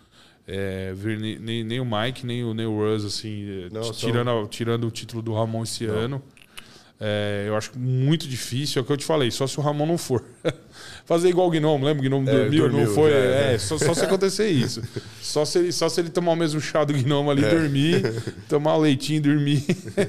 Speaker 1: é, ver ne- nem, nem o Mike, nem o, nem o Russ, assim, é,
Speaker 2: Não,
Speaker 1: ti-
Speaker 2: são-
Speaker 1: tirando, a- tirando o título do Ramon esse ano. É, eu acho muito difícil, é o que eu te falei, só se o Ramon não for. Fazer igual o Gnome, lembra? O Gnome
Speaker 2: É,
Speaker 1: dormiu, não
Speaker 2: dormiu,
Speaker 1: foi.
Speaker 2: já,
Speaker 1: é,
Speaker 2: né?
Speaker 1: Só, só se acontecer isso. Só se, ele, só se ele tomar o mesmo chá do Gnome
Speaker 2: É.
Speaker 1: ali, dormir, tomar o leitinho e dormir.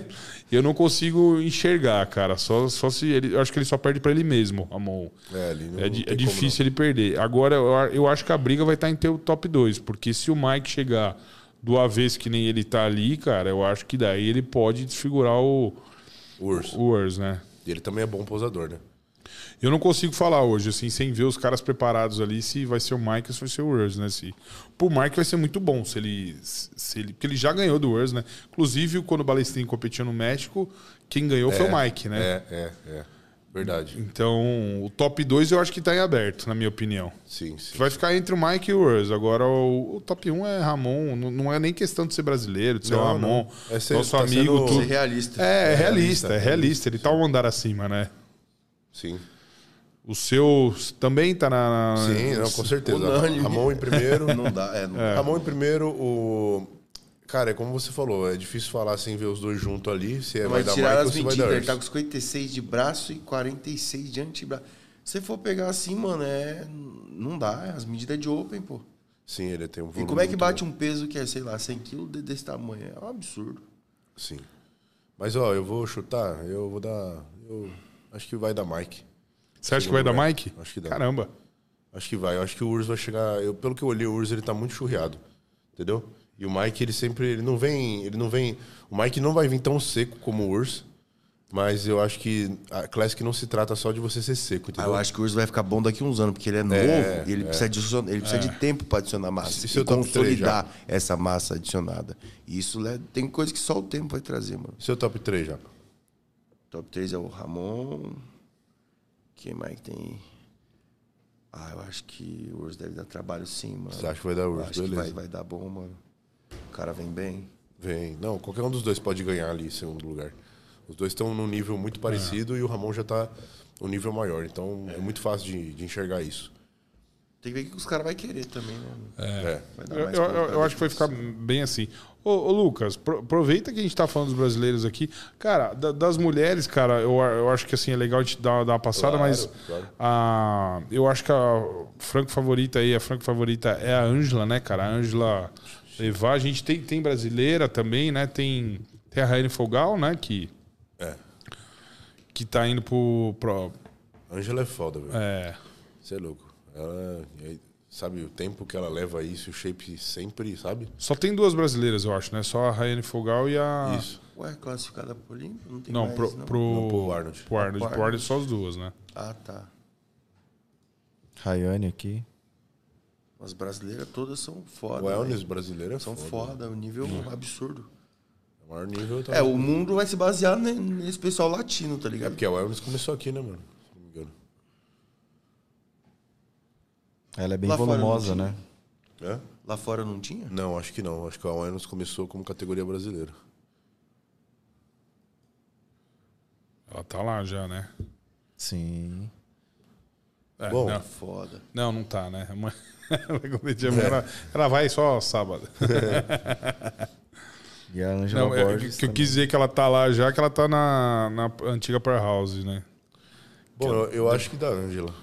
Speaker 1: eu não consigo enxergar, cara. Só, só se ele. Eu acho que ele só perde pra ele mesmo, Ramon.
Speaker 2: É, ali não
Speaker 1: É, di-
Speaker 2: tem
Speaker 1: é
Speaker 2: como,
Speaker 1: difícil ele perder. Agora, eu, a- eu acho que a briga vai estar em ter o top 2, porque se o Mike chegar do avesso que nem ele tá ali, cara, eu acho que daí ele pode desfigurar o,
Speaker 2: não. Urso.
Speaker 1: o Urs, né?
Speaker 2: E ele também é bom pousador, né?
Speaker 1: Eu não consigo falar hoje, assim, sem ver os caras preparados ali, se vai ser o Mike ou se vai ser o Urs, né? Se, pro Mike vai ser muito bom, se ele, se ele. Porque ele já ganhou do Urs, né? Inclusive, quando o Balestrinho competia no México, quem ganhou foi o Mike, né?
Speaker 2: É, é, é. Verdade.
Speaker 1: Então, o top 2 eu acho que tá em aberto, na minha opinião.
Speaker 2: Sim, sim.
Speaker 1: Vai ficar entre o Mike e o Urs. Agora, o, o top 1 é Ramon. Não, não é nem questão de ser brasileiro, de ser
Speaker 2: Não,
Speaker 1: o Ramon,
Speaker 2: não. É ser-
Speaker 1: nosso
Speaker 2: tá
Speaker 1: amigo,
Speaker 2: sendo-
Speaker 1: tudo.
Speaker 2: ser
Speaker 3: realista.
Speaker 1: É, é realista, é realista. Ele tá um andar acima, né?
Speaker 2: Sim.
Speaker 1: O seu também tá na... na-
Speaker 2: Sim, não, com certeza.
Speaker 3: Unânime.
Speaker 2: Ramon em primeiro.
Speaker 3: Não dá, é, não dá.
Speaker 2: Ramon em primeiro, o. Cara, é como você falou, é difícil falar sem ver os dois juntos ali. Se é- vai
Speaker 3: Mas
Speaker 2: dar Mike
Speaker 3: tiraram
Speaker 2: ou
Speaker 3: as
Speaker 2: se vai
Speaker 3: medidas,
Speaker 2: dar
Speaker 3: ele tá com
Speaker 2: Urs.
Speaker 3: 56 de braço e 46 de antebraço. Se você for pegar assim, mano, é. Não dá, as medidas é de open, pô.
Speaker 2: Sim, ele tem um
Speaker 3: E
Speaker 2: volume
Speaker 3: como é que
Speaker 2: muito
Speaker 3: bate um peso que é, sei lá, 100 quilos de- desse tamanho? É um absurdo.
Speaker 2: bom. Sim. Mas, ó, eu vou chutar, eu vou dar. Eu acho que vai dar Mike.
Speaker 1: Você acha que vai dar Mike?
Speaker 2: é. Acho que dá.
Speaker 1: Caramba.
Speaker 2: Acho que vai. Eu acho que o Urs vai chegar. Eu, pelo que eu olhei, o Urs ele tá muito churriado. Entendeu? E o Mike, ele sempre. Ele não vem. Ele não vem. O Mike não vai vir tão seco como o Urs. Mas eu acho que a Classic não se trata só de você ser seco,
Speaker 3: Ah,
Speaker 2: entendeu?
Speaker 3: eu acho que o Urso vai ficar bom daqui uns anos, porque ele é novo e ele precisa, de, adicionar- ele precisa de tempo para adicionar massa.
Speaker 2: Esse é
Speaker 3: e
Speaker 2: o top três já.
Speaker 3: consolidar essa massa adicionada. E isso né, tem coisa que só o tempo vai trazer, mano.
Speaker 2: Seu é top 3 já.
Speaker 3: Top 3 é o Ramon. Quem mais que tem? Ah, eu acho que o Urso deve dar trabalho sim, mano.
Speaker 2: Você acha que vai dar
Speaker 3: Eu
Speaker 2: Urs?
Speaker 3: acho que vai,
Speaker 2: Beleza.
Speaker 3: vai dar bom, mano. O cara vem bem.
Speaker 2: Vem. Não, qualquer um dos dois pode ganhar ali em segundo lugar. Os dois estão num nível
Speaker 3: Ah.
Speaker 2: muito parecido e o Ramon já tá um nível maior. Então é, muito fácil de, de enxergar isso.
Speaker 3: Tem que ver o que os caras vão querer também, né? mano?
Speaker 2: É.
Speaker 3: Vai
Speaker 1: Eu,
Speaker 3: mais
Speaker 1: eu-
Speaker 3: pra-
Speaker 1: eu- eu acho que vai ficar bem assim. Ô, ô, Lucas, pro- aproveita que a gente tá falando dos brasileiros aqui. Cara, da- das mulheres, cara, eu, a- eu acho que assim é legal a gente dar, dar uma passada,
Speaker 2: Claro,
Speaker 1: mas
Speaker 2: claro.
Speaker 1: a- eu acho que a franco favorita aí, a franco favorita é a Ângela, né, cara? A Ângela levar. A gente tem, tem brasileira também, né? Tem, tem a Raine Fogal, né? Que,
Speaker 2: É.
Speaker 1: que tá indo pro. pro
Speaker 2: Ângela é foda, velho.
Speaker 1: é,
Speaker 2: Você é louco. Ela, é- sabe, o tempo que ela leva isso, o shape sempre, sabe?
Speaker 1: só tem duas brasileiras, eu acho, né? Só a Raine Fogal e
Speaker 3: Ah,
Speaker 1: a.
Speaker 2: Isso.
Speaker 3: Ué, classificada pro Olímpio? Não tem
Speaker 1: Não,
Speaker 3: mais,
Speaker 1: pro,
Speaker 3: não?
Speaker 1: pro.
Speaker 2: Não, pro Arnold.
Speaker 1: Pro Arnold.
Speaker 3: Pro
Speaker 1: Pro Arnold só as duas, né?
Speaker 3: Ah, tá.
Speaker 4: Rayane aqui.
Speaker 3: As brasileiras todas são foda.
Speaker 2: O
Speaker 3: né?
Speaker 2: wellness brasileiro é
Speaker 3: São
Speaker 2: foda.
Speaker 3: foda, o nível absurdo.
Speaker 2: O maior nível tá.
Speaker 3: É, o mundo vai se basear ne- nesse pessoal latino, tá
Speaker 2: É
Speaker 3: ligado?
Speaker 2: porque a wellness começou aqui, né, mano? Se não me engano.
Speaker 4: Ela é bem
Speaker 3: Lá fora não
Speaker 4: volumosa,
Speaker 3: tinha.
Speaker 4: né?
Speaker 2: Hã?
Speaker 3: Lá fora não tinha?
Speaker 2: Não, acho que não. Acho que a wellness começou como categoria brasileira.
Speaker 1: Ela tá lá já, né?
Speaker 4: Sim.
Speaker 1: É,
Speaker 2: Bom.
Speaker 1: Não,
Speaker 3: Foda.
Speaker 1: não, não tá, né? Amanhã- vai competir amanhã, ela, ela vai só sábado.
Speaker 4: E a Angela
Speaker 1: Não, é, que
Speaker 4: Borges.
Speaker 1: que eu quis dizer que ela tá lá já, que ela tá na, na antiga Power House, né?
Speaker 2: Bom, eu, eu acho que da Ângela.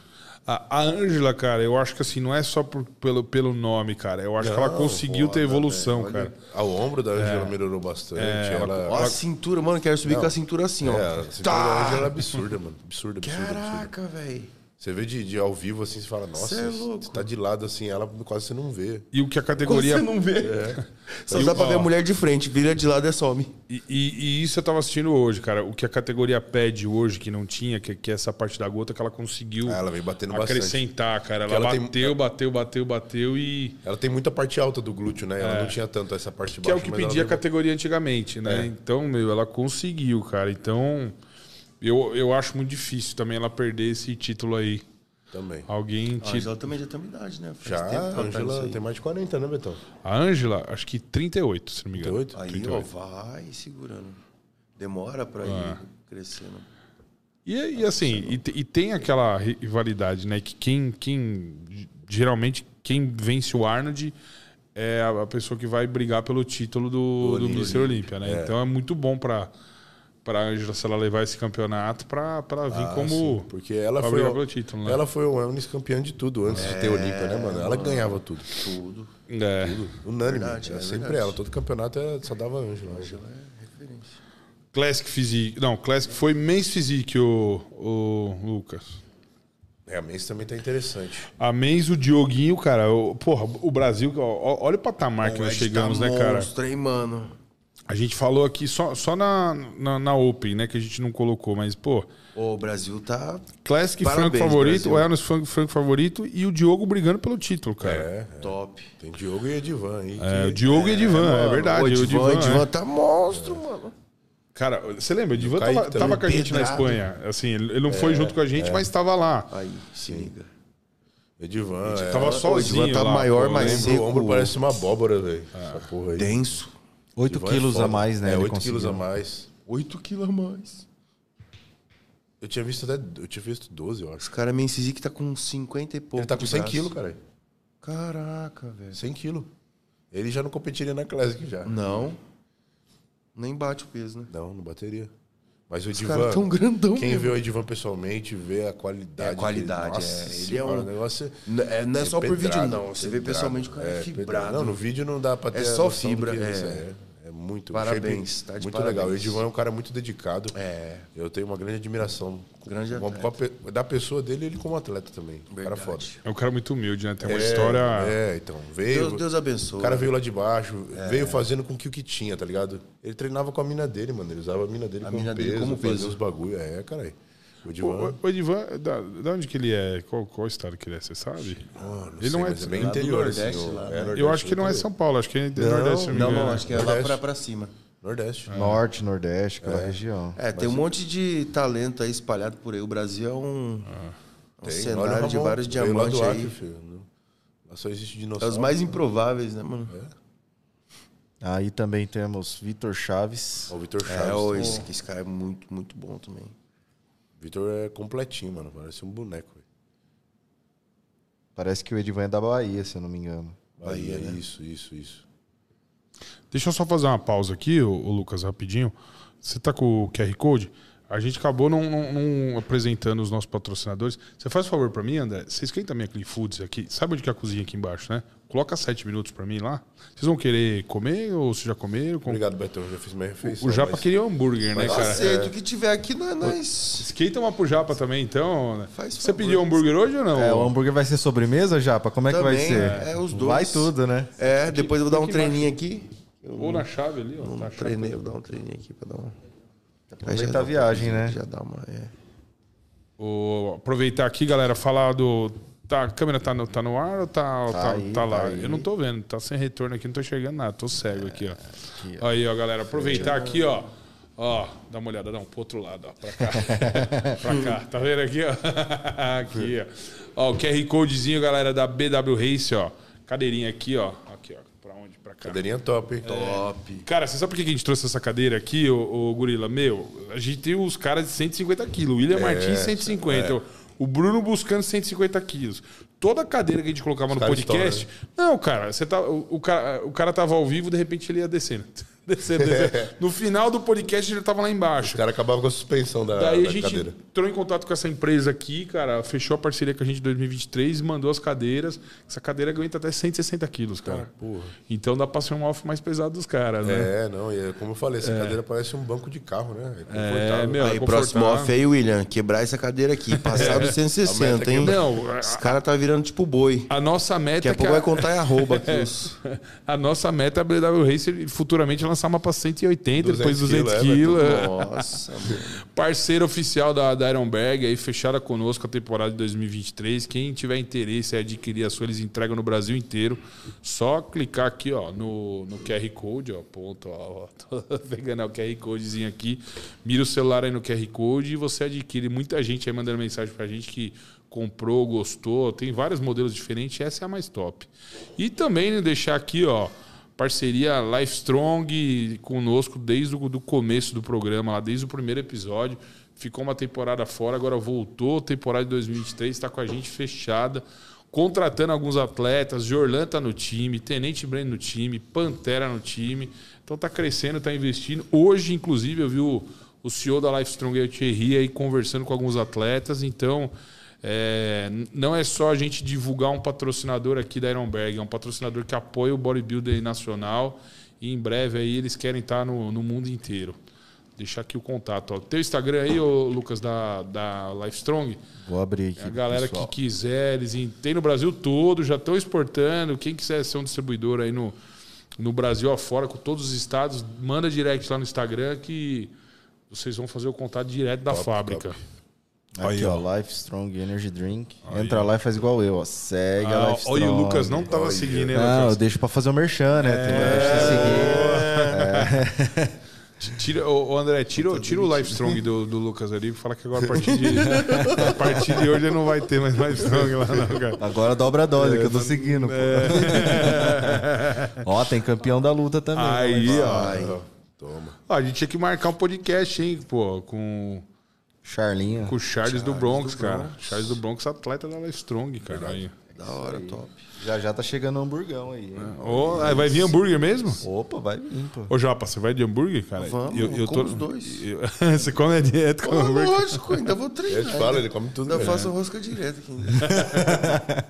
Speaker 1: A a Ângela, cara, eu acho que assim, não é só por- pelo, pelo nome, cara. Eu acho que ela
Speaker 2: Não,
Speaker 1: conseguiu ter
Speaker 2: foda,
Speaker 1: evolução,
Speaker 2: velho. Olha,
Speaker 1: cara.
Speaker 2: ah, O ombro da Ângela melhorou bastante.
Speaker 1: É,
Speaker 2: ela,
Speaker 1: ela-
Speaker 3: Ó a cintura, mano, quero subir com a cintura assim, ó.
Speaker 2: é, a cintura da Ângela é absurda, mano. Absurda, absurda, absurda.
Speaker 3: Caraca, velho.
Speaker 2: Você vê de, de ao vivo assim, você fala, nossa,
Speaker 3: Cê é louco.
Speaker 2: você tá de lado assim, ela quase você não vê.
Speaker 1: E o que a categoria.
Speaker 3: Você não vê. Só
Speaker 1: E
Speaker 3: dá
Speaker 1: o-
Speaker 3: pra ver a
Speaker 1: ó.
Speaker 3: mulher de frente, vira de lado e some.
Speaker 1: E, e- e isso eu tava assistindo hoje, cara. O que a categoria pede hoje, que não tinha, que, que é essa parte da gota, que ela conseguiu
Speaker 2: Ah, ela vem batendo bastante.
Speaker 1: acrescentar, cara. Ela,
Speaker 2: Porque ela tem-
Speaker 1: bateu, bateu, bateu, bateu e.
Speaker 2: Ela tem muita parte alta do glúteo, né? Ela não tinha tanto essa parte
Speaker 1: Que é
Speaker 2: baixa.
Speaker 1: o que
Speaker 2: mas ela
Speaker 1: pedia a
Speaker 2: levou-
Speaker 1: categoria antigamente, né?
Speaker 2: É.
Speaker 1: Então, meu, ela conseguiu, cara. Então, eu, eu acho muito difícil também ela perder esse título aí.
Speaker 2: Também.
Speaker 1: Alguém
Speaker 2: Ah,
Speaker 3: A
Speaker 1: tira.
Speaker 3: Angela também já tem uma idade, né? Faz
Speaker 2: Já,
Speaker 3: tempo que ela
Speaker 2: a
Speaker 3: tá nisso
Speaker 2: Ângela
Speaker 3: aí.
Speaker 2: tem mais de 40, né, Betão?
Speaker 1: A Ângela, acho que 38, se não me engano.
Speaker 2: 38?
Speaker 3: Aí, ó, vai segurando. Demora pra ir crescendo.
Speaker 1: E, e assim, e, te- e tem aquela ri- rivalidade, né? Que quem, quem. Geralmente, quem vence o Arnold é a a pessoa que vai brigar pelo título do, do Mr. Olímpia, né? Então é muito bom pra. Pra Ângela, se ela levar esse campeonato, pra, pra vir
Speaker 2: Ah,
Speaker 1: como.
Speaker 2: sim, porque ela
Speaker 1: pra
Speaker 2: foi,
Speaker 1: brigar pelo título, Uh, né?
Speaker 2: ela foi o Elnis campeã de tudo antes de ter Olímpia, né, mano? Ela ganhava tudo.
Speaker 3: Tudo.
Speaker 1: É.
Speaker 2: Unânime.
Speaker 3: Verdade,
Speaker 2: era
Speaker 3: é
Speaker 2: sempre
Speaker 3: verdade.
Speaker 2: ela. Todo campeonato era- só dava Ângela.
Speaker 3: Ela é referência.
Speaker 1: Classic Physique. Não, Classic foi Men's Physique, o, o Lucas.
Speaker 2: É, a Mendes também tá interessante.
Speaker 1: A Men's, o Dioguinho, cara. O, porra, o Brasil, ó, ó, olha o patamar que
Speaker 3: O
Speaker 1: nós
Speaker 3: Ed tá
Speaker 1: chegamos, né, cara?
Speaker 3: Monstro, hein, mano.
Speaker 1: A gente falou aqui só, só na, na, na Open, né? Que a gente não colocou, mas, pô,
Speaker 3: Ô, o Brasil tá.
Speaker 1: Classic
Speaker 3: Parabéns,
Speaker 1: Franco favorito,
Speaker 3: Brasil.
Speaker 1: o Elnos Franco, Franco favorito e o Diogo brigando pelo título, cara.
Speaker 2: É,
Speaker 3: Top.
Speaker 2: tem Diogo e Edivan aí.
Speaker 1: É, o
Speaker 2: que-
Speaker 1: Diogo e Edivan, é
Speaker 3: Mano,
Speaker 1: verdade.
Speaker 3: O
Speaker 1: o
Speaker 3: Edvan,
Speaker 1: Edivan,
Speaker 3: Edvan
Speaker 1: é.
Speaker 3: tá monstro, mano.
Speaker 1: Cara, você lembra? O Divan
Speaker 2: Kaique
Speaker 1: tava,
Speaker 2: também,
Speaker 1: tava com a gente na
Speaker 2: pedrado.
Speaker 1: Espanha. Assim, ele ele não
Speaker 3: É,
Speaker 1: foi junto com a gente, mas tava lá.
Speaker 3: Aí, se liga.
Speaker 2: Edivan, é.
Speaker 1: Tava sozinho.
Speaker 3: Divan tá
Speaker 1: lá,
Speaker 3: maior,
Speaker 1: pô,
Speaker 3: mas
Speaker 1: né?
Speaker 2: Lembro,
Speaker 3: seco.
Speaker 2: O ombro parece uma abóbora, velho.
Speaker 1: É.
Speaker 2: Essa porra aí.
Speaker 3: Denso.
Speaker 4: 8
Speaker 2: Edivan é
Speaker 4: quilos
Speaker 2: foda.
Speaker 4: a mais, né?
Speaker 2: É,
Speaker 4: ele
Speaker 2: 8 quilos a
Speaker 4: conseguiu.
Speaker 2: mais.
Speaker 3: 8 quilos a mais.
Speaker 2: Eu tinha visto até. Eu tinha visto 12, eu acho.
Speaker 3: Esse cara Mencizi que tá com 50 e pouco.
Speaker 2: Ele tá com
Speaker 3: de
Speaker 2: 100
Speaker 3: braço.
Speaker 2: quilos, cara.
Speaker 3: Caraca, velho.
Speaker 2: 100 quilos. Ele já não competiria na Classic já.
Speaker 3: Não. Nem bate o peso, né?
Speaker 2: Não, não bateria. Mas o
Speaker 3: Os caras
Speaker 2: Edivan.
Speaker 3: tão grandão
Speaker 2: Quem
Speaker 3: mesmo.
Speaker 2: vê o Edivan pessoalmente vê a qualidade.
Speaker 3: É, a qualidade,
Speaker 2: dele. Nossa
Speaker 3: é. Ele
Speaker 2: senhora,
Speaker 3: é um-
Speaker 2: o negócio.
Speaker 3: N- é, não é só por vídeo, não. Você vê
Speaker 2: pedrado.
Speaker 3: pessoalmente o cara é
Speaker 2: pedrado.
Speaker 3: fibrado.
Speaker 2: Não, no vídeo não dá pra ter. a
Speaker 3: só
Speaker 2: noção do
Speaker 3: fibra,
Speaker 2: que
Speaker 3: é.
Speaker 2: isso É muito
Speaker 3: Parabéns,
Speaker 2: shape
Speaker 3: tá de
Speaker 2: Muito
Speaker 3: parabéns.
Speaker 2: legal. O Edivan é um cara muito dedicado.
Speaker 3: É.
Speaker 2: Eu tenho uma grande admiração.
Speaker 3: Grande
Speaker 2: com, com a pe- da pessoa dele, ele como atleta também. Um cara
Speaker 3: Verdade.
Speaker 2: foda.
Speaker 1: É um cara muito humilde, né? Tem uma
Speaker 2: É,
Speaker 1: história.
Speaker 2: É, então. Veio.
Speaker 3: Deus, Deus abençoe.
Speaker 2: O cara veio lá de baixo,
Speaker 3: É.
Speaker 2: veio fazendo com que o que tinha, tá ligado? Ele treinava com a mina dele, mano. Ele usava a mina dele,
Speaker 3: A
Speaker 2: como,
Speaker 3: mina
Speaker 2: peso,
Speaker 3: dele como
Speaker 2: fazia
Speaker 3: peso.
Speaker 2: os bagulho. É, caralho. O
Speaker 1: O,
Speaker 2: Edivan.
Speaker 1: o Edivan, da, da onde que ele é? Qual, qual estado que ele é, você sabe?
Speaker 2: Ah, não
Speaker 1: ele
Speaker 2: sei,
Speaker 1: não é,
Speaker 2: mas bem
Speaker 1: lá do
Speaker 2: interior,
Speaker 3: Nordeste,
Speaker 2: assim, o- é
Speaker 3: lá, né? Eu
Speaker 2: Nordeste,
Speaker 1: Eu acho que não é
Speaker 2: interior.
Speaker 1: São Paulo, acho que é do Nordeste. se eu me
Speaker 3: Não,
Speaker 1: engano.
Speaker 3: não, acho que é lá
Speaker 2: Nordeste.
Speaker 3: pra, pra cima.
Speaker 2: Nordeste.
Speaker 4: Norte, Nordeste, aquela região.
Speaker 3: É, tem um monte de talento aí espalhado por aí. O Brasil é um, um
Speaker 2: Tem. Olha o
Speaker 3: cenário
Speaker 2: Ramon,
Speaker 3: de vários
Speaker 2: veio lá do
Speaker 3: diamantes
Speaker 2: Acre,
Speaker 3: aí.
Speaker 2: filho. Lá só existe
Speaker 3: É
Speaker 2: dinossauro.
Speaker 3: os mais improváveis, né, mano?
Speaker 4: Aí também temos Vitor Chaves.
Speaker 2: O Vitor Chaves.
Speaker 3: É, ó,
Speaker 2: o
Speaker 3: esse, esse cara é muito, muito bom também.
Speaker 2: Vitor é completinho, mano. Parece um boneco. velho.
Speaker 4: Parece que o Edivan é da Bahia, se eu não me engano.
Speaker 2: Bahia,
Speaker 3: né?
Speaker 2: isso, isso, isso.
Speaker 1: Deixa eu só fazer uma pausa aqui, ô, ô Lucas, rapidinho. Você tá com o QR Code? A gente acabou não, não- não apresentando os nossos patrocinadores. Você faz um favor pra mim, André? Você esquenta minha Clean Foods aqui. Sabe onde que é a cozinha aqui embaixo, né? Coloca sete minutos pra mim lá. Vocês vão querer comer ou vocês já comeram? Com-
Speaker 2: Obrigado, Betão. Já fiz minha refeição.
Speaker 1: O Japa
Speaker 2: mas-
Speaker 1: queria um hambúrguer, né,
Speaker 3: Eu
Speaker 1: cara?
Speaker 3: aceito, o que tiver aqui não é nós.
Speaker 1: Esquenta uma pro Japa também, então. né?
Speaker 3: Faz
Speaker 1: Você
Speaker 3: favor.
Speaker 1: pediu hambúrguer hoje ou não?
Speaker 4: É, o hambúrguer vai ser sobremesa, Japa? Como é que vai
Speaker 3: Também,
Speaker 4: ser?
Speaker 3: é, os dois.
Speaker 4: Vai tudo, né?
Speaker 3: É, depois eu vou dar um
Speaker 1: aqui embaixo.
Speaker 3: treininho aqui. Eu
Speaker 1: Ou na chave ali, ó.
Speaker 3: não
Speaker 1: tá a chave.
Speaker 3: treinei, eu vou dar um treininho aqui pra dar uma.
Speaker 4: Aproveitar a viagem, né?
Speaker 3: Já dá uma. É.
Speaker 1: Ô, aproveitar aqui, galera, falar do. Tá, a câmera tá no, tá no ar ou tá, tá,
Speaker 4: aí,
Speaker 1: tá lá?
Speaker 4: tá aí.
Speaker 1: Eu não tô vendo, tá sem retorno aqui, não tô enxergando nada, tô cego aqui, ó. Aí, ó, galera, aproveitar aqui, ó. Ó, dá uma olhada, não, pro outro lado, ó, pra cá. pra cá, tá vendo aqui, ó? aqui, ó. Ó, o QR Codezinho, galera, da BW Race, ó. Cadeirinha aqui, ó. Aqui, ó. Pra onde? Pra cá.
Speaker 2: Cadeirinha top, hein? Top.
Speaker 1: Cara, você sabe por que a gente trouxe essa cadeira aqui, ô, ô, Gorila? Meu, a gente tem os caras de 150 quilos. O
Speaker 2: É,
Speaker 1: William Martins, 150. O Bruno buscando 150 quilos. Toda cadeira que a gente colocava no
Speaker 2: caras né?
Speaker 1: podcast. Não, cara, você tá, o, o cara, o cara tava ao vivo, de repente ele ia descendo. descendo, descendo. No final do podcast ele tava lá embaixo.
Speaker 2: O cara acabava com a suspensão da,
Speaker 1: Daí
Speaker 2: da
Speaker 1: a gente
Speaker 2: cadeira.
Speaker 1: entrou em contato com essa empresa aqui, cara, fechou a parceria com a gente em 2023 e mandou as cadeiras. Essa cadeira aguenta até 160 quilos, cara. Então dá pra ser um off mais pesado dos caras, né?
Speaker 2: Tá, É, não, e é como eu falei, essa cadeira parece um banco de carro, né? É
Speaker 1: É,
Speaker 2: confortável.
Speaker 1: meu, é
Speaker 3: Aí, próximo
Speaker 1: confortável.
Speaker 3: off aí, William, quebrar essa cadeira aqui. Passar dos 160, hein?
Speaker 1: Não, a-
Speaker 3: Esse cara tá virando tipo boi.
Speaker 1: A nossa meta
Speaker 3: Daqui a
Speaker 1: é que
Speaker 3: pouco vai
Speaker 1: a,
Speaker 3: contar em arroba aqui. os-
Speaker 1: a nossa meta é a BW Racer futuramente lançar uma para 180,
Speaker 2: 200
Speaker 1: depois 200
Speaker 2: quilo, é,
Speaker 1: quilos.
Speaker 3: Nossa, mano.
Speaker 1: Parceiro oficial da, da Ironberg, aí fechada conosco a temporada de 2023. Quem tiver interesse em adquirir a sua, eles entregam no Brasil inteiro. Só clicar aqui, ó, no, no QR Code, ó, ponto, ó, ó, tô pegando o QR Codezinho aqui. Mira o celular aí no QR Code e você adquire. Muita gente aí mandando mensagem pra gente que comprou, gostou. Tem vários modelos diferentes, essa é a mais top. E também né, deixar aqui, ó, parceria Life Strong conosco desde o do começo do programa, lá desde o primeiro episódio. Ficou uma temporada fora, agora voltou. Temporada de 2023 está tá com a gente fechada. Contratando alguns atletas, Jorlan tá no time, Tenente Breno no time, Pantera no time. Então tá crescendo, tá investindo. Hoje, inclusive, eu vi o, o CEO da Life Strong, aí, o Thierry, aí conversando com alguns atletas. Então, é, n- não é só a gente divulgar um patrocinador aqui da Ironberg, é um patrocinador que apoia o bodybuilder nacional e em breve aí eles querem estar no, no mundo inteiro. Deixar aqui o contato. Ó. Teu Instagram aí, ô, Lucas, da, da Lifestrong.
Speaker 4: Vou abrir aqui.
Speaker 1: A galera
Speaker 4: pessoal.
Speaker 1: que quiser, eles em- tem no Brasil todo, já estão exportando. Quem quiser ser um distribuidor aí no, no Brasil afora, com todos os estados, manda direct lá no Instagram que vocês vão fazer o contato direto da fábrica.
Speaker 4: Aqui,
Speaker 1: Aí,
Speaker 4: ó, Life Strong Energy Drink. Entra lá e faz igual eu, ó. Segue a
Speaker 1: Ah,
Speaker 4: Life Strong.
Speaker 1: olha, o Lucas não tava seguindo, É. né,
Speaker 4: Não, eu
Speaker 1: Lucas?
Speaker 4: deixo pra fazer o merchan, né? Tem que deixar seguir.
Speaker 1: Tira, ô, ô, André, tira, tira o Life Strong do, do Lucas ali e fala que agora a partir, de, a partir de hoje ele não vai ter mais Life Strong lá, não, cara.
Speaker 4: Agora dobra a dose, que eu tô
Speaker 1: É,
Speaker 4: seguindo. pô. Ó, tem campeão da luta também.
Speaker 1: Aí,
Speaker 4: né?
Speaker 1: ó.
Speaker 2: Então, Toma.
Speaker 1: Ó, a gente tinha que marcar um podcast, hein, pô, com,
Speaker 4: Charlinho.
Speaker 1: com o Charles, do Bronx, cara. Charles do Bronx, atleta da Life Strong, cara. Aí.
Speaker 3: Da hora, top.
Speaker 4: Já já tá chegando o hamburgão aí. hein?
Speaker 1: Ô, ah, vai vir hambúrguer mesmo?
Speaker 4: Opa, vai vir, pô.
Speaker 1: Ô, Japa, você vai de hambúrguer, cara?
Speaker 3: Vamos, como os dois.
Speaker 1: eu- você come a dieta com
Speaker 3: Ah,
Speaker 1: hambúrguer?
Speaker 3: lógico, ainda vou treinar.
Speaker 2: Eu te falo, ele come tudo.
Speaker 3: Ainda
Speaker 2: velho.
Speaker 3: faço rosca direto aqui. né?
Speaker 1: É.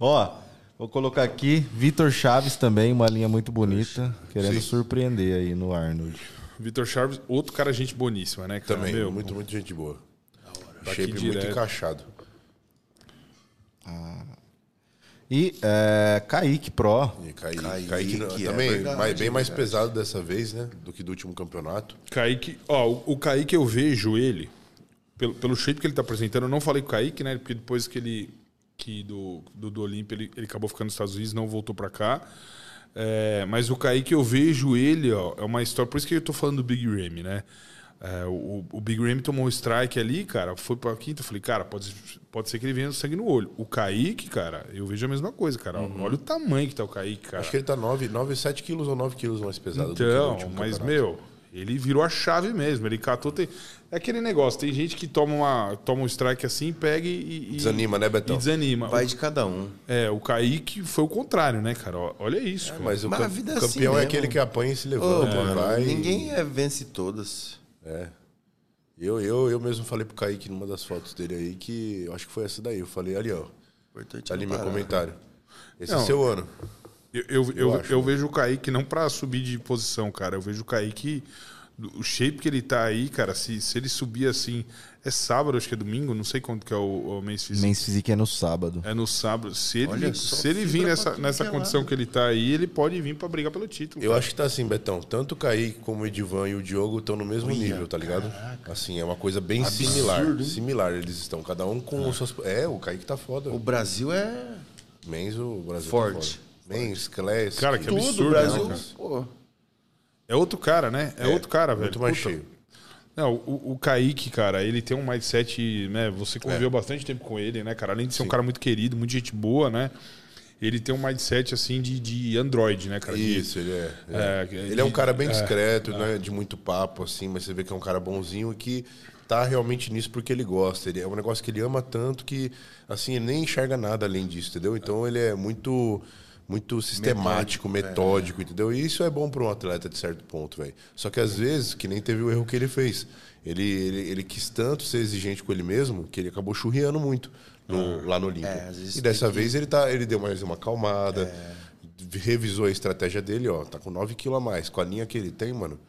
Speaker 4: Ó, vou colocar aqui Vitor Chaves também, uma linha muito bonita, querendo surpreender aí no Arnold.
Speaker 1: Vitor Chaves, outro cara gente boníssima, né, cara?
Speaker 2: Também,
Speaker 1: Meu,
Speaker 2: muito, muito gente boa.
Speaker 1: Tá aqui
Speaker 2: Shape muito
Speaker 1: direto.
Speaker 2: encaixado.
Speaker 4: E é, Kaique Pro.
Speaker 2: E Kaique,
Speaker 3: Kaique,
Speaker 2: Kaique não-
Speaker 3: é
Speaker 2: também,
Speaker 3: verdade,
Speaker 2: mas bem
Speaker 3: é
Speaker 2: mais pesado dessa vez, né? Do que do último campeonato.
Speaker 1: Kaique, ó, o- o Kaique eu vejo ele, pelo, pelo jeito que ele tá apresentando, eu não falei com o Kaique, né? Porque depois que ele, que do, do, do Olímpia, ele, ele acabou ficando nos Estados Unidos, não voltou pra cá. É, mas o Kaique eu vejo ele, ó, é uma história, por isso que eu tô falando do Big Remy, né? É, o, o Big Remy tomou um strike ali, cara, foi pra quinta, eu falei, cara, pode, pode ser que ele venha no sangue no olho. O Kaique, cara, eu vejo a mesma coisa, cara. Olha o tamanho que tá o Kaique, cara.
Speaker 2: Acho que ele tá 9, 9 7 quilos ou 9 quilos mais pesado do que do
Speaker 1: Então,
Speaker 2: último
Speaker 1: mas
Speaker 2: campeonato.
Speaker 1: meu, ele virou a chave mesmo. Ele catou. Tem... É aquele negócio: tem gente que toma, uma, toma um strike assim, pega e. e-
Speaker 2: Desanima, né, Betão?
Speaker 1: E desanima.
Speaker 3: Vai
Speaker 1: O,
Speaker 3: de cada um.
Speaker 1: é, o Kaique foi o contrário, né, cara? Ó, Olha isso. cara.
Speaker 2: Mas o
Speaker 3: Mas
Speaker 2: cam-
Speaker 3: a vida é assim
Speaker 2: campeão é
Speaker 3: mesmo.
Speaker 2: aquele que apanha e se
Speaker 3: Ô,
Speaker 2: levanta.
Speaker 3: mano,
Speaker 2: vai.
Speaker 3: ninguém é, vence todas.
Speaker 2: É. Eu, eu, eu mesmo falei pro Kaique numa das fotos dele aí que eu acho que foi essa daí. Eu falei, ali, ó.
Speaker 3: Importante
Speaker 2: Tá ali
Speaker 3: não
Speaker 2: meu
Speaker 3: parar.
Speaker 2: comentário. Esse
Speaker 1: Não.
Speaker 2: é seu ano.
Speaker 1: Eu, eu, eu,
Speaker 2: acho,
Speaker 1: eu vejo o Kaique não pra subir de posição, cara. Eu vejo o Kaique. O shape que ele tá aí, cara, se, se ele subir assim. É sábado, acho que é domingo, não sei quanto que é o, o mês físico.
Speaker 4: Men's Physique é no sábado.
Speaker 1: É no sábado. Se
Speaker 3: Olha
Speaker 1: ele,
Speaker 3: só,
Speaker 1: se ele vir
Speaker 3: fibra pra
Speaker 1: nessa,
Speaker 3: tudo
Speaker 1: nessa
Speaker 3: que é
Speaker 1: condição
Speaker 3: lado.
Speaker 1: que ele tá aí, ele pode vir pra brigar pelo título.
Speaker 2: Eu acho que tá assim, Betão. Tanto o Kaique como o Edivan e o Diogo estão no mesmo nível, tá ligado? Assim, é uma coisa bem similar. Similar eles estão. Cada um com suas. É, o Kaique tá foda.
Speaker 3: O
Speaker 2: O
Speaker 3: Brasil é.
Speaker 2: Men's, o Brasil.
Speaker 3: Forte.
Speaker 2: Tá foda. Men's, Class.
Speaker 1: Cara, que absurdo.
Speaker 3: Tudo, o Brasil.
Speaker 1: né, cara?
Speaker 3: pô,
Speaker 1: É outro cara, né? É, outro cara, velho.
Speaker 2: Muito mais
Speaker 1: Puta.
Speaker 2: cheio.
Speaker 1: Não, o, o Kaique, cara, ele tem um mindset, né? Você conviveu
Speaker 2: É.
Speaker 1: bastante tempo com ele, né, cara? Além de ser um cara muito querido, muita gente boa, né? Ele tem um mindset, assim, de, de Android, né, cara? De-
Speaker 2: Isso, ele é.
Speaker 1: É,
Speaker 2: é.
Speaker 1: ele-
Speaker 2: Ele é um cara bem discreto, não é de muito papo, assim, mas você vê que é um cara bonzinho e que tá realmente nisso porque ele gosta. Ele é um negócio que ele ama tanto que, assim, ele nem enxerga nada além disso, entendeu? Então ele é muito muito sistemático, metódico, entendeu? E isso é bom para um atleta de certo ponto, velho. Só que às vezes, que nem teve o erro que ele fez. Ele, ele, ele quis tanto ser exigente com ele mesmo que ele acabou churriando muito no- lá no Olímpia.
Speaker 3: É, às vezes
Speaker 2: e dessa vez ele, tá, ele deu mais uma acalmada,
Speaker 3: É.
Speaker 2: revisou a estratégia dele, ó. Tá com 9 quilos a mais. Com a linha que ele tem, mano.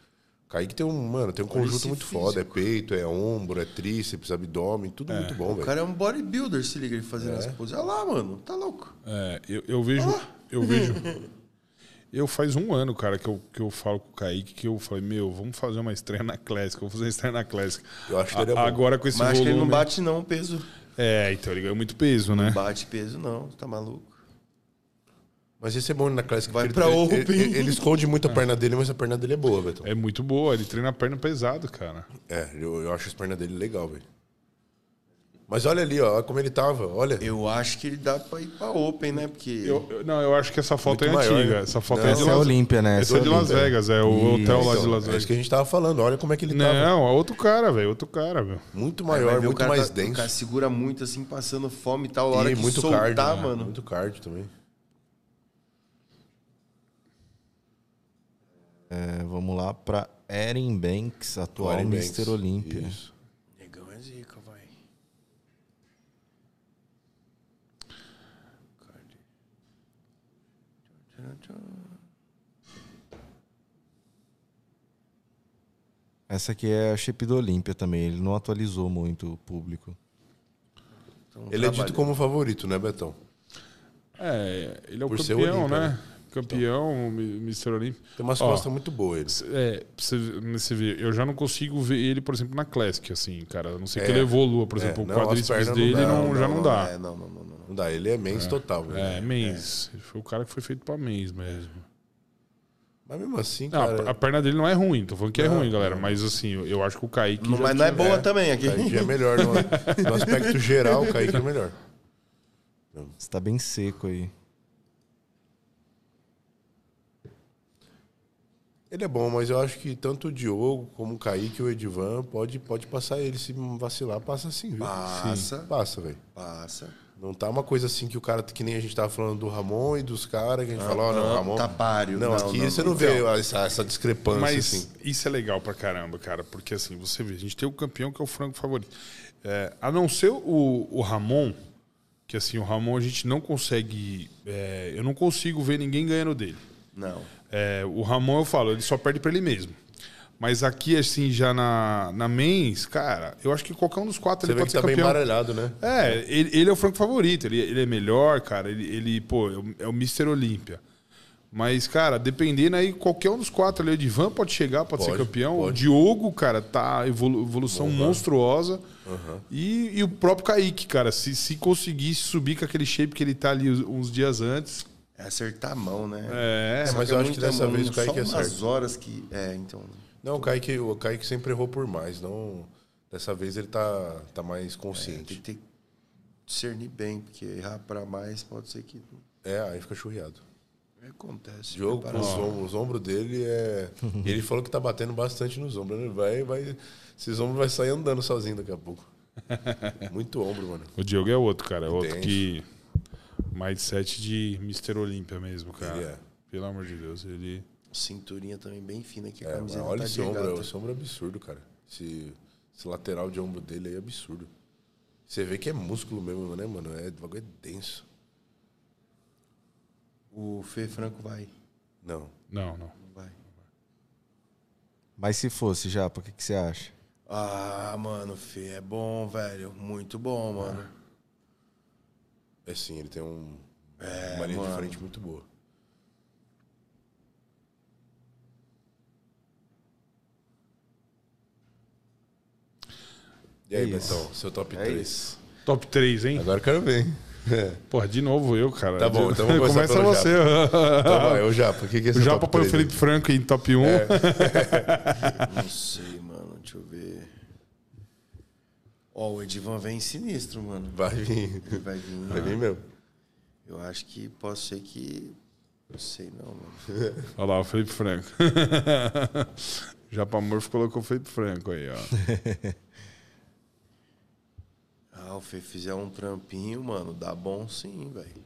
Speaker 2: Kaique tem um, mano, tem um conjunto muito foda. É peito, é ombro, é tríceps, abdômen, tudo muito bom,
Speaker 3: o
Speaker 2: velho.
Speaker 3: cara é um bodybuilder, se liga ele fazendo as poses. Olha lá, mano, tá louco.
Speaker 1: É, eu, eu vejo.
Speaker 2: Ah!
Speaker 1: Eu vejo. Eu faz um ano, cara, que eu, que eu falo com o Kaique que eu falei, meu, vamos fazer uma estreia na Classic, vamos fazer uma estreia na Classic.
Speaker 2: Eu acho que ele é bom.
Speaker 1: Agora com esse
Speaker 3: Mas acho que ele não
Speaker 1: volume-
Speaker 2: né?
Speaker 3: bate, não, o peso.
Speaker 1: É, então ele ganhou muito peso, né?
Speaker 3: Bate peso, não, tá maluco.
Speaker 2: Mas esse é bom na classe.
Speaker 3: Vai
Speaker 2: porque
Speaker 3: pra
Speaker 2: ele,
Speaker 3: Open.
Speaker 2: ele, ele, ele esconde muito a perna dele, mas a perna dele é boa, Betão.
Speaker 1: É muito boa, ele treina a perna pesado, cara.
Speaker 2: É, eu, eu acho as pernas dele legal, velho. Mas olha ali, ó, olha como ele tava, olha.
Speaker 3: Eu acho que ele dá pra ir pra Open, né? Porque.
Speaker 1: Eu, eu- não, eu acho que essa foto é
Speaker 2: Muito maior,
Speaker 1: antiga.
Speaker 2: né?
Speaker 1: Essa foto
Speaker 2: Não,
Speaker 1: é de
Speaker 4: Essa é a
Speaker 1: Las,
Speaker 4: Olímpia, né?
Speaker 1: essa é de Las
Speaker 4: Olímpia.
Speaker 1: Vegas, é o hotel lá de
Speaker 2: Então,
Speaker 1: Las
Speaker 2: é isso
Speaker 1: Vegas.
Speaker 2: que a gente tava falando, olha como é que ele tava.
Speaker 1: Não, é outro cara, velho, outro cara, velho.
Speaker 2: Muito
Speaker 3: Aí vai
Speaker 2: maior,
Speaker 3: ver, o
Speaker 2: muito
Speaker 3: cara
Speaker 2: mais
Speaker 3: tá- O
Speaker 2: denso.
Speaker 3: cara segura muito, assim, passando fome e tal. A hora
Speaker 2: e
Speaker 3: que
Speaker 2: muito
Speaker 3: soltar,
Speaker 2: cardio, né?
Speaker 3: mano.
Speaker 2: Muito cardio também.
Speaker 4: É, vamos lá pra Erin Banks, atual
Speaker 2: Warren Banks.
Speaker 4: Mr. Olímpia.
Speaker 2: Isso.
Speaker 3: Negão é zica, vai.
Speaker 4: Essa aqui é a shape do Olímpia também. Ele não atualizou muito o público.
Speaker 3: então
Speaker 2: Ele é dito como favorito, né, Betão?
Speaker 1: É, ele é o
Speaker 2: Por ser
Speaker 1: campeão,
Speaker 2: Olímpia,
Speaker 1: né?
Speaker 2: né?
Speaker 1: Campeão, mi- Mr. Olímpia.
Speaker 2: Tem umas
Speaker 1: Ó,
Speaker 2: costas muito boas ele.
Speaker 1: É, pra você, pra você ver, eu já não consigo ver ele, por exemplo, na Classic, assim, cara. A não ser que
Speaker 2: É.
Speaker 1: ele evolua, por exemplo,
Speaker 2: não,
Speaker 1: o
Speaker 2: as
Speaker 1: quadríceps
Speaker 2: pernas não
Speaker 1: dele
Speaker 2: dá,
Speaker 1: não- já não, dá.
Speaker 3: É, não, não, não, não.
Speaker 2: Não dá, ele é mens total.
Speaker 1: É,
Speaker 2: né?
Speaker 1: mês. Foi o cara que foi feito pra mês mesmo.
Speaker 2: Mas mesmo assim,
Speaker 1: Não,
Speaker 2: cara.
Speaker 1: a perna dele não é ruim, tô falando que é ruim, galera. Mas assim, eu, eu acho que o Kaique.
Speaker 3: Não,
Speaker 1: já
Speaker 3: mas não é
Speaker 1: tinha-
Speaker 3: boa também aqui.
Speaker 2: Kaique é melhor. No, no aspecto geral, o Kaique é melhor.
Speaker 4: Você tá bem seco aí.
Speaker 2: Ele é bom, mas eu acho que tanto o Diogo como o Kaique e o Edivan pode, pode passar ele. Se vacilar, passa sim, viu?
Speaker 3: Passa.
Speaker 2: Sim. Passa, velho.
Speaker 3: Passa.
Speaker 2: Não tá uma coisa assim que o cara, que nem a gente tava falando do Ramon e dos caras, que a gente fala, ó, não, Ramon.
Speaker 3: Tá páreo.
Speaker 2: Não,
Speaker 3: Não,
Speaker 2: aqui
Speaker 3: não,
Speaker 2: você não
Speaker 3: não.
Speaker 2: vê essa, essa discrepância,
Speaker 1: Mas
Speaker 2: assim.
Speaker 1: isso é legal pra caramba, cara. Porque assim, você vê, a gente tem o campeão que é o frango favorito. É, a não ser o, o Ramon, que assim, o Ramon a gente não consegue. é, eu não consigo ver ninguém ganhando dele.
Speaker 3: Não.
Speaker 1: É, o Ramon, eu falo, ele só perde pra ele mesmo. Mas aqui, assim, já na, na Mens, cara, eu acho que qualquer um dos quatro
Speaker 2: Você
Speaker 1: ele
Speaker 2: vê
Speaker 1: pode
Speaker 2: que
Speaker 1: ser
Speaker 2: tá bem
Speaker 1: campeão.
Speaker 2: embaralhado, né?
Speaker 1: É, ele, ele é o franco favorito, ele, ele é melhor, cara. Ele, ele, pô, é o, é o Mr. Olímpia. Mas, cara, dependendo aí, qualquer um dos quatro ali, o Edivan pode chegar, pode, ser
Speaker 2: Pode,
Speaker 1: campeão. O
Speaker 2: pode.
Speaker 1: Diogo, cara, tá evolu evolução monstruosa. E, e o próprio Kaique, cara, se, se conseguisse subir com aquele shape que ele tá ali uns- uns dias antes.
Speaker 3: É acertar a mão, né?
Speaker 1: É,
Speaker 2: É,
Speaker 3: Só
Speaker 2: mas eu acho que
Speaker 3: muita
Speaker 2: dessa
Speaker 3: mão,
Speaker 2: vez o
Speaker 3: um, só
Speaker 2: Kaique
Speaker 3: umas
Speaker 2: acerta.
Speaker 3: horas que... É, então...
Speaker 2: Não, o Kaique, o Kaique sempre errou por mais. Não, dessa vez ele tá, tá mais
Speaker 3: É, Tem que
Speaker 2: consciente.
Speaker 3: ter- discernir bem, porque errar pra mais pode ser que...
Speaker 2: É, aí fica churriado.
Speaker 3: Acontece.
Speaker 2: Diogo, com os,
Speaker 3: preparação.
Speaker 2: ombros, os ombros dele é. e ele falou que tá batendo bastante nos ombros. Ele vai, vai. Esses ombros vai sair andando sozinho daqui a pouco. Muito ombro, mano.
Speaker 1: O Diogo é outro, cara. É outro
Speaker 2: Entendi.
Speaker 1: que. Mindset de Mr. Olímpia mesmo, cara.
Speaker 2: Ele é.
Speaker 1: Pelo amor de Deus, ele.
Speaker 3: Cinturinha também bem fina aqui. a
Speaker 2: É, mas
Speaker 3: camiseta
Speaker 2: olha
Speaker 3: tá
Speaker 2: esse
Speaker 3: de
Speaker 2: ombro,
Speaker 3: regata.
Speaker 2: esse ombro é absurdo, cara. Esse, esse lateral de ombro dele aí é absurdo. Você vê que é músculo mesmo, né, mano? É, o bagulho é denso.
Speaker 3: O Fê Franco vai.
Speaker 2: Não.
Speaker 1: Não, não.
Speaker 3: vai.
Speaker 4: Mas se fosse, Japa, o que, que você acha?
Speaker 3: Ah, mano, o Fê é bom, velho. Muito bom, mano.
Speaker 2: É sim, ele tem um,
Speaker 3: É,
Speaker 2: uma linha de frente muito boa. E aí,
Speaker 4: É isso.
Speaker 2: Betão, seu top 3?
Speaker 1: Top 3, hein?
Speaker 2: Agora eu quero ver, hein?
Speaker 1: Porra, de novo eu, cara.
Speaker 2: Tá bom,
Speaker 1: De-
Speaker 2: então vamos começar
Speaker 1: Começa
Speaker 2: pelo
Speaker 1: você.
Speaker 2: Então
Speaker 3: Ah,
Speaker 2: vai, o Japa, o que, que é
Speaker 1: O
Speaker 2: seu
Speaker 1: Japa
Speaker 2: top
Speaker 1: põe o
Speaker 2: três É.
Speaker 1: Felipe
Speaker 2: aí?
Speaker 1: Franco em top 1.
Speaker 3: Não sei, mano. Deixa eu ver. Ó, o Edivan vem sinistro, mano.
Speaker 2: Vai vir.
Speaker 3: Ele vai vir. né?
Speaker 2: Vai vir mesmo.
Speaker 3: Eu acho que pode ser que. Não sei não, mano.
Speaker 1: Olha lá, o Felipe Franco. Japa Morfo colocou o Felipe Franco aí, ó.
Speaker 3: Ah, o Fê fizer um trampinho, mano, dá bom sim, velho.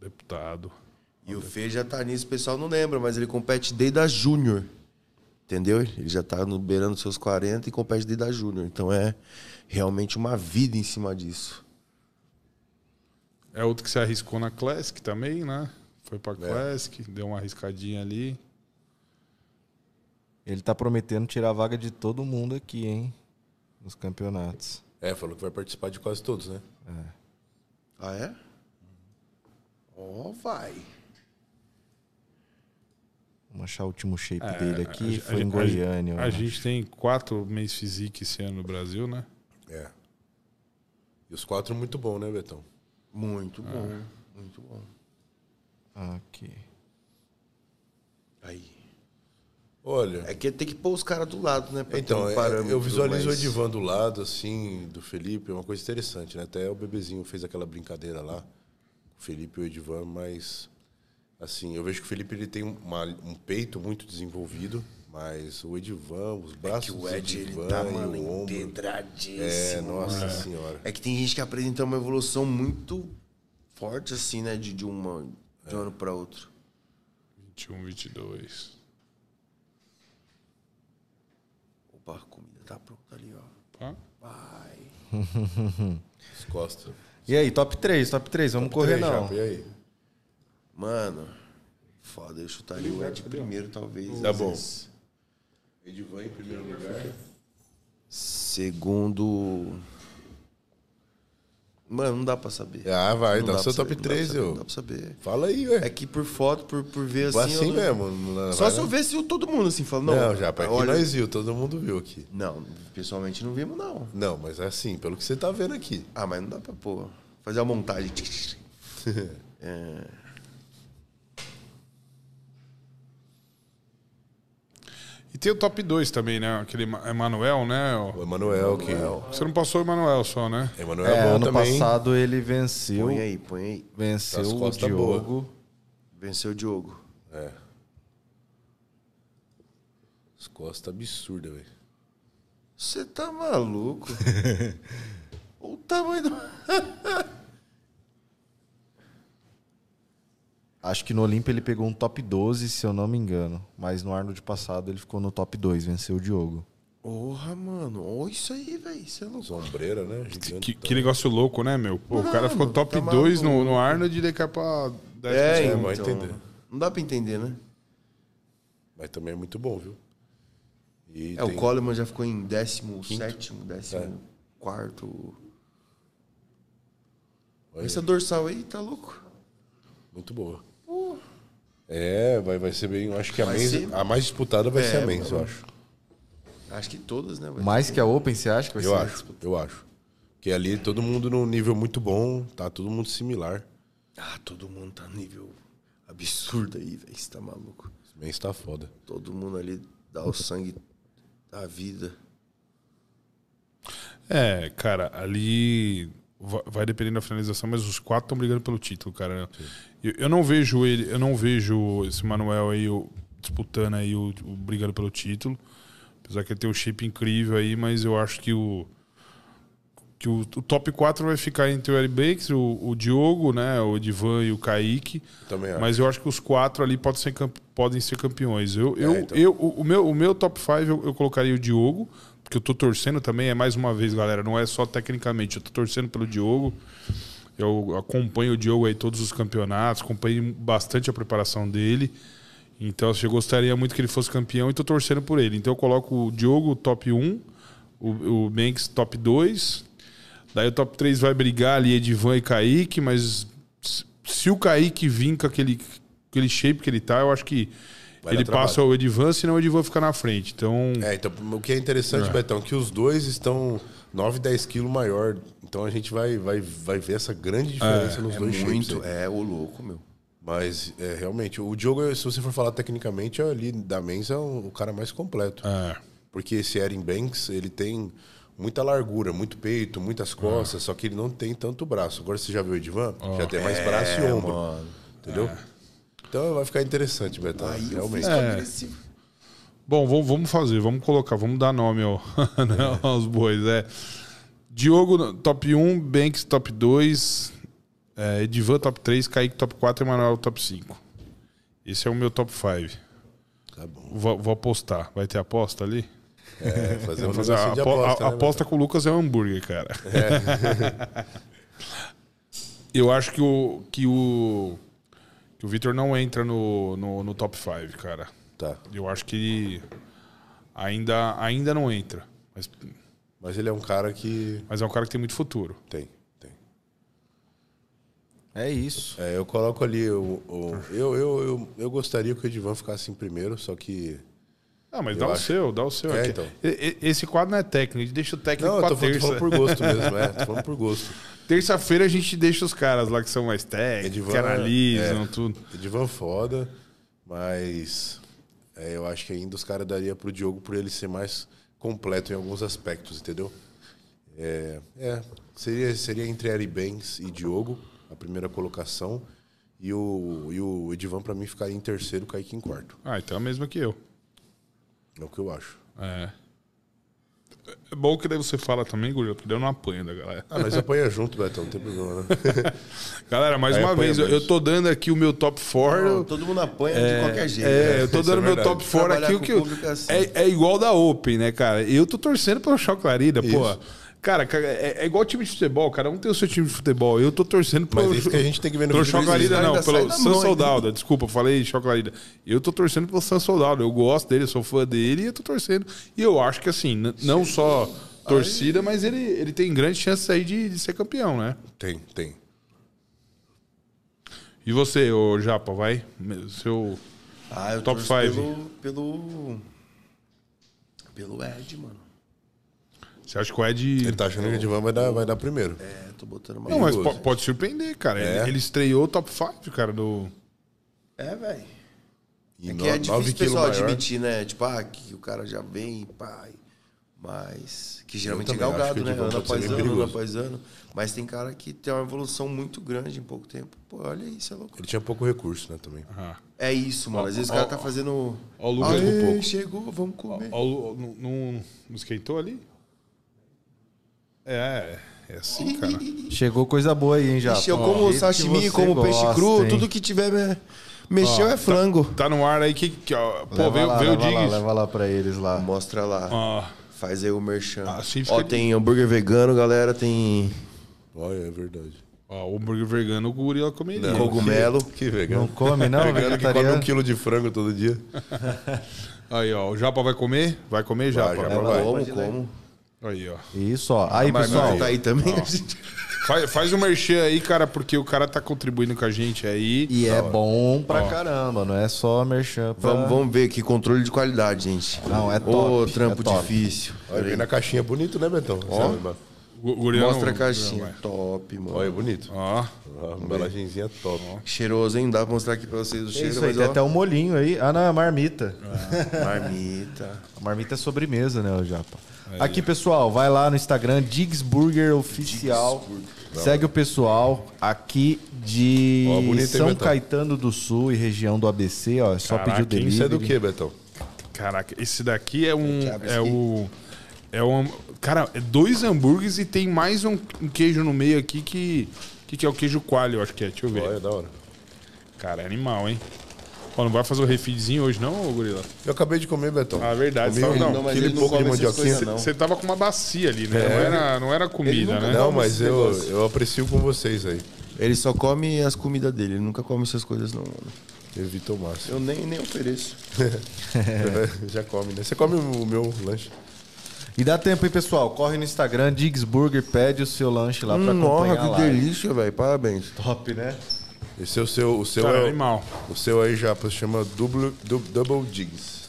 Speaker 1: Deputado.
Speaker 3: E o Fê já tá nisso, o pessoal não lembra, mas ele compete desde a Júnior. Entendeu? Ele já tá no beirando seus 40 e compete desde a Júnior. Então é realmente uma vida em cima disso.
Speaker 1: É outro que se arriscou na Classic também, né? Foi
Speaker 2: É.
Speaker 1: pra Classic, deu uma arriscadinha ali.
Speaker 4: Ele tá prometendo tirar a vaga de todo mundo aqui, hein? Nos campeonatos.
Speaker 2: É, falou que vai participar de quase todos, né?
Speaker 3: Ah, é? Ó, vai.
Speaker 4: Vamos achar o último shape dele aqui.
Speaker 1: É, A-
Speaker 4: Foi
Speaker 1: a-
Speaker 4: em
Speaker 1: a-
Speaker 4: Goiânia. né?
Speaker 1: A,
Speaker 4: eu acho.
Speaker 1: gente tem quatro mês physique esse ano no Brasil, né?
Speaker 2: É. E os quatro muito bom, né, Betão?
Speaker 3: Muito bom. Muito bom.
Speaker 4: Aqui.
Speaker 3: Aí.
Speaker 2: Olha.
Speaker 3: É que tem que pôr os caras do lado, né? pra ter um
Speaker 2: Então, é,
Speaker 3: parâmetro,
Speaker 2: eu visualizo
Speaker 3: mas-
Speaker 2: o Edivan do lado, assim, do Felipe, é uma coisa interessante, né? Até o bebezinho fez aquela brincadeira lá, o Felipe e o Edivan, mas, assim, eu vejo que o Felipe ele tem uma- um peito muito desenvolvido, mas o Edivan, os braços
Speaker 3: É Que o
Speaker 2: do
Speaker 3: Ed, ele
Speaker 2: Edivan
Speaker 3: tá,
Speaker 2: e
Speaker 3: mano,
Speaker 2: o ombro... É,
Speaker 3: empedradíssimo.
Speaker 2: nossa senhora.
Speaker 3: É que tem gente que apresenta uma evolução muito forte, assim, né? De, de, uma, de um ano pra outro.
Speaker 1: 21, 22.
Speaker 3: Opa, a comida tá pronta ali, ó.
Speaker 1: Pá.
Speaker 3: Vai.
Speaker 2: As costas.
Speaker 4: E aí, top 3, top 3. Vamos correr,
Speaker 2: Três,
Speaker 4: não.
Speaker 2: Japa, E aí?
Speaker 3: Mano, foda, eu chutaria o Ed primeiro, talvez.
Speaker 2: Tá
Speaker 3: às
Speaker 2: bom.
Speaker 3: vezes.
Speaker 2: Edivan em primeiro lugar.
Speaker 3: Segundo. Mano, não dá pra saber.
Speaker 2: Ah, vai,
Speaker 3: Não
Speaker 2: dá
Speaker 3: dá
Speaker 2: o seu
Speaker 3: pra saber,
Speaker 2: top
Speaker 3: não dá pra
Speaker 2: 3,
Speaker 3: saber,
Speaker 2: eu.
Speaker 3: Não dá pra saber.
Speaker 2: Fala aí, ué.
Speaker 3: É que por foto, por, por ver assim.
Speaker 2: Assim, assim
Speaker 3: eu não-
Speaker 2: mesmo. não-
Speaker 3: Só
Speaker 2: vai
Speaker 3: se eu
Speaker 2: não.
Speaker 3: visse todo mundo assim, falando, não.
Speaker 2: Não, já, aqui
Speaker 3: olha,
Speaker 2: nós viu, todo mundo viu aqui.
Speaker 3: Não, pessoalmente não vimos, não.
Speaker 2: Não, mas é assim, pelo que você tá vendo aqui.
Speaker 3: Ah, mas não dá pra pôr. Fazer a montagem.
Speaker 1: tem o top 2 também, né? Aquele Ma- Emanuel, né?
Speaker 2: O Emanuel, que.
Speaker 1: Você não passou o Emanuel só, né?
Speaker 2: Emanuel
Speaker 4: É,
Speaker 2: é bom
Speaker 4: ano
Speaker 2: também.
Speaker 4: passado ele venceu.
Speaker 3: Põe aí, põe aí.
Speaker 2: As tá
Speaker 4: Venceu o
Speaker 2: costas
Speaker 4: Diogo.
Speaker 3: Venceu o Diogo.
Speaker 2: É. As costas absurdas, velho.
Speaker 3: Você tá maluco? o tamanho do.
Speaker 4: Acho que no Olimpo ele pegou um top 12, se eu não me engano. Mas no Arnold passado ele ficou no top 2, venceu o Diogo.
Speaker 3: Porra, mano. Olha isso aí, velho. Você é louco.
Speaker 2: Sombreira, né? Gigante.
Speaker 1: Que, que negócio louco, né, meu? Pô, o cara ficou top
Speaker 3: tá
Speaker 1: 2 no, no Arnold e daí cai pra 10
Speaker 2: É,
Speaker 1: pessoas.
Speaker 2: vai entender.
Speaker 3: então, Não dá pra entender, né?
Speaker 2: Mas também é muito bom, viu? E
Speaker 3: É, o
Speaker 2: tem-
Speaker 3: Coleman já ficou em 17,
Speaker 2: É.
Speaker 3: 14.
Speaker 2: Olha,
Speaker 3: Essa dorsal aí tá louco.
Speaker 2: Muito boa. É, vai, vai ser bem. eu Acho que a,
Speaker 3: Vai
Speaker 2: men's-
Speaker 3: ser-
Speaker 2: a mais disputada vai
Speaker 3: É,
Speaker 2: ser a Men's, eu acho.
Speaker 3: Acho que todas, né? velho?
Speaker 4: Mais que a Open, você acha que vai
Speaker 2: é. Eu
Speaker 4: ser?
Speaker 2: acho, eu acho. Porque ali todo mundo num nível muito bom, tá todo mundo similar.
Speaker 3: Ah, todo mundo tá nível absurdo aí, velho. Você tá maluco.
Speaker 2: Esse Men's tá foda.
Speaker 3: Todo mundo ali dá o sangue da vida.
Speaker 1: É, cara, ali va- vai dependendo da finalização, mas os quatro estão brigando pelo título, cara. né? Eu, eu não vejo ele, eu não vejo esse Manuel aí o- disputando aí o, o brigando pelo título. Apesar que ele tem um shape incrível aí, mas eu acho que o que o, o top 4 vai ficar entre o Eric Bakes, o, o Diogo, né, o Edivan e o Kaique.
Speaker 2: Também acho.
Speaker 1: Mas eu acho que os quatro ali podem ser, camp- podem ser campeões. Eu, eu,
Speaker 2: então.
Speaker 1: eu, o, o meu, o meu top 5 eu, eu colocaria o Diogo, porque eu tô torcendo também. É mais uma vez, galera, não é só tecnicamente, eu tô torcendo pelo Diogo. Eu acompanho o Diogo aí todos os campeonatos, acompanhei bastante a preparação dele. Então eu gostaria muito que ele fosse campeão e tô torcendo por ele. Então eu coloco o Diogo top 1, o, o Banks top 2. Daí o top 3 vai brigar ali Edivan e Kaique, mas se- se o Kaique vir com aquele, aquele shape que ele tá, eu acho que
Speaker 2: Vai
Speaker 1: ele
Speaker 2: dar trabalho.
Speaker 1: passa o Edivan, senão o Edivan fica na frente. Então,
Speaker 2: É, então o que é interessante, Betão, que os dois estão 9, 10 quilos maior. Então a gente vai, vai, vai ver essa grande diferença nos
Speaker 3: É
Speaker 2: dois
Speaker 3: muito,
Speaker 2: shapes. aí.
Speaker 3: é o louco, meu.
Speaker 2: Mas é, realmente, o Diogo, se você for falar tecnicamente, ali da Men's é o o cara mais completo.
Speaker 1: é,
Speaker 2: Porque esse Aaron Banks, ele tem muita largura, muito peito, muitas
Speaker 1: É.
Speaker 2: costas, só que ele não tem tanto braço. Agora você já viu o Edivan? Já tem
Speaker 3: É,
Speaker 2: mais braço e ombro. Entendeu?
Speaker 1: É.
Speaker 2: Então vai ficar interessante, Betão.
Speaker 3: Aí eu fiz
Speaker 2: realmente.
Speaker 3: com agressivo.
Speaker 1: É. Bom, vamos, vamos fazer, vamos colocar, vamos dar nome ao, né, aos bois. É. Diogo no- top 1, Banks top 2, é, Edivan top 3, Kaique top 4 e Manuel top 5. Esse é o meu top 5.
Speaker 2: Tá bom.
Speaker 1: Vou, vou apostar. Vai ter aposta ali?
Speaker 2: É, fazer um
Speaker 1: Fazer
Speaker 2: negocinho
Speaker 1: a,
Speaker 2: de
Speaker 1: apo- a-
Speaker 2: aposta.
Speaker 1: a
Speaker 2: né, É.
Speaker 1: aposta com o Lucas é um hambúrguer, cara. Eu acho que o, que o, que o Vitor não entra no, no, no top 5, cara.
Speaker 2: Betão? Tá.
Speaker 1: Eu acho que ele ainda, ainda não entra. Mas,
Speaker 2: Mas ele é um cara que
Speaker 1: mas é um cara que tem muito futuro.
Speaker 2: tem, tem.
Speaker 4: É isso.
Speaker 2: É, eu coloco ali o, o- eu, eu, eu, eu gostaria que o Edivan ficasse em primeiro, só que
Speaker 1: Ah, mas
Speaker 2: Eu
Speaker 1: dá o
Speaker 2: acho.
Speaker 1: seu, dá o seu.
Speaker 2: É,
Speaker 1: É que-
Speaker 2: então.
Speaker 1: e- e- Esse quadro não é técnico, deixa o técnico
Speaker 2: Não, eu
Speaker 1: pra
Speaker 2: tô, falando- tô
Speaker 1: terça.
Speaker 2: falando por gosto mesmo, é, tô falando por gosto.
Speaker 1: Terça-feira a gente deixa os caras lá que são mais técnicos,
Speaker 2: Edivan, é.
Speaker 1: que analisam, tudo.
Speaker 2: Edivan foda, mas é, eu acho que ainda os caras daria pro Diogo por ele ser mais completo em alguns aspectos, entendeu? É, é, seria, seria entre Ari Banks e Diogo, a primeira colocação, e o, e o Edivan pra mim ficaria em terceiro, Kaique em quarto.
Speaker 1: Ah, então é a mesma que eu.
Speaker 2: É o que eu acho.
Speaker 1: É. É bom que daí você fala também, Gurila, porque daí eu não apanho da galera.
Speaker 2: Ah, mas apanha junto, Betão, não tem problema, né?
Speaker 1: Galera, mais
Speaker 2: Aí
Speaker 1: uma
Speaker 2: apanha
Speaker 1: vez, eu,
Speaker 2: menos.
Speaker 1: eu tô dando aqui o meu top 4.
Speaker 3: Não, todo mundo apanha de qualquer jeito.
Speaker 1: É,
Speaker 3: né?
Speaker 1: eu tô
Speaker 2: Isso é
Speaker 1: dando meu
Speaker 2: verdade.
Speaker 1: top 4
Speaker 3: Trabalhar
Speaker 1: aqui, o
Speaker 3: com
Speaker 1: que
Speaker 3: o
Speaker 1: eu-
Speaker 3: público é assim.
Speaker 1: é, é igual da Open, né, cara? Eu tô torcendo pelo Choclarida, pô. Cara, ca- é, é igual time de futebol, cada um tem o seu time de futebol. Eu tô torcendo pelo.
Speaker 2: Mas é isso que a gente tem que ver no
Speaker 1: pelo
Speaker 2: vídeo,
Speaker 1: Choclarida,
Speaker 3: ainda
Speaker 1: não,
Speaker 3: sai
Speaker 1: pelo
Speaker 3: da
Speaker 1: San
Speaker 3: mão,
Speaker 1: Soldalda. Desculpa, falei Choclarida. Eu tô torcendo pelo San Soldalda. Eu gosto dele, sou fã dele e eu tô torcendo. E eu acho que assim, n- não só torcida, mas ele, ele tem grande chance aí de, de ser campeão, né?
Speaker 2: Tem, tem.
Speaker 1: E você, ô Japa, vai? Seu.
Speaker 3: Ah, eu
Speaker 1: Top
Speaker 3: top
Speaker 1: five.
Speaker 3: Pelo, pelo. Pelo Ed, mano.
Speaker 1: Você acha que o Ed.
Speaker 2: Ele tá achando que o Edivan vai dar, vai dar primeiro.
Speaker 3: É, tô botando uma.
Speaker 1: Não, mas
Speaker 2: Perigoso.
Speaker 1: po- pode surpreender, cara.
Speaker 2: É.
Speaker 1: Ele, ele estreou o top 5, cara, do.
Speaker 3: É, velho.
Speaker 2: E
Speaker 5: É
Speaker 2: no-
Speaker 5: que é difícil
Speaker 2: nove
Speaker 5: o
Speaker 2: quilo
Speaker 5: pessoal
Speaker 2: maior.
Speaker 5: admitir, né? Tipo, ah, que o cara já vem, pai. Mas. Que geralmente é
Speaker 2: também acho
Speaker 5: galgado,
Speaker 2: que
Speaker 5: né?
Speaker 2: de volta
Speaker 5: Ano
Speaker 2: pode ser
Speaker 5: após
Speaker 2: bem
Speaker 5: ano, ano
Speaker 2: perigoso.
Speaker 5: após ano. Mas tem cara que tem uma evolução muito grande em pouco tempo. Pô, olha isso, é louco.
Speaker 2: Ele tinha pouco recurso, né, também.
Speaker 5: É isso, mano. Às vezes o cara tá fazendo.
Speaker 1: ó o Lucas
Speaker 5: Aê,
Speaker 1: com pouco.
Speaker 5: chegou, vamos comer.
Speaker 1: Ó, o Lu- ó, não- não não esquentou ali? É, é assim, cara.
Speaker 4: Chegou coisa boa aí, hein, já.
Speaker 5: Ixi, eu como sashimi, como peixe cru, tudo que tiver. me- Mexeu é frango.
Speaker 1: Tá no ar aí que. que ó, pô,
Speaker 4: Pô,
Speaker 1: veio,
Speaker 4: lá,
Speaker 1: veio o
Speaker 4: leva lá,
Speaker 1: Diggs.
Speaker 4: leva lá pra eles lá.
Speaker 5: Mostra lá.
Speaker 1: Ó,
Speaker 5: Faz aí o merchan.
Speaker 1: Ah, assim fica
Speaker 5: Ó,
Speaker 1: de-
Speaker 5: tem hambúrguer vegano, galera. Tem
Speaker 2: Olha, é verdade.
Speaker 1: ó, o hambúrguer vegano, o gorila comeria.
Speaker 5: cogumelo.
Speaker 2: Que
Speaker 4: Não
Speaker 2: vegano.
Speaker 4: come, não?
Speaker 2: Vegano que come um
Speaker 4: Vegetariano?
Speaker 2: quilo de frango todo dia.
Speaker 1: Aí, ó, o Japa vai comer? Vai comer, Japa?
Speaker 5: Ah,
Speaker 2: Vai, Japa.
Speaker 1: Vai
Speaker 2: vai.
Speaker 5: Como, tá como?
Speaker 1: Aí, ó.
Speaker 4: Isso, ó. Aí,
Speaker 1: Mas não,
Speaker 4: pessoal.
Speaker 5: Tá aí também.
Speaker 1: Faz, faz um merchan aí, cara, porque o cara tá contribuindo com a gente aí.
Speaker 4: E é bom pra
Speaker 1: Ó.
Speaker 4: caramba, não é só merchan. Pra...
Speaker 5: Vamos, vamos ver aqui, controle de qualidade, gente.
Speaker 4: Não, é
Speaker 5: Ô,
Speaker 4: top,
Speaker 5: trampo
Speaker 4: é top.
Speaker 5: difícil.
Speaker 2: Olha, vem na caixinha bonito, né, Betão? Sabe, mano?
Speaker 1: O gorila
Speaker 5: Mostra a
Speaker 1: não- é um
Speaker 5: caixinha.
Speaker 1: não vai.
Speaker 5: top, mano.
Speaker 2: Olha, é bonito.
Speaker 1: Ó,
Speaker 2: Ó, embalagenzinha top.
Speaker 5: Cheiroso, hein? Dá pra mostrar aqui pra vocês o cheiro,
Speaker 4: É Isso aí,
Speaker 5: mas
Speaker 4: tem
Speaker 5: ó,
Speaker 4: até o molinho aí. Ah, não, é marmita.
Speaker 5: marmita.
Speaker 4: A marmita é sobremesa, né, o Japa? Aqui, pessoal, vai lá no Instagram, Digsburger Oficial. Segue o pessoal aqui de
Speaker 2: Ó, bonito, hein,
Speaker 4: São
Speaker 2: Betão?
Speaker 4: Caetano do Sul e região do ABC, ó. É só
Speaker 1: Caraca,
Speaker 4: pedir o
Speaker 1: hein,
Speaker 4: delivery.
Speaker 2: Isso é do que, Betão?
Speaker 1: caraca, esse daqui é um. É o. É um. Cara, é dois hambúrgueres e tem mais um, um queijo no meio aqui que. Que, que é o queijo coalho, eu acho que é. Deixa eu ver.
Speaker 2: Olha, da hora.
Speaker 1: Cara, é animal, hein? Ó, não vai fazer o refidzinho hoje, não, ô gorila?
Speaker 2: Eu acabei de comer, Betão.
Speaker 1: Ah, verdade.
Speaker 2: Comi
Speaker 1: Sabe,
Speaker 2: um
Speaker 1: não,
Speaker 5: mas
Speaker 2: quilo
Speaker 5: ele não
Speaker 2: e pouco de
Speaker 5: come essas
Speaker 2: mandioquinha.
Speaker 5: coisas, não.
Speaker 1: Você tava com uma bacia ali, né?
Speaker 2: É.
Speaker 1: Não, era, não era comida, né?
Speaker 2: Não, mas eu, eu aprecio com vocês aí.
Speaker 5: Ele só come as comidas dele, ele nunca come essas coisas, não, mano.
Speaker 2: Evita o máximo.
Speaker 5: Eu nem, nem ofereço. É.
Speaker 2: Já come, né? Você come o meu lanche.
Speaker 4: E dá tempo, hein, pessoal? Corre no Instagram, Digsburger, pede o seu lanche lá pra
Speaker 1: Hum,
Speaker 5: Nossa,
Speaker 4: acompanhar
Speaker 5: que
Speaker 4: lá.
Speaker 5: delícia, velho. Parabéns.
Speaker 4: Top, né?
Speaker 2: Esse é o seu. O seu
Speaker 1: Cara,
Speaker 2: é o-
Speaker 1: animal.
Speaker 2: O seu aí já se chama Double, Du- Double Digs.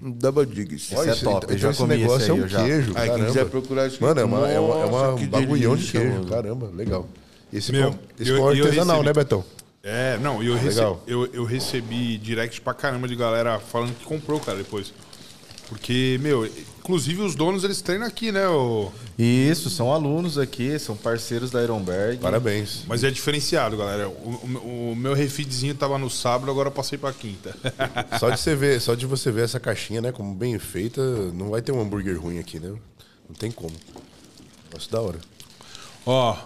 Speaker 5: Double digs.
Speaker 4: Esse é
Speaker 2: isso,
Speaker 4: top, eu já
Speaker 2: esse
Speaker 4: comi
Speaker 2: negócio
Speaker 4: esse aí,
Speaker 2: é um
Speaker 4: eu já.
Speaker 2: queijo.
Speaker 5: Aí, quem
Speaker 2: caramba.
Speaker 5: quiser procurar, escrito,
Speaker 2: Mano, é uma, é uma, é uma
Speaker 5: nossa, que
Speaker 2: bagulhão
Speaker 5: delícia,
Speaker 2: de queijo.
Speaker 5: mano.
Speaker 2: Caramba, legal. Esse,
Speaker 1: Meu,
Speaker 2: pão- esse
Speaker 1: eu-
Speaker 2: pão é
Speaker 1: eu
Speaker 2: artesanal,
Speaker 1: recebi-
Speaker 2: né, Betão?
Speaker 1: É, não, eu, rece...
Speaker 2: Legal.
Speaker 1: eu, eu recebi direct pra caramba de galera falando que comprou, cara, depois. Porque, meu, inclusive os donos eles treinam aqui, né? ô?
Speaker 4: Isso, são alunos aqui, são parceiros da Ironberg.
Speaker 2: Parabéns.
Speaker 1: Mas é diferenciado, galera. O, o- o meu refidzinho tava no sábado, agora eu passei pra quinta.
Speaker 2: Só de, você ver, só de você ver essa caixinha, né, como bem feita, não vai ter um hambúrguer ruim aqui, né? Não tem como. Nossa, da hora.
Speaker 1: Ó,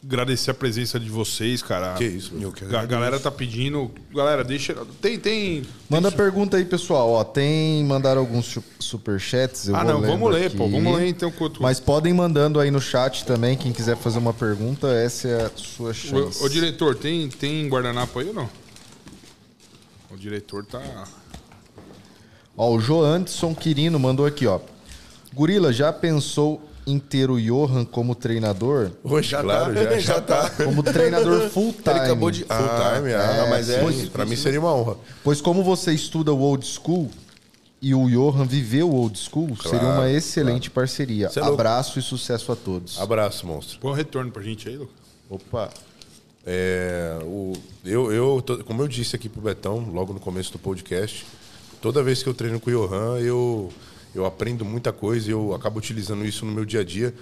Speaker 1: agradecer a presença de vocês, cara.
Speaker 2: Que isso, meu. Eu que
Speaker 1: A galera tá pedindo. Galera, deixa. Tem, tem.
Speaker 4: Manda pergunta aí, pessoal. Ó, tem mandaram alguns chu- superchats. Eu
Speaker 1: Ah,
Speaker 4: vou
Speaker 1: não,
Speaker 4: lendo
Speaker 1: vamos ler,
Speaker 4: aqui.
Speaker 1: pô. Vamos ler então quanto.
Speaker 4: Mas podem mandando aí no chat também, quem quiser fazer uma pergunta, essa é a sua chance.
Speaker 1: Ô, ô, diretor, tem, tem guardanapo aí ou não? O diretor tá.
Speaker 4: Ó, o Joanderson Quirino mandou aqui, ó. Gorila, já pensou em ter o Johan como treinador?
Speaker 2: Hoje, claro, já, já, tá.
Speaker 4: Como treinador full time.
Speaker 5: Ele acabou de.
Speaker 2: Full time, ah,
Speaker 4: é,
Speaker 2: mas é,
Speaker 4: sim.
Speaker 2: pra mim seria uma honra.
Speaker 4: Pois como você estuda o old school e o Johan viveu o old school, seria uma excelente parceria.
Speaker 2: Cê é louco. Ah,
Speaker 4: Abraço e sucesso a todos.
Speaker 2: Abraço, monstro.
Speaker 1: Põe um retorno pra gente aí, Lucas.
Speaker 4: Opa.
Speaker 2: É, o, eu, eu tô- como eu disse aqui pro Betão, logo no começo do podcast, toda vez que eu treino com o Johan, eu, eu aprendo muita coisa e eu acabo utilizando isso no meu dia a dia.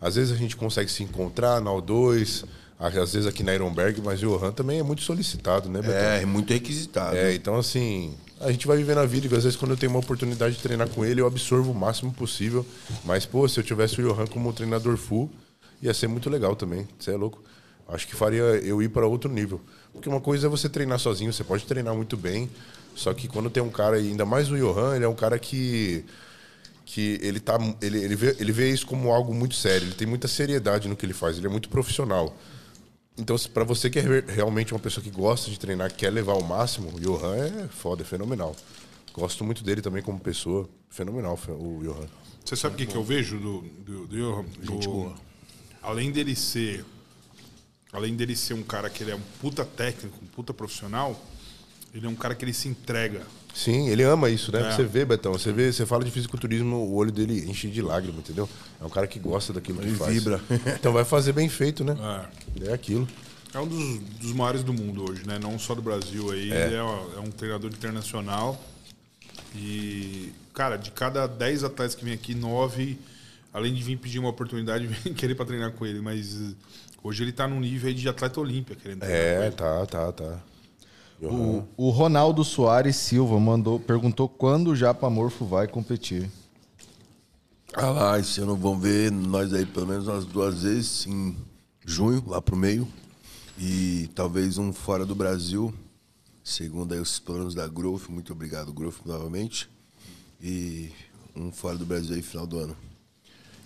Speaker 2: Às vezes a gente consegue se encontrar na O2, às às vezes aqui na Ironberg, mas o Johan também é muito solicitado, né, Betão?
Speaker 5: É, é muito requisitado.
Speaker 2: É, então assim, a gente vai vivendo a vida e às vezes quando eu tenho uma oportunidade de treinar com ele, eu absorvo o máximo possível. Mas, pô, se eu tivesse o Johan como treinador full, ia ser muito legal também. Você é louco. Acho que faria eu ir para outro nível. Porque uma coisa é você treinar sozinho, você pode treinar muito bem. Só que quando tem um cara, e ainda mais o Johan, ele é um cara que que ele tá ele, ele, vê, ele vê isso como algo muito sério, ele tem muita seriedade no que ele faz, ele é muito profissional. Então, se- pra você que é re- realmente uma pessoa que gosta de treinar, quer levar ao máximo, o Johan é foda, é fenomenal. Gosto muito dele também como pessoa, fenomenal fe- o Johan.
Speaker 1: Você sabe o que, que eu vejo do, do, do Johan? O- Além dele ser. Além dele ser um cara que ele é um puta técnico, um puta profissional, ele é um cara que ele se entrega.
Speaker 2: Sim, ele ama isso, né? Você vê, Betão, você vê, você fala de fisiculturismo, o olho dele enche de lágrima, entendeu? É um cara que gosta daquilo que ele faz.
Speaker 5: vibra.
Speaker 2: Então vai fazer bem feito, né?
Speaker 1: É.
Speaker 2: É aquilo.
Speaker 1: É um dos, dos maiores do mundo hoje, né? Não só do Brasil aí. É. Ele é, uma- é um treinador internacional. E, cara, de cada 10 atletas que vem aqui, 9, além de vir pedir uma oportunidade, vem querer pra treinar com ele. Mas eh, hoje ele tá num nível aí de atleta olímpia, querendo treinar.
Speaker 2: É, tá, tá, tá.
Speaker 4: O, o Ronaldo Soares Silva mandou, perguntou quando o Japa Morfo vai competir.
Speaker 3: Ah lá, esse ano vão ver nós aí pelo menos umas duas vezes em junho, lá pro meio. E talvez um fora do Brasil, segundo aí os planos da Growth. Muito obrigado, Growth, novamente. E um fora do Brasil aí final do ano.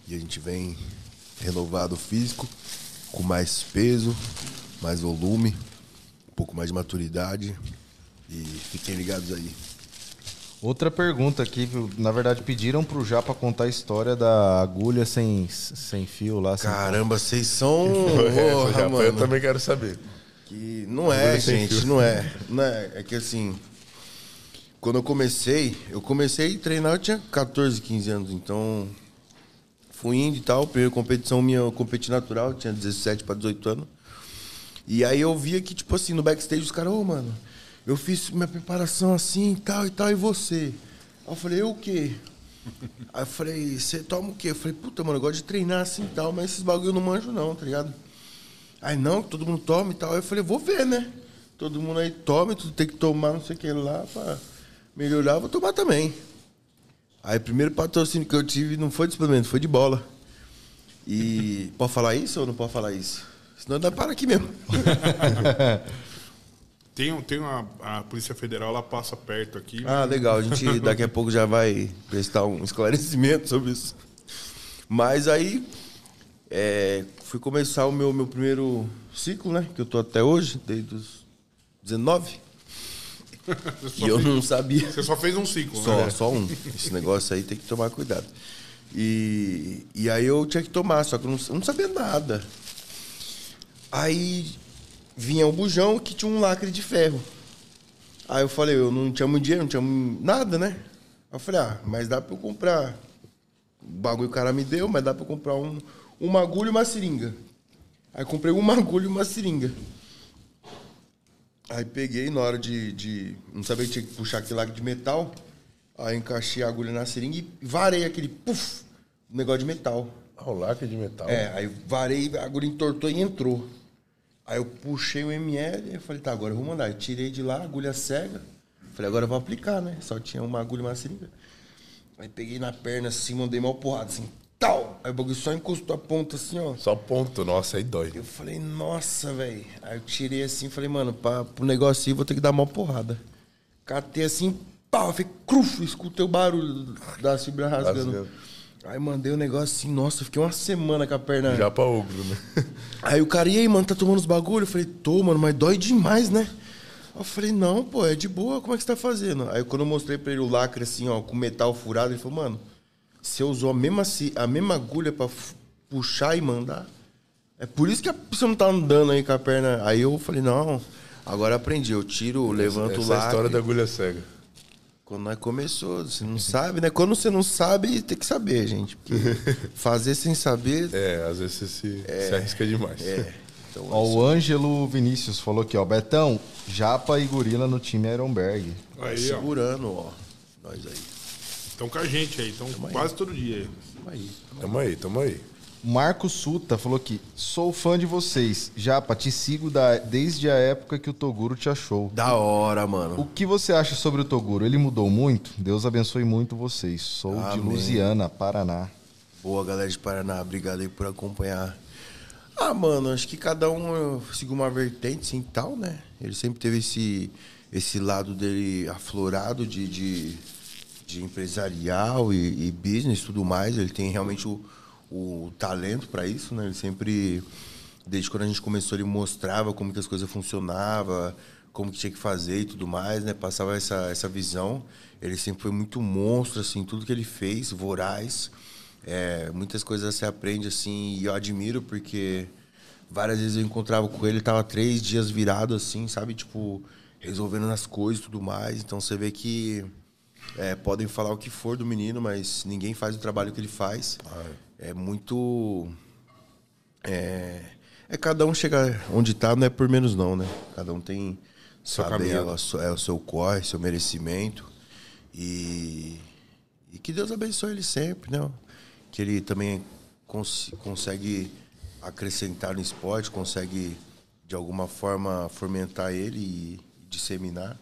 Speaker 3: E a gente vem renovado físico, com mais peso, mais volume, um pouco mais de maturidade. E fiquem ligados aí.
Speaker 4: Outra pergunta aqui, viu? na verdade pediram pro Japa contar a história da agulha sem, sem fio lá. sem-
Speaker 3: Caramba, vocês são.
Speaker 2: Essa
Speaker 3: Porra,
Speaker 2: já foi, É, eu
Speaker 3: mano.
Speaker 2: também quero saber.
Speaker 3: Que não é,
Speaker 2: Agulha sem
Speaker 3: gente,
Speaker 2: fio.
Speaker 3: não é. Não é. É que assim, quando eu comecei, eu comecei a treinar, eu tinha 14, 15 anos, então fui indo e tal. Primeira competição minha, eu competi natural, eu tinha 17 para 18 anos. E aí eu via que, tipo assim, no backstage os caras, ô, mano, eu fiz minha preparação assim e tal e tal, e você? Aí eu falei, eu o quê? Aí eu falei, você toma o quê? Eu falei, puta, mano, eu gosto de treinar assim e tal, mas esses bagulho eu não manjo não, tá ligado? Aí não, que todo mundo toma e tal. Aí eu falei, vou ver, né? Todo mundo aí toma, tu tem que tomar não sei o que lá pra melhorar, eu vou tomar também. Aí o primeiro patrocínio que eu tive não foi de suplemento, foi de bola. E pode falar isso ou não pode falar isso? Senão dá para aqui mesmo.
Speaker 1: Tem, um- tem uma, a Polícia Federal, ela passa perto aqui.
Speaker 3: Ah, legal. A gente daqui a pouco já vai prestar um esclarecimento sobre isso. Mas aí é, fui começar o meu, meu primeiro ciclo, né? Que eu tô até hoje, desde os 19.
Speaker 1: Você só
Speaker 3: E eu
Speaker 1: fez-
Speaker 3: não sabia.
Speaker 1: Você só fez um ciclo,
Speaker 3: Só,
Speaker 1: né?
Speaker 3: só um. Esse negócio aí tem que tomar cuidado. E, e aí eu tinha que tomar, só que eu não, eu não sabia nada. Aí vinha o bujão que tinha um lacre de ferro. Aí eu falei, eu não tinha muito dinheiro, não tinha mu- nada, né? Aí eu falei, ah, mas dá pra eu comprar. O bagulho que o cara me deu, mas dá pra eu comprar um, uma agulha e uma seringa. Aí eu comprei uma agulha e uma seringa. Aí peguei na hora de, de- Não sabia que tinha que puxar aquele lacre de metal. Aí encaixei a agulha na seringa e varei aquele puff, negócio de metal.
Speaker 2: Ah, o lacre de metal.
Speaker 3: É, aí varei, a agulha entortou e entrou. Aí eu puxei o ML e eu falei, tá, agora eu vou mandar. Eu tirei de lá, a agulha cega. Falei, agora eu vou aplicar, né? Só tinha uma agulha e uma seringa. Aí peguei na perna assim, mandei mal porrada, assim, tal! Aí o bagulho só encostou a ponta assim, ó.
Speaker 2: Só ponto, nossa, aí dói.
Speaker 3: Eu falei, nossa, velho. Aí eu tirei assim, falei, mano, pra, pro negócio aí vou ter que dar uma porrada. Catei assim, pau, eu falei, cruf, escutei o barulho da fibra rasgando.
Speaker 2: Rasgando.
Speaker 3: Aí mandei o negócio assim, nossa, eu fiquei uma semana com a perna.
Speaker 2: Já pra ogro, né?
Speaker 3: Aí o cara, e aí, mano, tá tomando os bagulho? Eu falei, tô, mano, mas dói demais, né? Aí Eu falei, não, pô, é de boa, como é que você tá fazendo? Aí quando eu mostrei pra ele o lacre, assim, ó, com metal furado, ele falou, mano, você usou a mesma, ci- a mesma agulha pra fu- puxar e mandar? É por isso que a- você não tá andando aí com a perna. Aí eu falei, não, agora aprendi, eu tiro, eu levanto
Speaker 2: Essa
Speaker 3: o
Speaker 2: é a
Speaker 3: lacre.
Speaker 2: história da agulha cega.
Speaker 3: Quando nós começou, você não sabe, né? Quando você não sabe, tem que saber, gente. Porque fazer sem saber.
Speaker 2: É, às vezes você se, se arrisca demais.
Speaker 3: É. Então,
Speaker 4: Ó, o Ângelo Vinícius falou aqui, ó, Betão, Japa e Gorila no time Ironberg.
Speaker 1: Aí, ó.
Speaker 3: segurando, ó. Nós aí.
Speaker 1: Estão com a gente aí. Estão quase todo dia aí.
Speaker 2: Tamo aí, tamo aí.
Speaker 4: Marco Suta falou aqui, sou fã de vocês. Japa, te sigo da- desde a época que o Toguro te achou.
Speaker 3: Da hora, mano.
Speaker 4: O que você acha sobre o Toguro? Ele mudou muito? Deus abençoe muito vocês. Sou de
Speaker 3: Amém.
Speaker 4: Lusiana, Paraná.
Speaker 3: Boa, galera de Paraná. Obrigado aí por acompanhar. Ah, mano, acho que cada um seguiu uma vertente, assim, tal, né? Ele sempre teve esse, esse lado dele aflorado de, de, de empresarial e, e business e tudo mais. Ele tem realmente o, o talento pra isso, né? Ele sempre, desde quando a gente começou, ele mostrava como que as coisas funcionavam, como que tinha que fazer e tudo mais, né? Passava essa, essa visão. Ele sempre foi muito monstro, assim, tudo que ele fez, voraz. É, muitas coisas você aprende, assim, e eu admiro, porque várias vezes eu encontrava com ele, tava três dias virado, assim, sabe? Tipo, resolvendo as coisas e tudo mais. Então você vê que é, podem falar o que for do menino, mas ninguém faz o trabalho que ele faz. É muito é,
Speaker 6: É cada um chegar onde tá, não é por menos não, né? Cada um tem
Speaker 2: Seu
Speaker 6: sabe,
Speaker 2: caminho.
Speaker 6: ela- so- é o seu corre, seu merecimento. E, e que Deus abençoe ele sempre, né? Que ele também cons- consegue acrescentar no esporte, consegue de alguma forma fomentar ele e disseminar,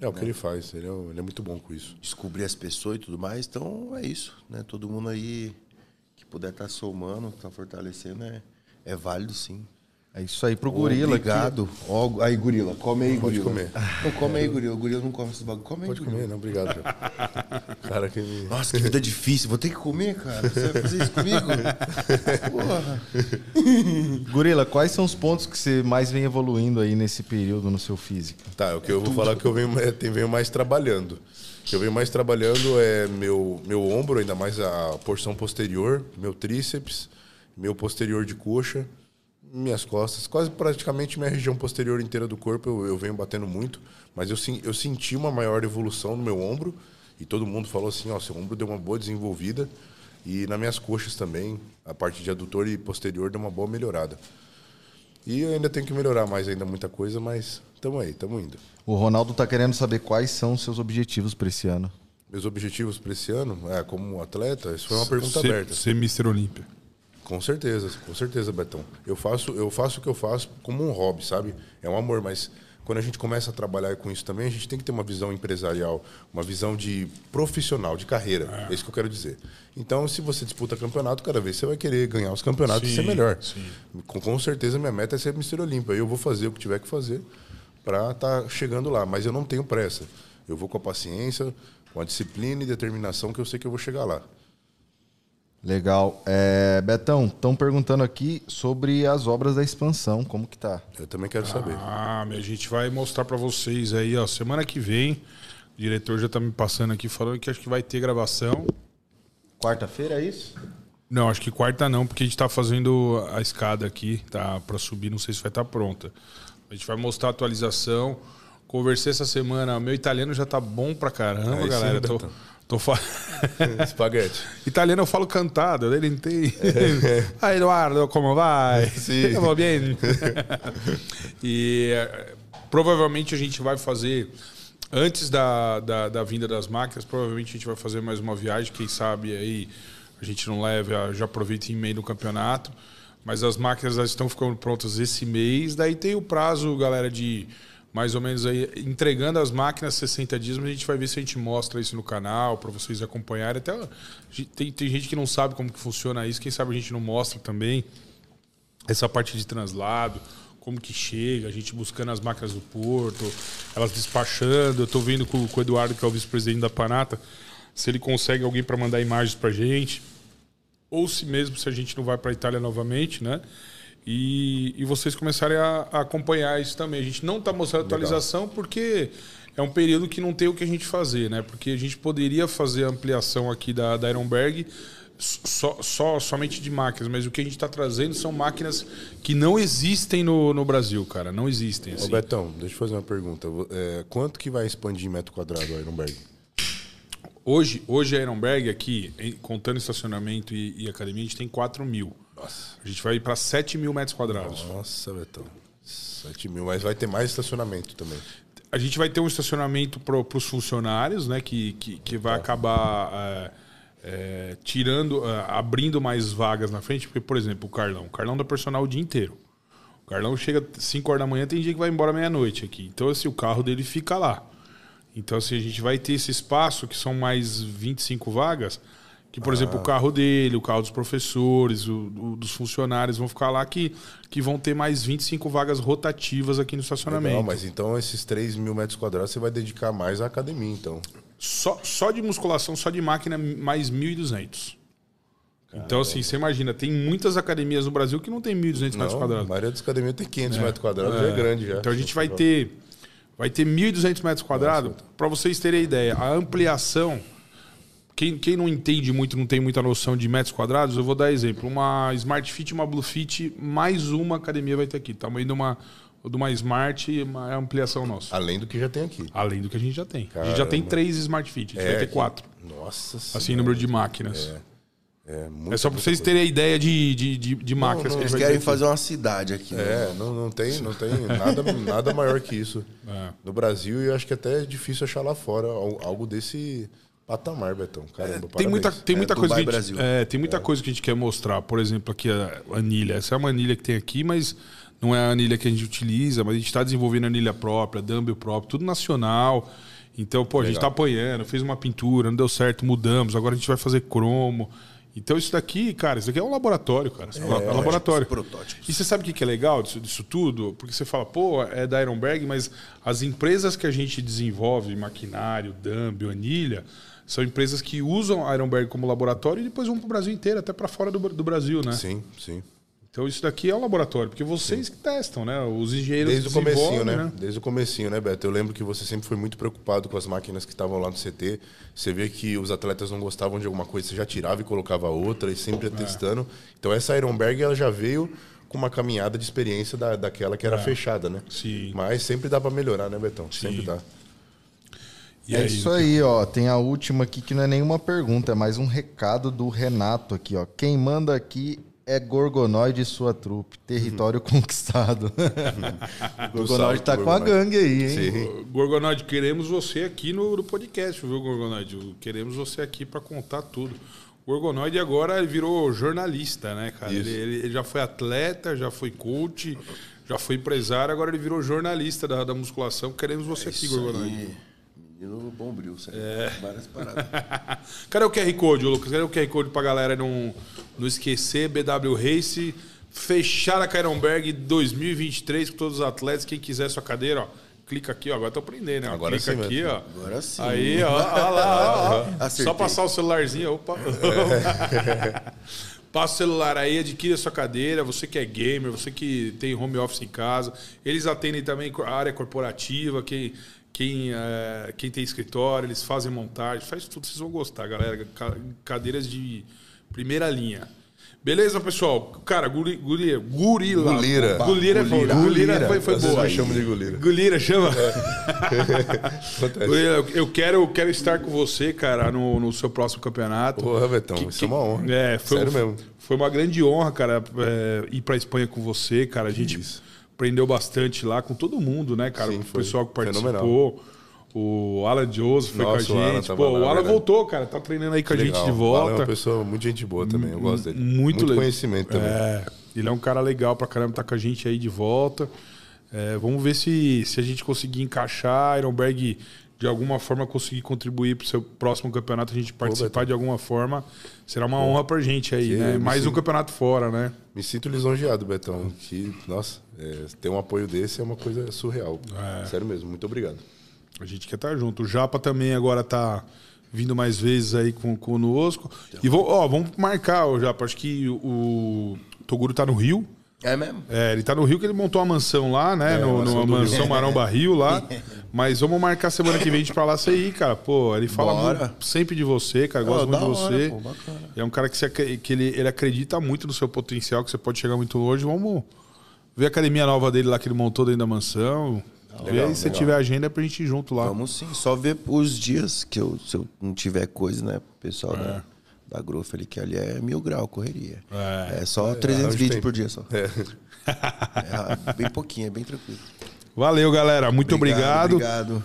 Speaker 2: É o que ele faz, ele é, um- ele é muito bom com isso.
Speaker 6: descobrir as pessoas e tudo mais. Então é isso, né? Todo mundo aí que puder tá estar somando, estar fortalecendo, é, é válido sim.
Speaker 4: É isso aí pro gorila. que-
Speaker 6: Obrigado. Ó, aí, gorila. Come aí,
Speaker 2: Pode
Speaker 6: gorila.
Speaker 2: comer.
Speaker 6: Não, come aí, gorila. O gorila não come esses bagulho. Come aí,
Speaker 2: Pode
Speaker 6: gorila.
Speaker 2: comer, não, obrigado. já. Cara, que me...
Speaker 6: Nossa, que vida difícil. Vou ter que comer, cara. Você vai fazer isso comigo? Porra.
Speaker 4: Gorila, quais são os pontos que você mais vem evoluindo aí nesse período no seu físico?
Speaker 2: Tá, o que eu vou falar que eu venho, é, tem- venho mais trabalhando. O que eu venho mais trabalhando é meu, meu ombro, ainda mais a porção posterior, meu tríceps, meu posterior de coxa, minhas costas, quase praticamente minha região posterior inteira do corpo eu, eu venho batendo muito, mas eu, sen- eu senti uma maior evolução no meu ombro e todo mundo falou assim, ó, seu ombro deu uma boa desenvolvida e nas minhas coxas também, a parte de adutor e posterior deu uma boa melhorada. E eu ainda tenho que melhorar mais ainda muita coisa, mas tamo aí, tamo indo.
Speaker 4: O Ronaldo tá querendo saber quais são os seus objetivos pra esse ano.
Speaker 2: Meus objetivos para esse ano, é, como atleta, isso foi uma
Speaker 3: Então tá
Speaker 2: pergunta
Speaker 1: Ser-
Speaker 2: aberta.
Speaker 1: Ser Mr. Olímpia.
Speaker 2: Com certeza, com certeza, Betão. Eu faço, eu faço o que eu faço como um hobby, sabe? É um amor, mas quando a gente começa a trabalhar com isso também, a gente tem que ter uma visão empresarial, uma visão de profissional, de carreira. É isso que eu quero dizer. Então, se você disputa campeonato, cada vez você vai querer ganhar os campeonatos e
Speaker 1: Sim,
Speaker 2: ser melhor.
Speaker 1: sim.
Speaker 2: Com, com certeza, minha meta é ser Mr. Olímpia. Eu vou fazer o que tiver que fazer para estar chegando lá, mas eu não tenho pressa. Eu vou com a paciência, com a disciplina e determinação que eu sei que eu vou chegar lá.
Speaker 4: Legal. É, Betão, estão perguntando aqui sobre as obras da expansão, como que tá?
Speaker 2: Eu também quero saber.
Speaker 1: Ah, minha gente vai mostrar pra vocês aí, ó. Semana que vem, o diretor já tá me passando aqui falando que acho que vai ter gravação.
Speaker 4: Quarta-feira é isso?
Speaker 1: Não, acho que quarta não, porque a gente tá fazendo a escada aqui, tá? Pra subir, não sei se vai estar pronta. A gente vai mostrar a atualização. Conversei essa semana, meu italiano já tá bom pra caramba,
Speaker 2: Aí sim,
Speaker 1: galera. tô,
Speaker 2: Betão. É
Speaker 1: tô fa-
Speaker 2: Espaguete.
Speaker 1: italiano eu falo cantado, ele não tem. Ah, Eduardo, como vai?
Speaker 2: Sim.
Speaker 1: Tudo bem? e eh, provavelmente a gente vai fazer. Antes da, da, da vinda das máquinas, provavelmente a gente vai fazer mais uma viagem. Quem sabe aí a gente não leva, já aproveita em meio do campeonato. Mas as máquinas já estão ficando prontas esse mês. Daí tem o prazo, galera, de mais ou menos aí entregando as máquinas 60 dias. Mas a gente vai ver se a gente mostra isso no canal para vocês acompanharem. Até a gente- tem, tem gente que não sabe como que funciona isso. Quem sabe a gente não mostra também essa parte de translado, como que chega, a gente buscando as máquinas do porto, elas despachando. Eu tô vendo com, com o Eduardo, que é o vice-presidente da Panata, se ele consegue alguém para mandar imagens pra gente, ou se mesmo se a gente não vai para Itália novamente, né? E, e vocês começarem a, a acompanhar isso também. A gente não está mostrando atualização porque é um período que não tem o que a gente fazer, né? Porque a gente poderia fazer a ampliação aqui da, da Ironberg só, só- somente de máquinas, mas o que a gente está trazendo são máquinas que não existem no, no Brasil, cara. Não existem.
Speaker 2: Ô
Speaker 1: Assim.
Speaker 2: Betão, deixa eu fazer uma pergunta. Vo- é, quanto que vai expandir em metro quadrado o Ironberg?
Speaker 1: Hoje, hoje a Ironberg aqui, em- contando estacionamento e, e academia, a gente tem 4 mil. A gente vai para 7 mil metros quadrados.
Speaker 2: Nossa, Betão. 7 mil, mas vai ter mais estacionamento também.
Speaker 1: A gente vai ter um estacionamento para os funcionários, né? Que, que, que vai acabar é, é, tirando, é, abrindo mais vagas na frente. Porque, por exemplo, o Carlão. O Carlão dá personal o dia inteiro. O Carlão chega 5 horas da manhã, tem dia que vai embora meia-noite aqui. Então, assim, o carro dele fica lá. Então, assim, a gente vai ter esse espaço, que são mais 25 vagas, que, por exemplo, o carro dele, o carro dos professores, o, do- dos funcionários vão ficar lá, que, que vão ter mais 25 vagas rotativas aqui no estacionamento.
Speaker 2: Não, mas então esses 3 mil metros quadrados você vai dedicar mais à academia, então.
Speaker 1: só, só de musculação, só de máquina, mais 1.200. Então, assim, você imagina, tem muitas academias no Brasil que não tem 1.200 metros
Speaker 2: Não, a
Speaker 1: quadrados.
Speaker 2: maioria das academias tem 500 metros quadrados, já é grande já.
Speaker 1: Então, a gente vai ter, vai ter 1.200 metros quadrados. Para vocês terem ideia, a ampliação... Quem, quem não entende muito, não tem muita noção de metros quadrados, eu vou dar exemplo. Uma Smart Fit, uma Blue Fit, mais uma academia vai ter aqui. Tamanho de uma, de uma Smart e uma ampliação nossa.
Speaker 2: Além do que já tem aqui.
Speaker 1: Além do que a gente já tem. A gente já tem
Speaker 2: Ah. Caramba. É,
Speaker 1: três Smart Fit, a gente vai ter quatro.
Speaker 2: Nossa
Speaker 1: Assim,
Speaker 2: senhora.
Speaker 1: número de máquinas.
Speaker 2: É, muito,
Speaker 1: É só pra vocês terem a ideia de, de, de, de máquinas que a
Speaker 6: Eles
Speaker 1: gente vai
Speaker 6: querem
Speaker 2: né?
Speaker 1: ter.
Speaker 6: fazer uma cidade aqui. né?
Speaker 2: É, não, não tem, não tem nada, nada maior que isso.
Speaker 1: É.
Speaker 2: No Brasil, e eu acho que até é difícil achar lá fora al- algo desse patamar, Betão. Caramba,
Speaker 1: Tem
Speaker 2: parabéns.
Speaker 1: muita, tem
Speaker 6: É,
Speaker 1: muita
Speaker 6: Dubai,
Speaker 1: coisa que a gente,
Speaker 6: Brasil.
Speaker 1: é, tem muita coisa que a gente quer mostrar. Por exemplo, aqui a anilha. Essa é uma anilha que tem aqui, mas não é a anilha que a gente utiliza, mas a gente está desenvolvendo anilha própria, dumbbell próprio, tudo nacional. Então, pô, a gente está apoiando, fez uma pintura, não deu certo, mudamos, agora a gente vai fazer cromo. Então, isso daqui, cara, isso daqui é um laboratório, cara. É, um laboratório.
Speaker 6: protótipos.
Speaker 1: E você sabe o que que é legal disso, disso tudo? Porque você fala, pô, é da Ironberg, mas as empresas que a gente desenvolve, maquinário, dumbbell, anilha, são empresas que usam a Ironberg como laboratório e depois vão para o Brasil inteiro, até para fora do, Bra- do Brasil, né?
Speaker 2: Sim, sim.
Speaker 1: Então isso daqui é o laboratório, porque vocês que testam, né? Os engenheiros
Speaker 2: Desde o
Speaker 1: que
Speaker 2: comecinho,
Speaker 1: desenvolvem,
Speaker 2: né? Desde o comecinho, né, Beto? Eu lembro que você sempre foi muito preocupado com as máquinas que estavam lá no CT. Você via que os atletas não gostavam de alguma coisa, você já tirava e colocava outra e
Speaker 1: É.
Speaker 2: sempre ia testando. Então essa Ironberg, ela já veio com uma caminhada de experiência da, daquela que era fechada, né?
Speaker 1: É. Sim.
Speaker 2: Mas sempre dá pra melhorar, né, Betão? Sempre dá.
Speaker 1: E
Speaker 4: é
Speaker 1: aí?
Speaker 4: isso aí, ó. Tem a última aqui que não é nenhuma pergunta, é mais um recado do Renato aqui, ó. Quem manda aqui é Gorgonoide e sua trupe. Território
Speaker 1: Uhum.
Speaker 4: conquistado.
Speaker 1: Ah,
Speaker 4: o Gorgonoide
Speaker 2: salve,
Speaker 4: tá com a
Speaker 2: Gorgonoide.
Speaker 4: gangue aí, hein?
Speaker 2: Sim.
Speaker 1: Gorgonoide, queremos você aqui no, no podcast, viu, Gorgonoide? Queremos você aqui para contar tudo. O Gorgonoide agora virou jornalista, né, cara? Ele,
Speaker 2: Isso.
Speaker 1: ele- ele já foi atleta, já foi coach, já foi empresário, agora ele virou jornalista da, da musculação. Queremos você aqui,
Speaker 4: né?
Speaker 1: Gorgonoide.
Speaker 6: E menino bombril, sério.
Speaker 4: É.
Speaker 6: Várias paradas.
Speaker 1: Cadê o QR Code, Lucas? Cadê o QR Code pra galera não, não esquecer? BW Race, fechar a Kaironberg 2023 com todos os atletas. Quem quiser sua cadeira, ó, clica aqui, ó. Agora tô aprendendo, né?
Speaker 2: Agora
Speaker 1: clica
Speaker 2: sim,
Speaker 1: aqui, ó.
Speaker 6: Agora sim.
Speaker 1: Aí, ó, ó lá, ó, ó.
Speaker 6: Acertei.
Speaker 1: Só passar o celularzinho, opa. Passa o celular aí, adquira sua cadeira, você que é gamer, você que tem home office em casa. Eles atendem também a área corporativa, quem, quem, eh, quem tem escritório, eles fazem montagem, faz tudo, vocês vão gostar, galera. Ca- Cadeiras de primeira linha. Beleza, pessoal? Cara, guri, guri, gurila.
Speaker 2: Gulira.
Speaker 1: Gulira, é boa. Gulira foi, foi
Speaker 2: Vocês
Speaker 1: boa.
Speaker 2: me chamam de gulira.
Speaker 1: Gulira, chama. Gurila, eu- eu quero, eu quero estar com você, cara, no, no seu próximo campeonato.
Speaker 2: Porra, Betão, isso é uma honra.
Speaker 1: É, foi,
Speaker 2: Sério mesmo.
Speaker 1: Foi uma grande honra, cara, é, ir pra Espanha com você, cara. A gente aprendeu bastante lá com todo mundo, né, cara?
Speaker 2: Sim,
Speaker 1: o
Speaker 2: foi
Speaker 1: pessoal que
Speaker 2: fenomenal.
Speaker 1: participou. O Alan Joseph foi
Speaker 2: Nossa,
Speaker 1: com
Speaker 2: o
Speaker 1: a
Speaker 2: Alan
Speaker 1: gente.
Speaker 2: tava
Speaker 1: Pô,
Speaker 2: lá,
Speaker 1: o Alan
Speaker 2: verdade.
Speaker 1: voltou, cara. Tá treinando aí com a gente
Speaker 2: Legal.
Speaker 1: de
Speaker 2: O Alan é
Speaker 1: volta.
Speaker 2: uma pessoa muito gente boa também, eu gosto dele.
Speaker 1: Muito legal.
Speaker 2: conhecimento também.
Speaker 1: É, ele é um cara legal pra caramba, tá com a gente aí de volta. É, vamos ver se, se a gente conseguir encaixar, a Ironberg de alguma forma conseguir contribuir pro seu próximo campeonato, a gente participar de alguma forma. Será uma honra pra gente aí,
Speaker 2: Que
Speaker 1: né?
Speaker 2: isso,
Speaker 1: Mais um
Speaker 2: hein?
Speaker 1: campeonato fora, né?
Speaker 2: Me sinto lisonjeado, Betão. Que, nossa, é, ter um apoio desse é uma coisa surreal. Sério mesmo, muito obrigado.
Speaker 1: A gente quer estar junto. O Japa também agora tá vindo mais vezes aí com, conosco. E vou, ó, vamos marcar, o Japa. Acho que o Toguro tá no Rio.
Speaker 6: É mesmo?
Speaker 1: É, ele tá no Rio que ele montou uma mansão lá,
Speaker 6: É,
Speaker 1: né? no, numa mansão Marão Barril lá. Mas vamos marcar semana que vem de ir pra lá você ir, cara. Pô, ele fala
Speaker 6: Bora.
Speaker 1: muito- sempre de você, cara. Gosta
Speaker 6: Ô,
Speaker 1: muito de
Speaker 6: da hora,
Speaker 1: você.
Speaker 6: pô, bacana.
Speaker 1: é um cara que, você acre- que ele, ele acredita muito no seu potencial, que você pode chegar muito longe. Vamos ver a academia nova dele lá que ele montou dentro da mansão. Vê aí se tiver agenda pra gente ir junto lá.
Speaker 6: Vamos sim. Só ver os dias que eu, se eu não tiver coisa, né? pro Pessoal
Speaker 1: É.
Speaker 6: da, da Grofa ali, que ali é mil grau, correria. É, só 300 vídeos por dia só. É. bem pouquinho, é bem tranquilo.
Speaker 1: Valeu, galera. Muito obrigado.
Speaker 6: Obrigado.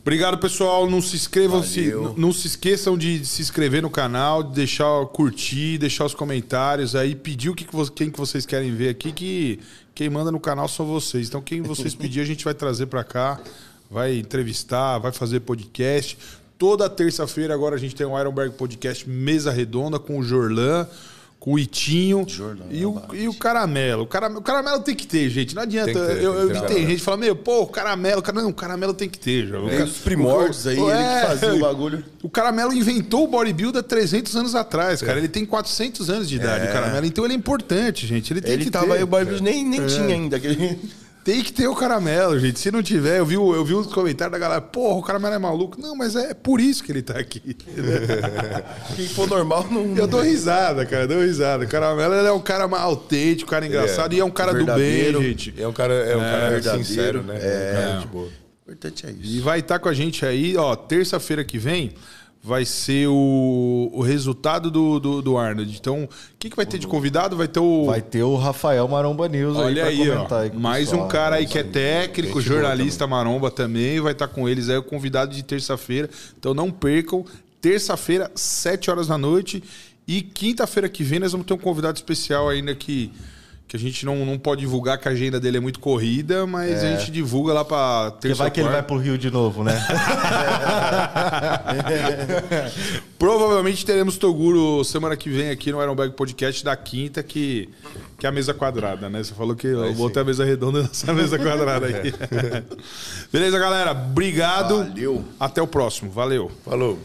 Speaker 1: Obrigado, pessoal. Não se inscrevam, se,
Speaker 6: Valeu.
Speaker 1: não se esqueçam de se inscrever no canal, de deixar o curtir, deixar os comentários aí, pedir o que, que vo- quem que vocês querem ver aqui, que quem manda no canal são vocês. Então, quem vocês pedir, a gente vai trazer pra cá, vai entrevistar, vai fazer podcast. Toda terça-feira agora a gente tem o Ironberg Podcast Mesa Redonda com o Jorlan, com o Itinho e, o, e o Caramelo. O Caramelo. O Caramelo tem que ter, gente. Não adianta.
Speaker 2: é um Tem que ter,
Speaker 1: eu,
Speaker 2: tem
Speaker 1: eu,
Speaker 2: que ter.
Speaker 1: tem gente que fala, meu, pô, o Caramelo. cara- Não, o Caramelo tem que ter. Já. O
Speaker 6: Tem
Speaker 1: ca-
Speaker 6: É os primórdios aí, ele
Speaker 1: É.
Speaker 6: que fazia o bagulho.
Speaker 1: o Caramelo inventou o bodybuilder 300 anos atrás,
Speaker 6: É.
Speaker 1: cara. Ele tem 400 anos de idade, o Caramelo. Então ele é importante, gente. Ele tem
Speaker 6: Ele
Speaker 1: que
Speaker 6: tava
Speaker 1: ter. É.
Speaker 6: aí, o Barbie nem, nem tinha ainda. Aquele...
Speaker 1: Tem que ter o Caramelo, gente. Se não tiver, eu vi, o- eu vi os comentários da galera. Porra, o Caramelo é maluco. Não, mas é por isso que ele tá aqui.
Speaker 6: Quem for normal não.
Speaker 1: Eu dou risada, cara. eu Dou risada. O Caramelo ele é um cara mais autêntico, um cara engraçado. e é um cara do bem,
Speaker 6: verdadeiro.
Speaker 1: gente.
Speaker 2: É um cara, é um cara
Speaker 6: verdadeiro,
Speaker 2: sincero, né? É, um cara de boa.
Speaker 6: O importante é
Speaker 1: E tá
Speaker 6: isso.
Speaker 1: vai estar com a gente aí, ó, terça-feira que vem. vai ser o, o resultado do, do, do Arnold. Então, o que, que vai ter de convidado? Vai ter o.
Speaker 4: Uhum. Vai ter o Rafael Maromba News
Speaker 1: Olha
Speaker 4: aí
Speaker 1: aí,
Speaker 4: pra
Speaker 1: ó.
Speaker 4: comentar. aí com o
Speaker 1: mais
Speaker 4: pessoal.
Speaker 1: um cara aí que é técnico, jornalista maromba também, vai estar com eles aí, o convidado de terça-feira. Então não percam, terça-feira, 7 horas da noite. E quinta-feira que vem nós vamos ter um convidado especial ainda que, que a gente não, não pode divulgar, que a agenda dele é muito corrida, mas a gente divulga lá pra
Speaker 4: Porque
Speaker 1: terça
Speaker 4: vai É. que ele vai pro Rio de novo, né?
Speaker 1: Provavelmente teremos Toguro semana que vem aqui no Ironbag Podcast da quinta, que, que é a mesa quadrada, né? Você falou que eu botei a mesa redonda nessa mesa quadrada aí. Beleza, galera? Obrigado.
Speaker 6: Valeu.
Speaker 1: Até o próximo. Valeu.
Speaker 2: Falou.